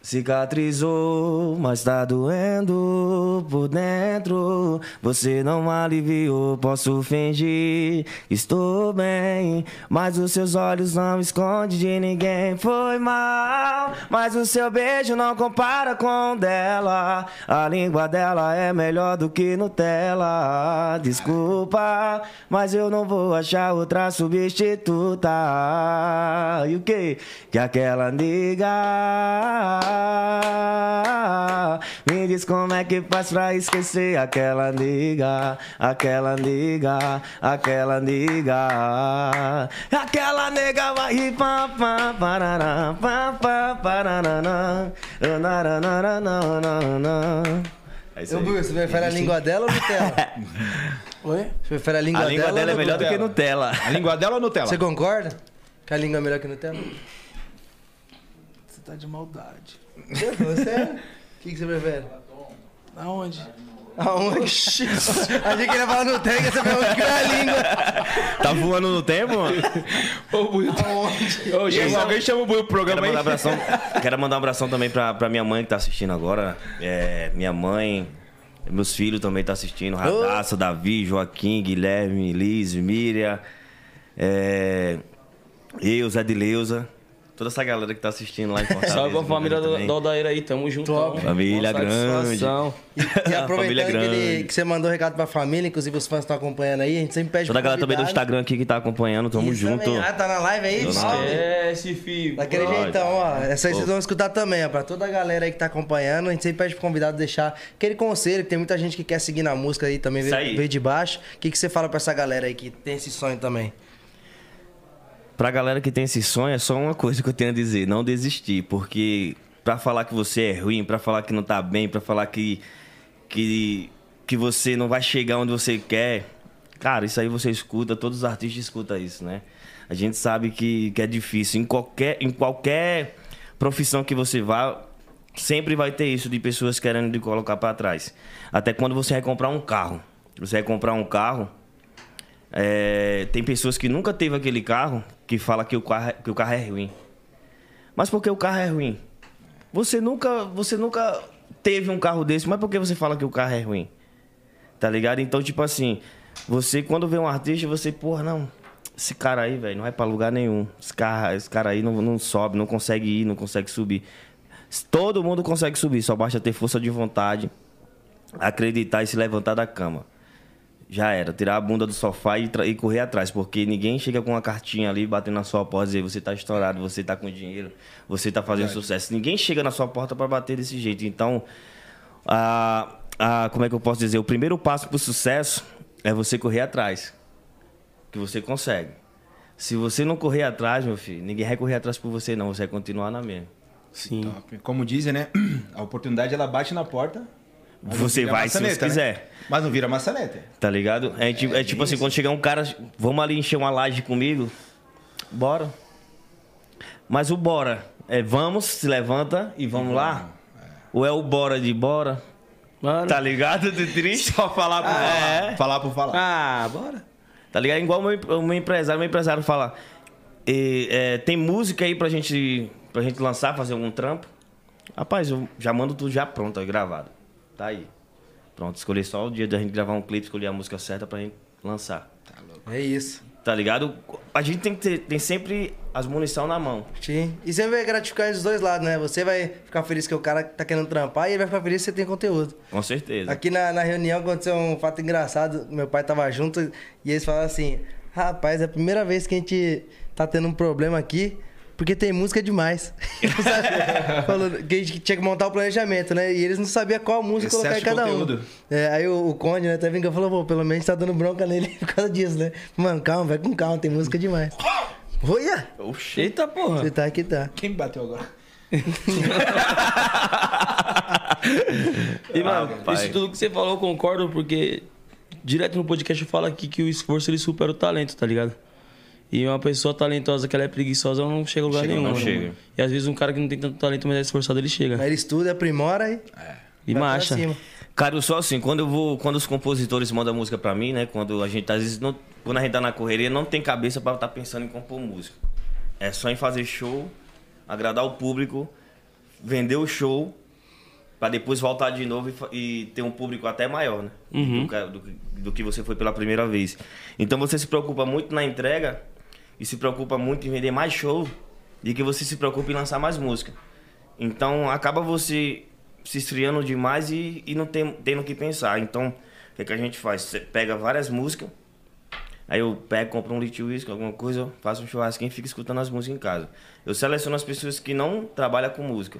S4: Cicatrizou, mas tá doendo por dentro. Você não aliviou, posso fingir. Estou bem, mas os seus olhos não escondem de ninguém. Foi mal, mas o seu beijo não compara com o dela. A língua dela é melhor do que Nutella. Desculpa, mas eu não vou achar outra substituta. E o que? Que aquela nega. Me diz como é que faz pra esquecer aquela nega, aquela nega, aquela nega. Aquela nega vai e pá pá parará, pá pá parará, É isso
S2: Ô,
S4: aí.
S2: Bruno, você prefere a língua dela ou Nutella?
S3: Oi?
S2: Você prefere a língua
S4: A
S2: dela?
S4: língua dela é
S2: ou
S4: melhor do que
S2: Nutella?
S4: Nutella.
S5: A língua dela ou Nutella?
S2: Você concorda? Que a língua é melhor que Nutella?
S3: Você tá de maldade.
S2: Você? O que, que você prefere?
S3: Aonde?
S2: Aonde? Achei que ele ia falar no tanque, essa é que é a língua.
S4: Tá voando no tempo, mano?
S5: Ô, Buiu, tá-
S2: Aonde?
S5: Ô, Jesus, alguém chama o Buiu pro
S4: Quero
S5: programa aí.
S4: mandar um abração, quero mandar um abração também pra, pra minha mãe que tá assistindo agora. É, minha mãe, meus filhos também tá assistindo. Radassa, Davi, Joaquim, Guilherme, Liz, Miriam. É, eu, Zé de Leusa. Toda essa galera que tá assistindo lá em Fortaleza.
S1: Salve pra família
S4: também.
S1: do, do Aldair aí, tamo junto.
S4: Família grande.
S2: E
S4: A Ah, família
S2: aproveitando que, ele-
S4: grande.
S2: que você mandou um recado pra família, inclusive os fãs estão acompanhando aí, a gente sempre pede
S4: Toda a galera também do
S2: convidado.
S4: Instagram aqui que tá acompanhando, tamo
S2: Isso
S4: junto.
S2: também. Ah, tá na live aí?
S4: Tô na
S2: Salve.
S4: live.
S1: Esquece, filho.
S2: Daquele
S4: Pode.
S2: jeitão, ó. Essa aí vocês vão escutar também, ó. Pra toda a galera aí que tá acompanhando, a gente sempre pede pro convidado deixar aquele conselho, que tem muita gente que quer seguir na música aí também,
S4: Isso aí.
S2: veio, veio de baixo. O que, que você fala pra essa galera aí que tem esse sonho também?
S4: Pra galera que tem esse sonho, é só uma coisa que eu tenho a dizer: não desistir, porque pra falar que você é ruim, pra falar que não tá bem, pra falar que que que você não vai chegar onde você quer, cara, isso aí você escuta, todos os artistas escutam isso, né? A gente sabe que, que é difícil em qualquer em qualquer profissão que você vá, sempre vai ter isso de pessoas querendo te colocar pra trás. Até quando você vai comprar um carro, você vai comprar um carro, é, tem pessoas que nunca teve aquele carro que fala que o carro, é- que o carro é ruim. Mas por que o carro é ruim? Você nunca, você nunca teve um carro desse, mas por que você fala que o carro é ruim? Tá ligado? Então, tipo assim, você quando vê um artista, você, porra, não, esse cara aí, velho, não vai pra lugar nenhum. Esse cara, esse cara aí não, não sobe, não consegue ir, não consegue subir. Todo mundo consegue subir, só basta ter força de vontade, acreditar e se levantar da cama. Já era, tirar a bunda do sofá e, tra- e correr atrás, porque ninguém chega com uma cartinha ali batendo na sua porta e dizer você tá estourado, você tá com dinheiro, você tá fazendo sucesso. Ninguém chega na sua porta pra bater desse jeito. Então, a, a, como é que eu posso dizer? O primeiro passo pro sucesso é você correr atrás, que você consegue. Se você não correr atrás, meu filho, ninguém vai correr atrás por você, não. Você vai continuar na mesma.
S1: Sim.
S5: Top. Como dizem, né? A oportunidade ela bate na porta. mas não
S4: Você
S5: vira
S4: vai se
S5: maçaneta,
S4: você quiser.
S5: Né? Mas não vira maçaneta.
S4: Tá ligado? É, tipo, é tipo assim, quando chegar um cara, vamos ali encher uma laje comigo, bora. Mas o bora é vamos, se levanta e vamos lá? Ou é o bora de bora?
S1: Mano.
S4: Tá ligado? De triste? Só falar pro é.
S5: Falar por falar.
S1: Ah, bora.
S4: Tá ligado? Igual o meu, o meu empresário, meu empresário fala, e, é, tem música aí pra gente, pra gente lançar, fazer algum trampo? Rapaz, eu já mando tudo já pronto, aí, gravado. Tá aí. Pronto, escolhi só o dia da gente gravar um clipe, escolher a música certa pra gente lançar.
S2: É isso.
S4: Tá ligado? A gente tem que ter tem sempre as munição na mão.
S2: Sim. E sempre é gratificante dos dois lados, né? Você vai ficar feliz que o cara tá querendo trampar e ele vai ficar feliz que você tem conteúdo.
S4: Com certeza.
S2: Aqui na, na reunião aconteceu um fato engraçado. Meu pai tava junto e eles falaram assim: Rapaz, é a primeira vez que a gente tá tendo um problema aqui. Porque tem música demais. Não sabia. Falou que a gente tinha que montar o planejamento, né? E eles não sabiam qual música
S5: Excesso
S2: colocar em
S5: de
S2: cada
S5: conteúdo.
S2: um. É, aí o, o Conde, né, até brincou, falou, pô, pelo menos tá dando bronca nele por causa disso, né? Mano, calma, vai com calma, tem música demais. Olha!
S1: Eita porra.
S5: Ah.
S2: Você tá aqui, tá.
S5: Quem me bateu agora?
S1: E, mano,
S4: Ah, pai.
S1: isso tudo que você falou, eu concordo, porque direto no podcast eu falo aqui que o esforço ele supera o talento, tá ligado? E uma pessoa talentosa que ela é preguiçosa ela não chega a lugar
S5: Chega,
S1: nenhum.
S5: não
S1: mano.
S4: chega.
S1: E às vezes um cara que não tem tanto talento, mas é esforçado, ele chega.
S2: Aí ele estuda, aprimora e.
S1: e
S2: vai pra
S1: marcha.
S2: cima.
S4: Cara, eu sou assim, quando eu vou, quando os compositores mandam música pra mim, né? Quando a gente às vezes não, quando a gente tá na correria, não tem cabeça pra estar pensando em compor música. É só em fazer show, agradar o público, vender o show pra depois voltar de novo e fa- e, ter um público até maior, né? Do, ca- do que- do que você foi pela primeira vez. Então você se preocupa muito na entrega e se preocupa muito em vender mais show e que você se preocupa em lançar mais música. Então acaba você se esfriando demais e, e não tem, tendo o que pensar. Então o que, que a gente faz? Você pega várias músicas, Aí eu pego, compro um litro de whisky, alguma coisa, faço um churrasquinho e fico escutando as músicas em casa. Eu seleciono as pessoas que não trabalham com música.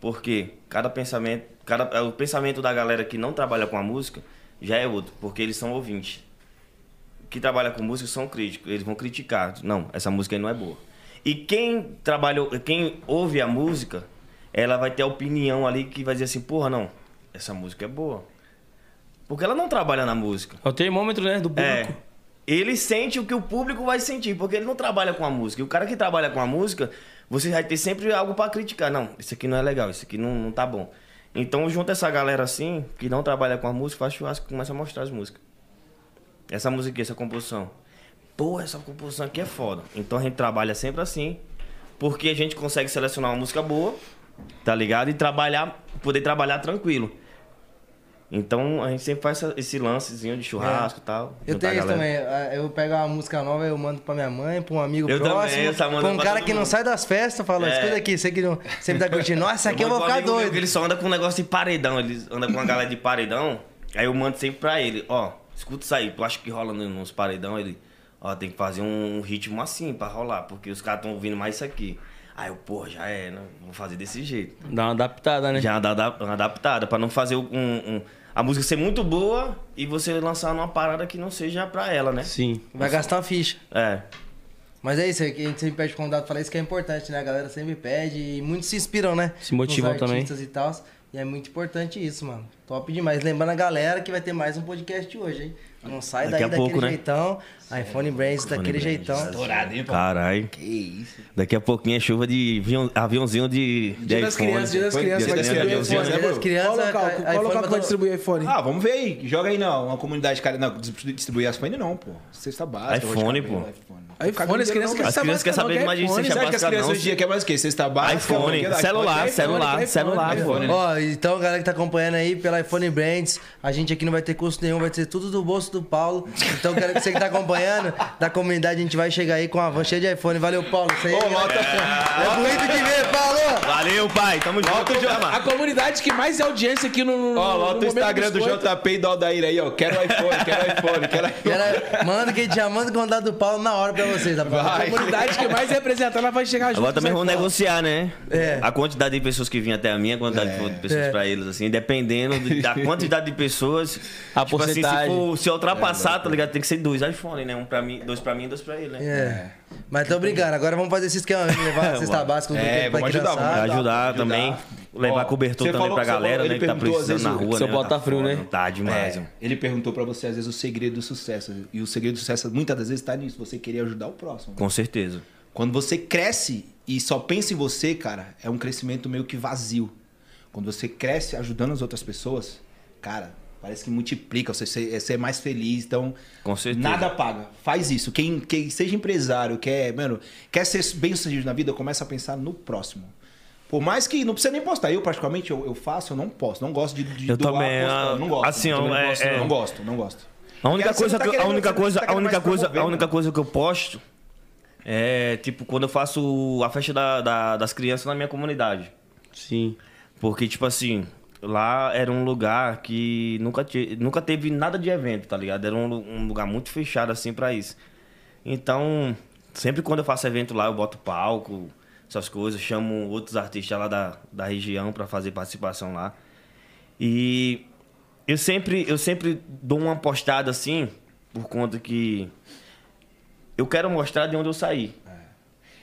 S4: Porque cada pensamento, cada, é, o pensamento da galera que não trabalha com a música já é outro, porque eles são ouvintes. Que trabalha com música são críticos, eles vão criticar. Não, essa música aí não é boa. E quem trabalhou, quem ouve a música, ela vai ter a opinião ali que vai dizer assim, porra, não, essa música é boa. Porque ela não trabalha na música.
S1: É o termômetro, né? Do público.
S4: É. Ele sente o que o público vai sentir, porque ele não trabalha com a música. E o cara que trabalha com a música, você vai ter sempre algo pra criticar. Não, isso aqui não é legal, isso aqui não, não tá bom. Então junta essa galera assim, que não trabalha com a música, faz churrasco e começa a mostrar as músicas. Essa música aqui, essa composição. Pô, essa composição aqui é foda. Então a gente trabalha sempre assim, porque a gente consegue selecionar uma música boa, tá ligado? E trabalhar, poder trabalhar tranquilo. Então a gente sempre faz essa- esse lancezinho de churrasco e tal.
S2: Eu
S4: juntar a
S2: tenho isso
S4: Então tá, galera.
S2: também. ah, Eu pego uma música nova, eu mando pra minha mãe, pra um amigo
S4: Eu também,
S2: próximo.
S4: eu tava
S2: pra um
S4: mandando pra
S2: cara
S4: todo
S2: que não
S4: mundo.
S2: sai das festas, falando,
S4: É.
S2: escuta aqui, você que não, sempre tá curtindo. Nossa, aqui eu
S4: mando
S2: vou ficar
S4: pro amigo meu, que
S2: doido.
S4: Ele só anda com um negócio de paredão, ele anda com uma galera de paredão. Aí eu mando sempre pra ele, ó, escuta isso aí, tu acha que rola nos paredão? Ele, ó, tem que fazer um ritmo assim pra rolar, porque os caras tão ouvindo mais isso aqui. Aí eu, pô, já é, né? Vou fazer desse jeito.
S1: Dá uma adaptada, né?
S4: Já dá dá- uma adaptada, pra não fazer um, um- a música ser muito boa e você lançar numa parada que não seja pra ela, né?
S1: Sim.
S2: Vai gastar uma ficha.
S4: É.
S2: Mas é isso, a gente sempre pede convidado falar isso que é importante, né? A galera sempre pede e muitos se inspiram, né?
S1: Se motivam
S2: Nos
S1: também.
S2: artistas e tal. E é muito importante isso, mano. Top demais. Lembrando a galera que vai ter mais um podcast hoje, hein? Não sai
S4: Daqui
S2: daí
S4: a
S2: daquele
S4: pouco, né?
S2: jeitão. iPhone Brands daquele jeitão.
S5: Dourado, hein, pô?
S4: Caralho.
S5: Que isso.
S4: Daqui a pouquinho é chuva de avião- aviãozinho de, de
S3: Dia das
S4: iPhone.
S3: crianças, dia das
S5: Foi
S3: crianças, vai
S5: dia das
S3: distribuir
S5: crianças,
S3: iPhone.
S5: né,
S2: Dia das
S3: Qual
S2: crianças,
S3: local? Qual
S2: iPhone
S3: local que
S2: pra
S3: vai
S2: todo-
S3: distribuir iPhone?
S5: Ah, vamos ver aí. Joga aí, não. Uma comunidade, cara. Não, distribuir as fone não, pô. Cesta básica.
S4: iPhone,
S5: arroz de
S4: pô.
S5: cabelo, iPhone.
S3: iPhone, as crianças querem
S4: As
S3: saber.
S4: crianças querem saber de mais de
S5: Você acha que as
S4: Básica
S5: crianças
S4: não,
S5: hoje em dia querem mais o quê? Cesta básica?
S4: iPhone,
S5: aquela-
S4: celular,
S5: iPhone,
S4: celular,
S3: iPhone,
S4: celular,
S3: iPhone.
S4: pô.
S5: iPhone, né?
S2: Ó, então galera que tá acompanhando aí pela iPhone Brands, a gente aqui não vai ter custo nenhum, vai ser tudo do bolso do Paulo. Então quero que você que tá acompanhando, da comunidade, a gente vai chegar aí com a van cheia de iPhone. Valeu, Paulo. Isso aí,
S5: Ô,
S2: galera.
S5: nota-
S2: é bonito de ver, Paulo!
S4: Valeu, pai. Tamo junto.
S3: A comunidade que mais é audiência aqui no. no
S5: Ó,
S3: no
S5: lota o
S3: momento
S5: Instagram
S4: É.
S5: do
S3: biscoito.
S5: JP e do Aldair aí, ó. Quero iPhone, quero iPhone, quero iPhone.
S2: Galera, manda que a gente já manda o contato do Paulo na hora pra vocês, tá bom?
S3: A
S5: Vai.
S3: comunidade que mais é representada ela vai chegar junto.
S4: Agora também
S3: com
S4: vamos
S3: os iPhone.
S4: negociar, né?
S2: É.
S4: A quantidade de pessoas que vinha até a minha, a quantidade de pessoas
S2: É.
S4: pra eles, assim, dependendo de- da quantidade de pessoas.
S1: A
S4: tipo assim, se,
S1: porcentagem.
S4: for, se eu ultrapassar, tá ligado? Tem que ser dois iPhone, né? Um pra mim, dois pra mim e dois pra ele, né?
S2: É. Mas tô brincando, agora vamos fazer esse esquema, mesmo, levar a cesta básica do
S5: É, vamos ajudar, vamos
S4: Pra
S5: ajudar.
S4: ajudar também, levar
S5: Ó,
S4: cobertor
S5: você
S4: também
S5: falou-
S4: pra
S5: você falou-
S4: galera,
S5: ele
S4: né? Que tá
S5: perguntou, às
S4: precisando na
S5: vezes,
S4: rua,
S1: seu
S4: né?
S1: bota frio,
S4: foda,
S1: né?
S4: Tá demais, mano.
S5: Ele perguntou pra você, às vezes, o segredo do sucesso. E o segredo do sucesso, muitas das vezes, tá nisso. Você querer ajudar o próximo.
S4: Com certeza.
S5: Quando você cresce e só pensa em você, cara, é um crescimento meio que vazio. Quando você cresce ajudando as outras pessoas, cara, parece que multiplica, você, você você é mais feliz. Então,
S4: Com certeza.
S5: nada paga. Faz isso. Quem, quem seja empresário, quer, mano, quer ser bem-sucedido na vida, começa a pensar no próximo. Por mais que não precisa nem postar. Eu, particularmente, eu, eu faço, eu não posto. Não gosto de, de
S4: Eu também,
S5: postando,
S4: ah,
S5: Não gosto.
S4: assim,
S5: Eu também
S4: ó,
S5: não,
S4: é-
S5: gosto
S4: é.
S5: não, não gosto, não gosto.
S4: A única
S5: Cara, você
S4: coisa,
S5: não tá
S4: que, a
S5: querendo-
S4: única
S5: você não
S4: coisa,
S5: tá
S4: a
S5: querendo
S4: única
S5: mais
S4: coisa,
S5: promover,
S4: a única
S5: mano.
S4: coisa que eu posto é tipo quando eu faço a festa da- da- das crianças na minha comunidade.
S1: Sim.
S4: Porque, tipo assim, lá era um lugar que nunca, te- nunca teve nada de evento, tá ligado? Era um, lu- um lugar muito fechado, assim, pra isso. Então, sempre quando eu faço evento lá, eu boto palco, essas coisas, chamo outros artistas lá da, da região pra fazer participação lá. E eu sempre, eu sempre dou uma postada assim, por conta que eu quero mostrar de onde eu saí.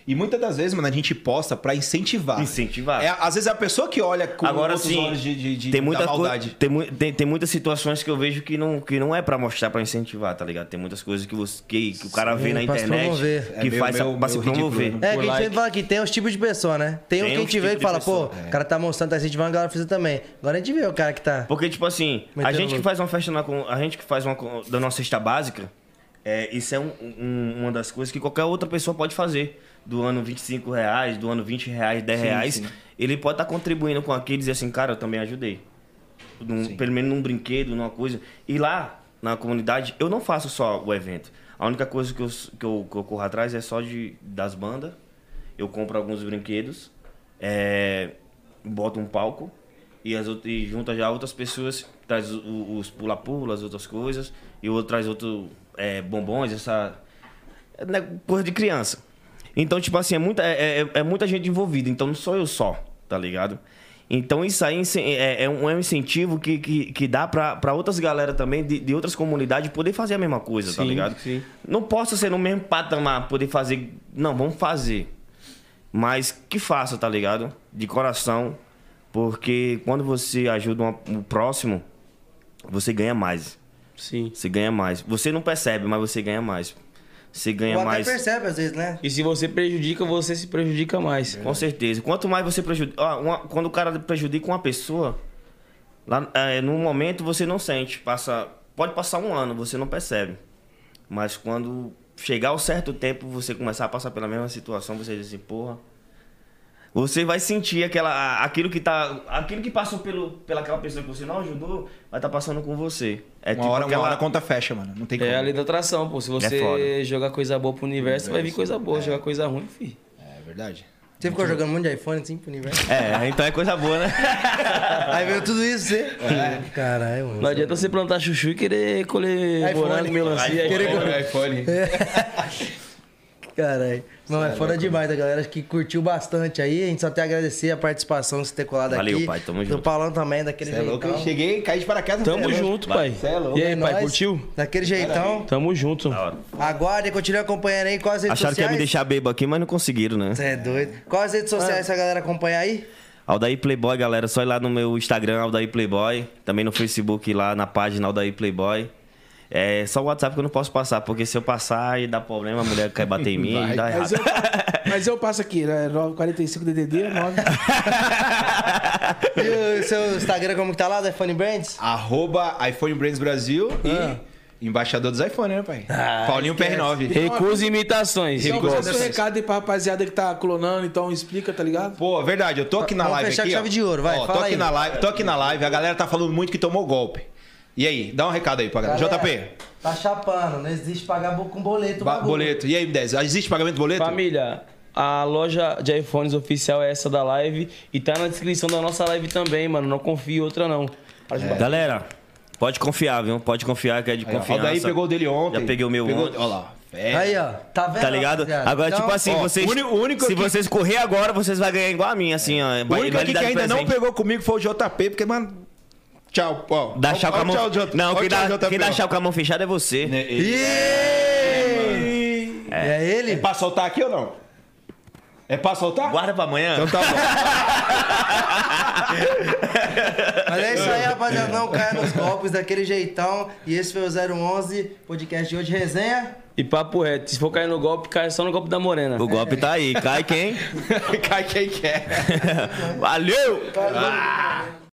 S5: E muitas das vezes, mano, a gente posta pra incentivar.
S4: Incentivar.
S5: É, às vezes é a pessoa que olha com
S4: Agora
S5: outros
S4: sim,
S5: olhos de, de, de-
S4: tem
S5: da
S4: muita coi-
S5: maldade.
S4: tem, mui- tem, tem muitas situações que eu vejo que não, que não é pra mostrar, pra incentivar, tá ligado? Tem muitas coisas que, você, que, que o cara vê
S2: Sim,
S4: na
S2: pra se
S4: internet
S2: promover.
S4: que
S5: É meio-
S4: faz
S5: meio-
S4: pra se
S5: meio ridículo,
S4: promover.
S5: né?
S1: Por
S2: É, que a gente
S1: like.
S2: sempre fala que tem os tipos de pessoa, né? Tem,
S4: Tem
S2: o que a
S4: uns
S2: gente vê
S4: tipos
S2: e
S4: de
S2: fala,
S4: pessoa,
S2: pô,
S4: é.
S2: o cara tá mostrando, tá incentivando, a galera precisa também. Agora a gente vê o cara que tá.
S4: Porque, tipo assim, a
S2: Metendo
S4: gente que
S2: louco.
S4: faz uma festa na, com- a gente que faz uma com- da nossa cesta básica, é, isso é um- um- uma das coisas que qualquer outra pessoa pode fazer. Do ano 25 reais, do ano 20 reais, 10 reais. Ele pode estar contribuindo com aquilo e dizer assim, cara, eu também ajudei. Num- pelo menos num brinquedo, numa coisa. E lá, na comunidade, eu não faço só o evento. A única coisa que eu, s- que eu, que eu corro atrás é só de, das bandas. Eu compro alguns brinquedos, é, boto um palco e, as, out- e junta já outras pessoas, traz o- o- os pula-pula, as outras coisas, e o outro traz outro é, bombons, essa é ne- coisa de criança. Então, tipo assim, é muita, é, é- é muita gente envolvida, então não sou eu só, tá ligado? Então isso aí ince- é, é um, é um incentivo que, que, que dá pra, pra outras galera também, de, de outras comunidades, poder fazer a mesma coisa, tá
S1: Sim,
S4: ligado?
S1: sim.
S4: Não posso ser no mesmo patamar, poder fazer. Não, vamos fazer. Mas que faça, tá ligado? De coração. Porque quando você ajuda uma- o próximo, você ganha mais.
S1: Sim.
S4: Você ganha mais. Você não percebe, mas você ganha mais. Você ganha
S2: Ou até
S4: mais.
S2: percebe às vezes, né?
S1: E se você prejudica, você se prejudica mais.
S5: É.
S4: Com certeza. Quanto mais você prejudica. ó, uma- quando o cara prejudica uma pessoa, Lá, é, no momento você não sente. Passa, pode passar um ano, você não percebe. Mas quando chegar o certo tempo, você começar a passar pela mesma situação, você diz assim, porra. Você vai sentir aquela, aquilo que tá. Aquilo que passou pelo, pela aquela pessoa que você não ajudou, vai estar passando com você. É
S5: uma
S4: tipo
S5: hora,
S4: aquela-
S5: uma hora a conta fecha, mano. Não tem como.
S1: É a lei da atração, pô. Se você
S4: É foda.
S1: jogar coisa boa pro universo, vai vir coisa boa. Jogar coisa ruim, fi.
S5: É verdade.
S2: Você ficou jogando um monte de iPhone assim pro universo?
S4: É, então é coisa boa, né?
S2: Aí veio tudo isso, você. Caralho, mano.
S1: Não adianta você plantar chuchu e querer colher
S2: iPhone.
S1: morango, melancia.
S2: Querer
S1: iPhone.
S2: comer.
S5: iPhone.
S2: Caralho. Não, é foda demais da galera que curtiu bastante aí. A gente só tem a agradecer a participação, você ter colado
S4: Valeu,
S2: aqui.
S4: pai, tamo
S2: Do
S4: junto.
S2: Paulão também, daquele
S5: Cê é
S2: jeitão.
S5: louco, eu
S4: então.
S5: cheguei, caí de paraquedas.
S1: Tamo
S5: cê é louco.
S1: junto, pai.
S5: Cê é louco.
S1: E aí, pai,
S2: Nós,
S1: curtiu?
S2: Daquele jeitão.
S1: Tamo junto.
S4: Da hora.
S2: Aguardem, continue acompanhando aí. Quais as redes
S4: Acharam que ia
S2: sociais?
S4: me deixar bebo aqui, mas não conseguiram, né?
S2: Você é doido. Quais as redes sociais essa galera acompanha aí?
S4: Aldair Playboy, galera. Só ir lá no meu Instagram, Aldair Playboy. Também no Facebook, lá na página Aldair Playboy. É só o WhatsApp que eu não posso passar, porque se eu passar e dá problema, a mulher quer bater em mim, e dá
S3: Mas
S4: errado.
S3: eu, mas eu passo aqui, né? 945 DDD, 9.
S2: E o seu Instagram como que tá lá, da Funny Brands?
S5: Arroba iPhone Brands Brasil
S4: Ah.
S5: e embaixador dos iPhone, né, pai? Paulinho PR9.
S1: Recusa imitações.
S3: Então,
S5: Recusa
S3: passa o
S5: dessas.
S3: recado aí pra rapaziada que tá clonando, então explica, tá ligado?
S5: Pô, verdade, eu tô aqui na
S2: Vamos
S5: live
S2: fechar
S5: aqui.
S2: com chave
S5: ó.
S2: de ouro, vai,
S5: Ó, tô
S2: fala
S5: aqui
S2: aí.
S5: na live, tô aqui na live, a galera tá falando muito que tomou golpe. E aí, dá um recado aí pra galera. JP,
S2: Tá chapando, não existe pagar bo- com boleto. o
S5: ba-
S2: bagulho.
S5: boleto. E aí, 10, existe pagamento de boleto?
S1: Família, a loja de iPhones oficial é essa da live e tá na descrição da nossa live também, mano. Não confie em outra, não.
S5: É.
S4: É. Galera, pode confiar, viu? Pode confiar que é de
S5: Aí, ó,
S4: confiança.
S5: Aldair pegou o dele ontem.
S4: Já peguei o meu
S5: Pegou-
S4: ontem.
S5: Ó lá. É.
S2: Aí, ó. Tá vendo?
S4: Tá ligado?
S2: rapaziada?
S4: Agora,
S2: Então,
S4: tipo assim,
S5: ó,
S4: vocês.
S5: o único- o único
S4: se
S5: que-
S4: vocês correr agora, vocês vão ganhar igual a mim, assim, ó.
S5: O
S4: Vai-
S5: único
S4: vai
S5: aqui
S4: lhe dar
S5: que
S4: de
S5: ainda não
S4: presente.
S5: pegou comigo foi o JP, porque, mano. Tchau, ó.
S4: Dá
S5: Ó,
S4: tchau com a
S5: ó,
S4: mão.
S5: tchau, J-
S4: Não,
S5: ó,
S4: quem
S5: tchau, Né?
S4: dá,
S5: JP,
S4: quem dá
S5: ó.
S4: tchau com a mão fechada é você.
S5: Ih!
S2: É, ele?
S5: É pra soltar aqui ou não? É pra soltar?
S4: Guarda pra amanhã.
S5: Então tá bom.
S2: Mas é isso aí, rapaziada. Não caia nos golpes daquele jeitão. E esse foi o 011, podcast de hoje, resenha.
S1: E papo reto, se for cair no golpe, cai só no golpe da morena.
S4: O golpe tá aí. Cai quem?
S5: Cai quem quer.
S4: Valeu!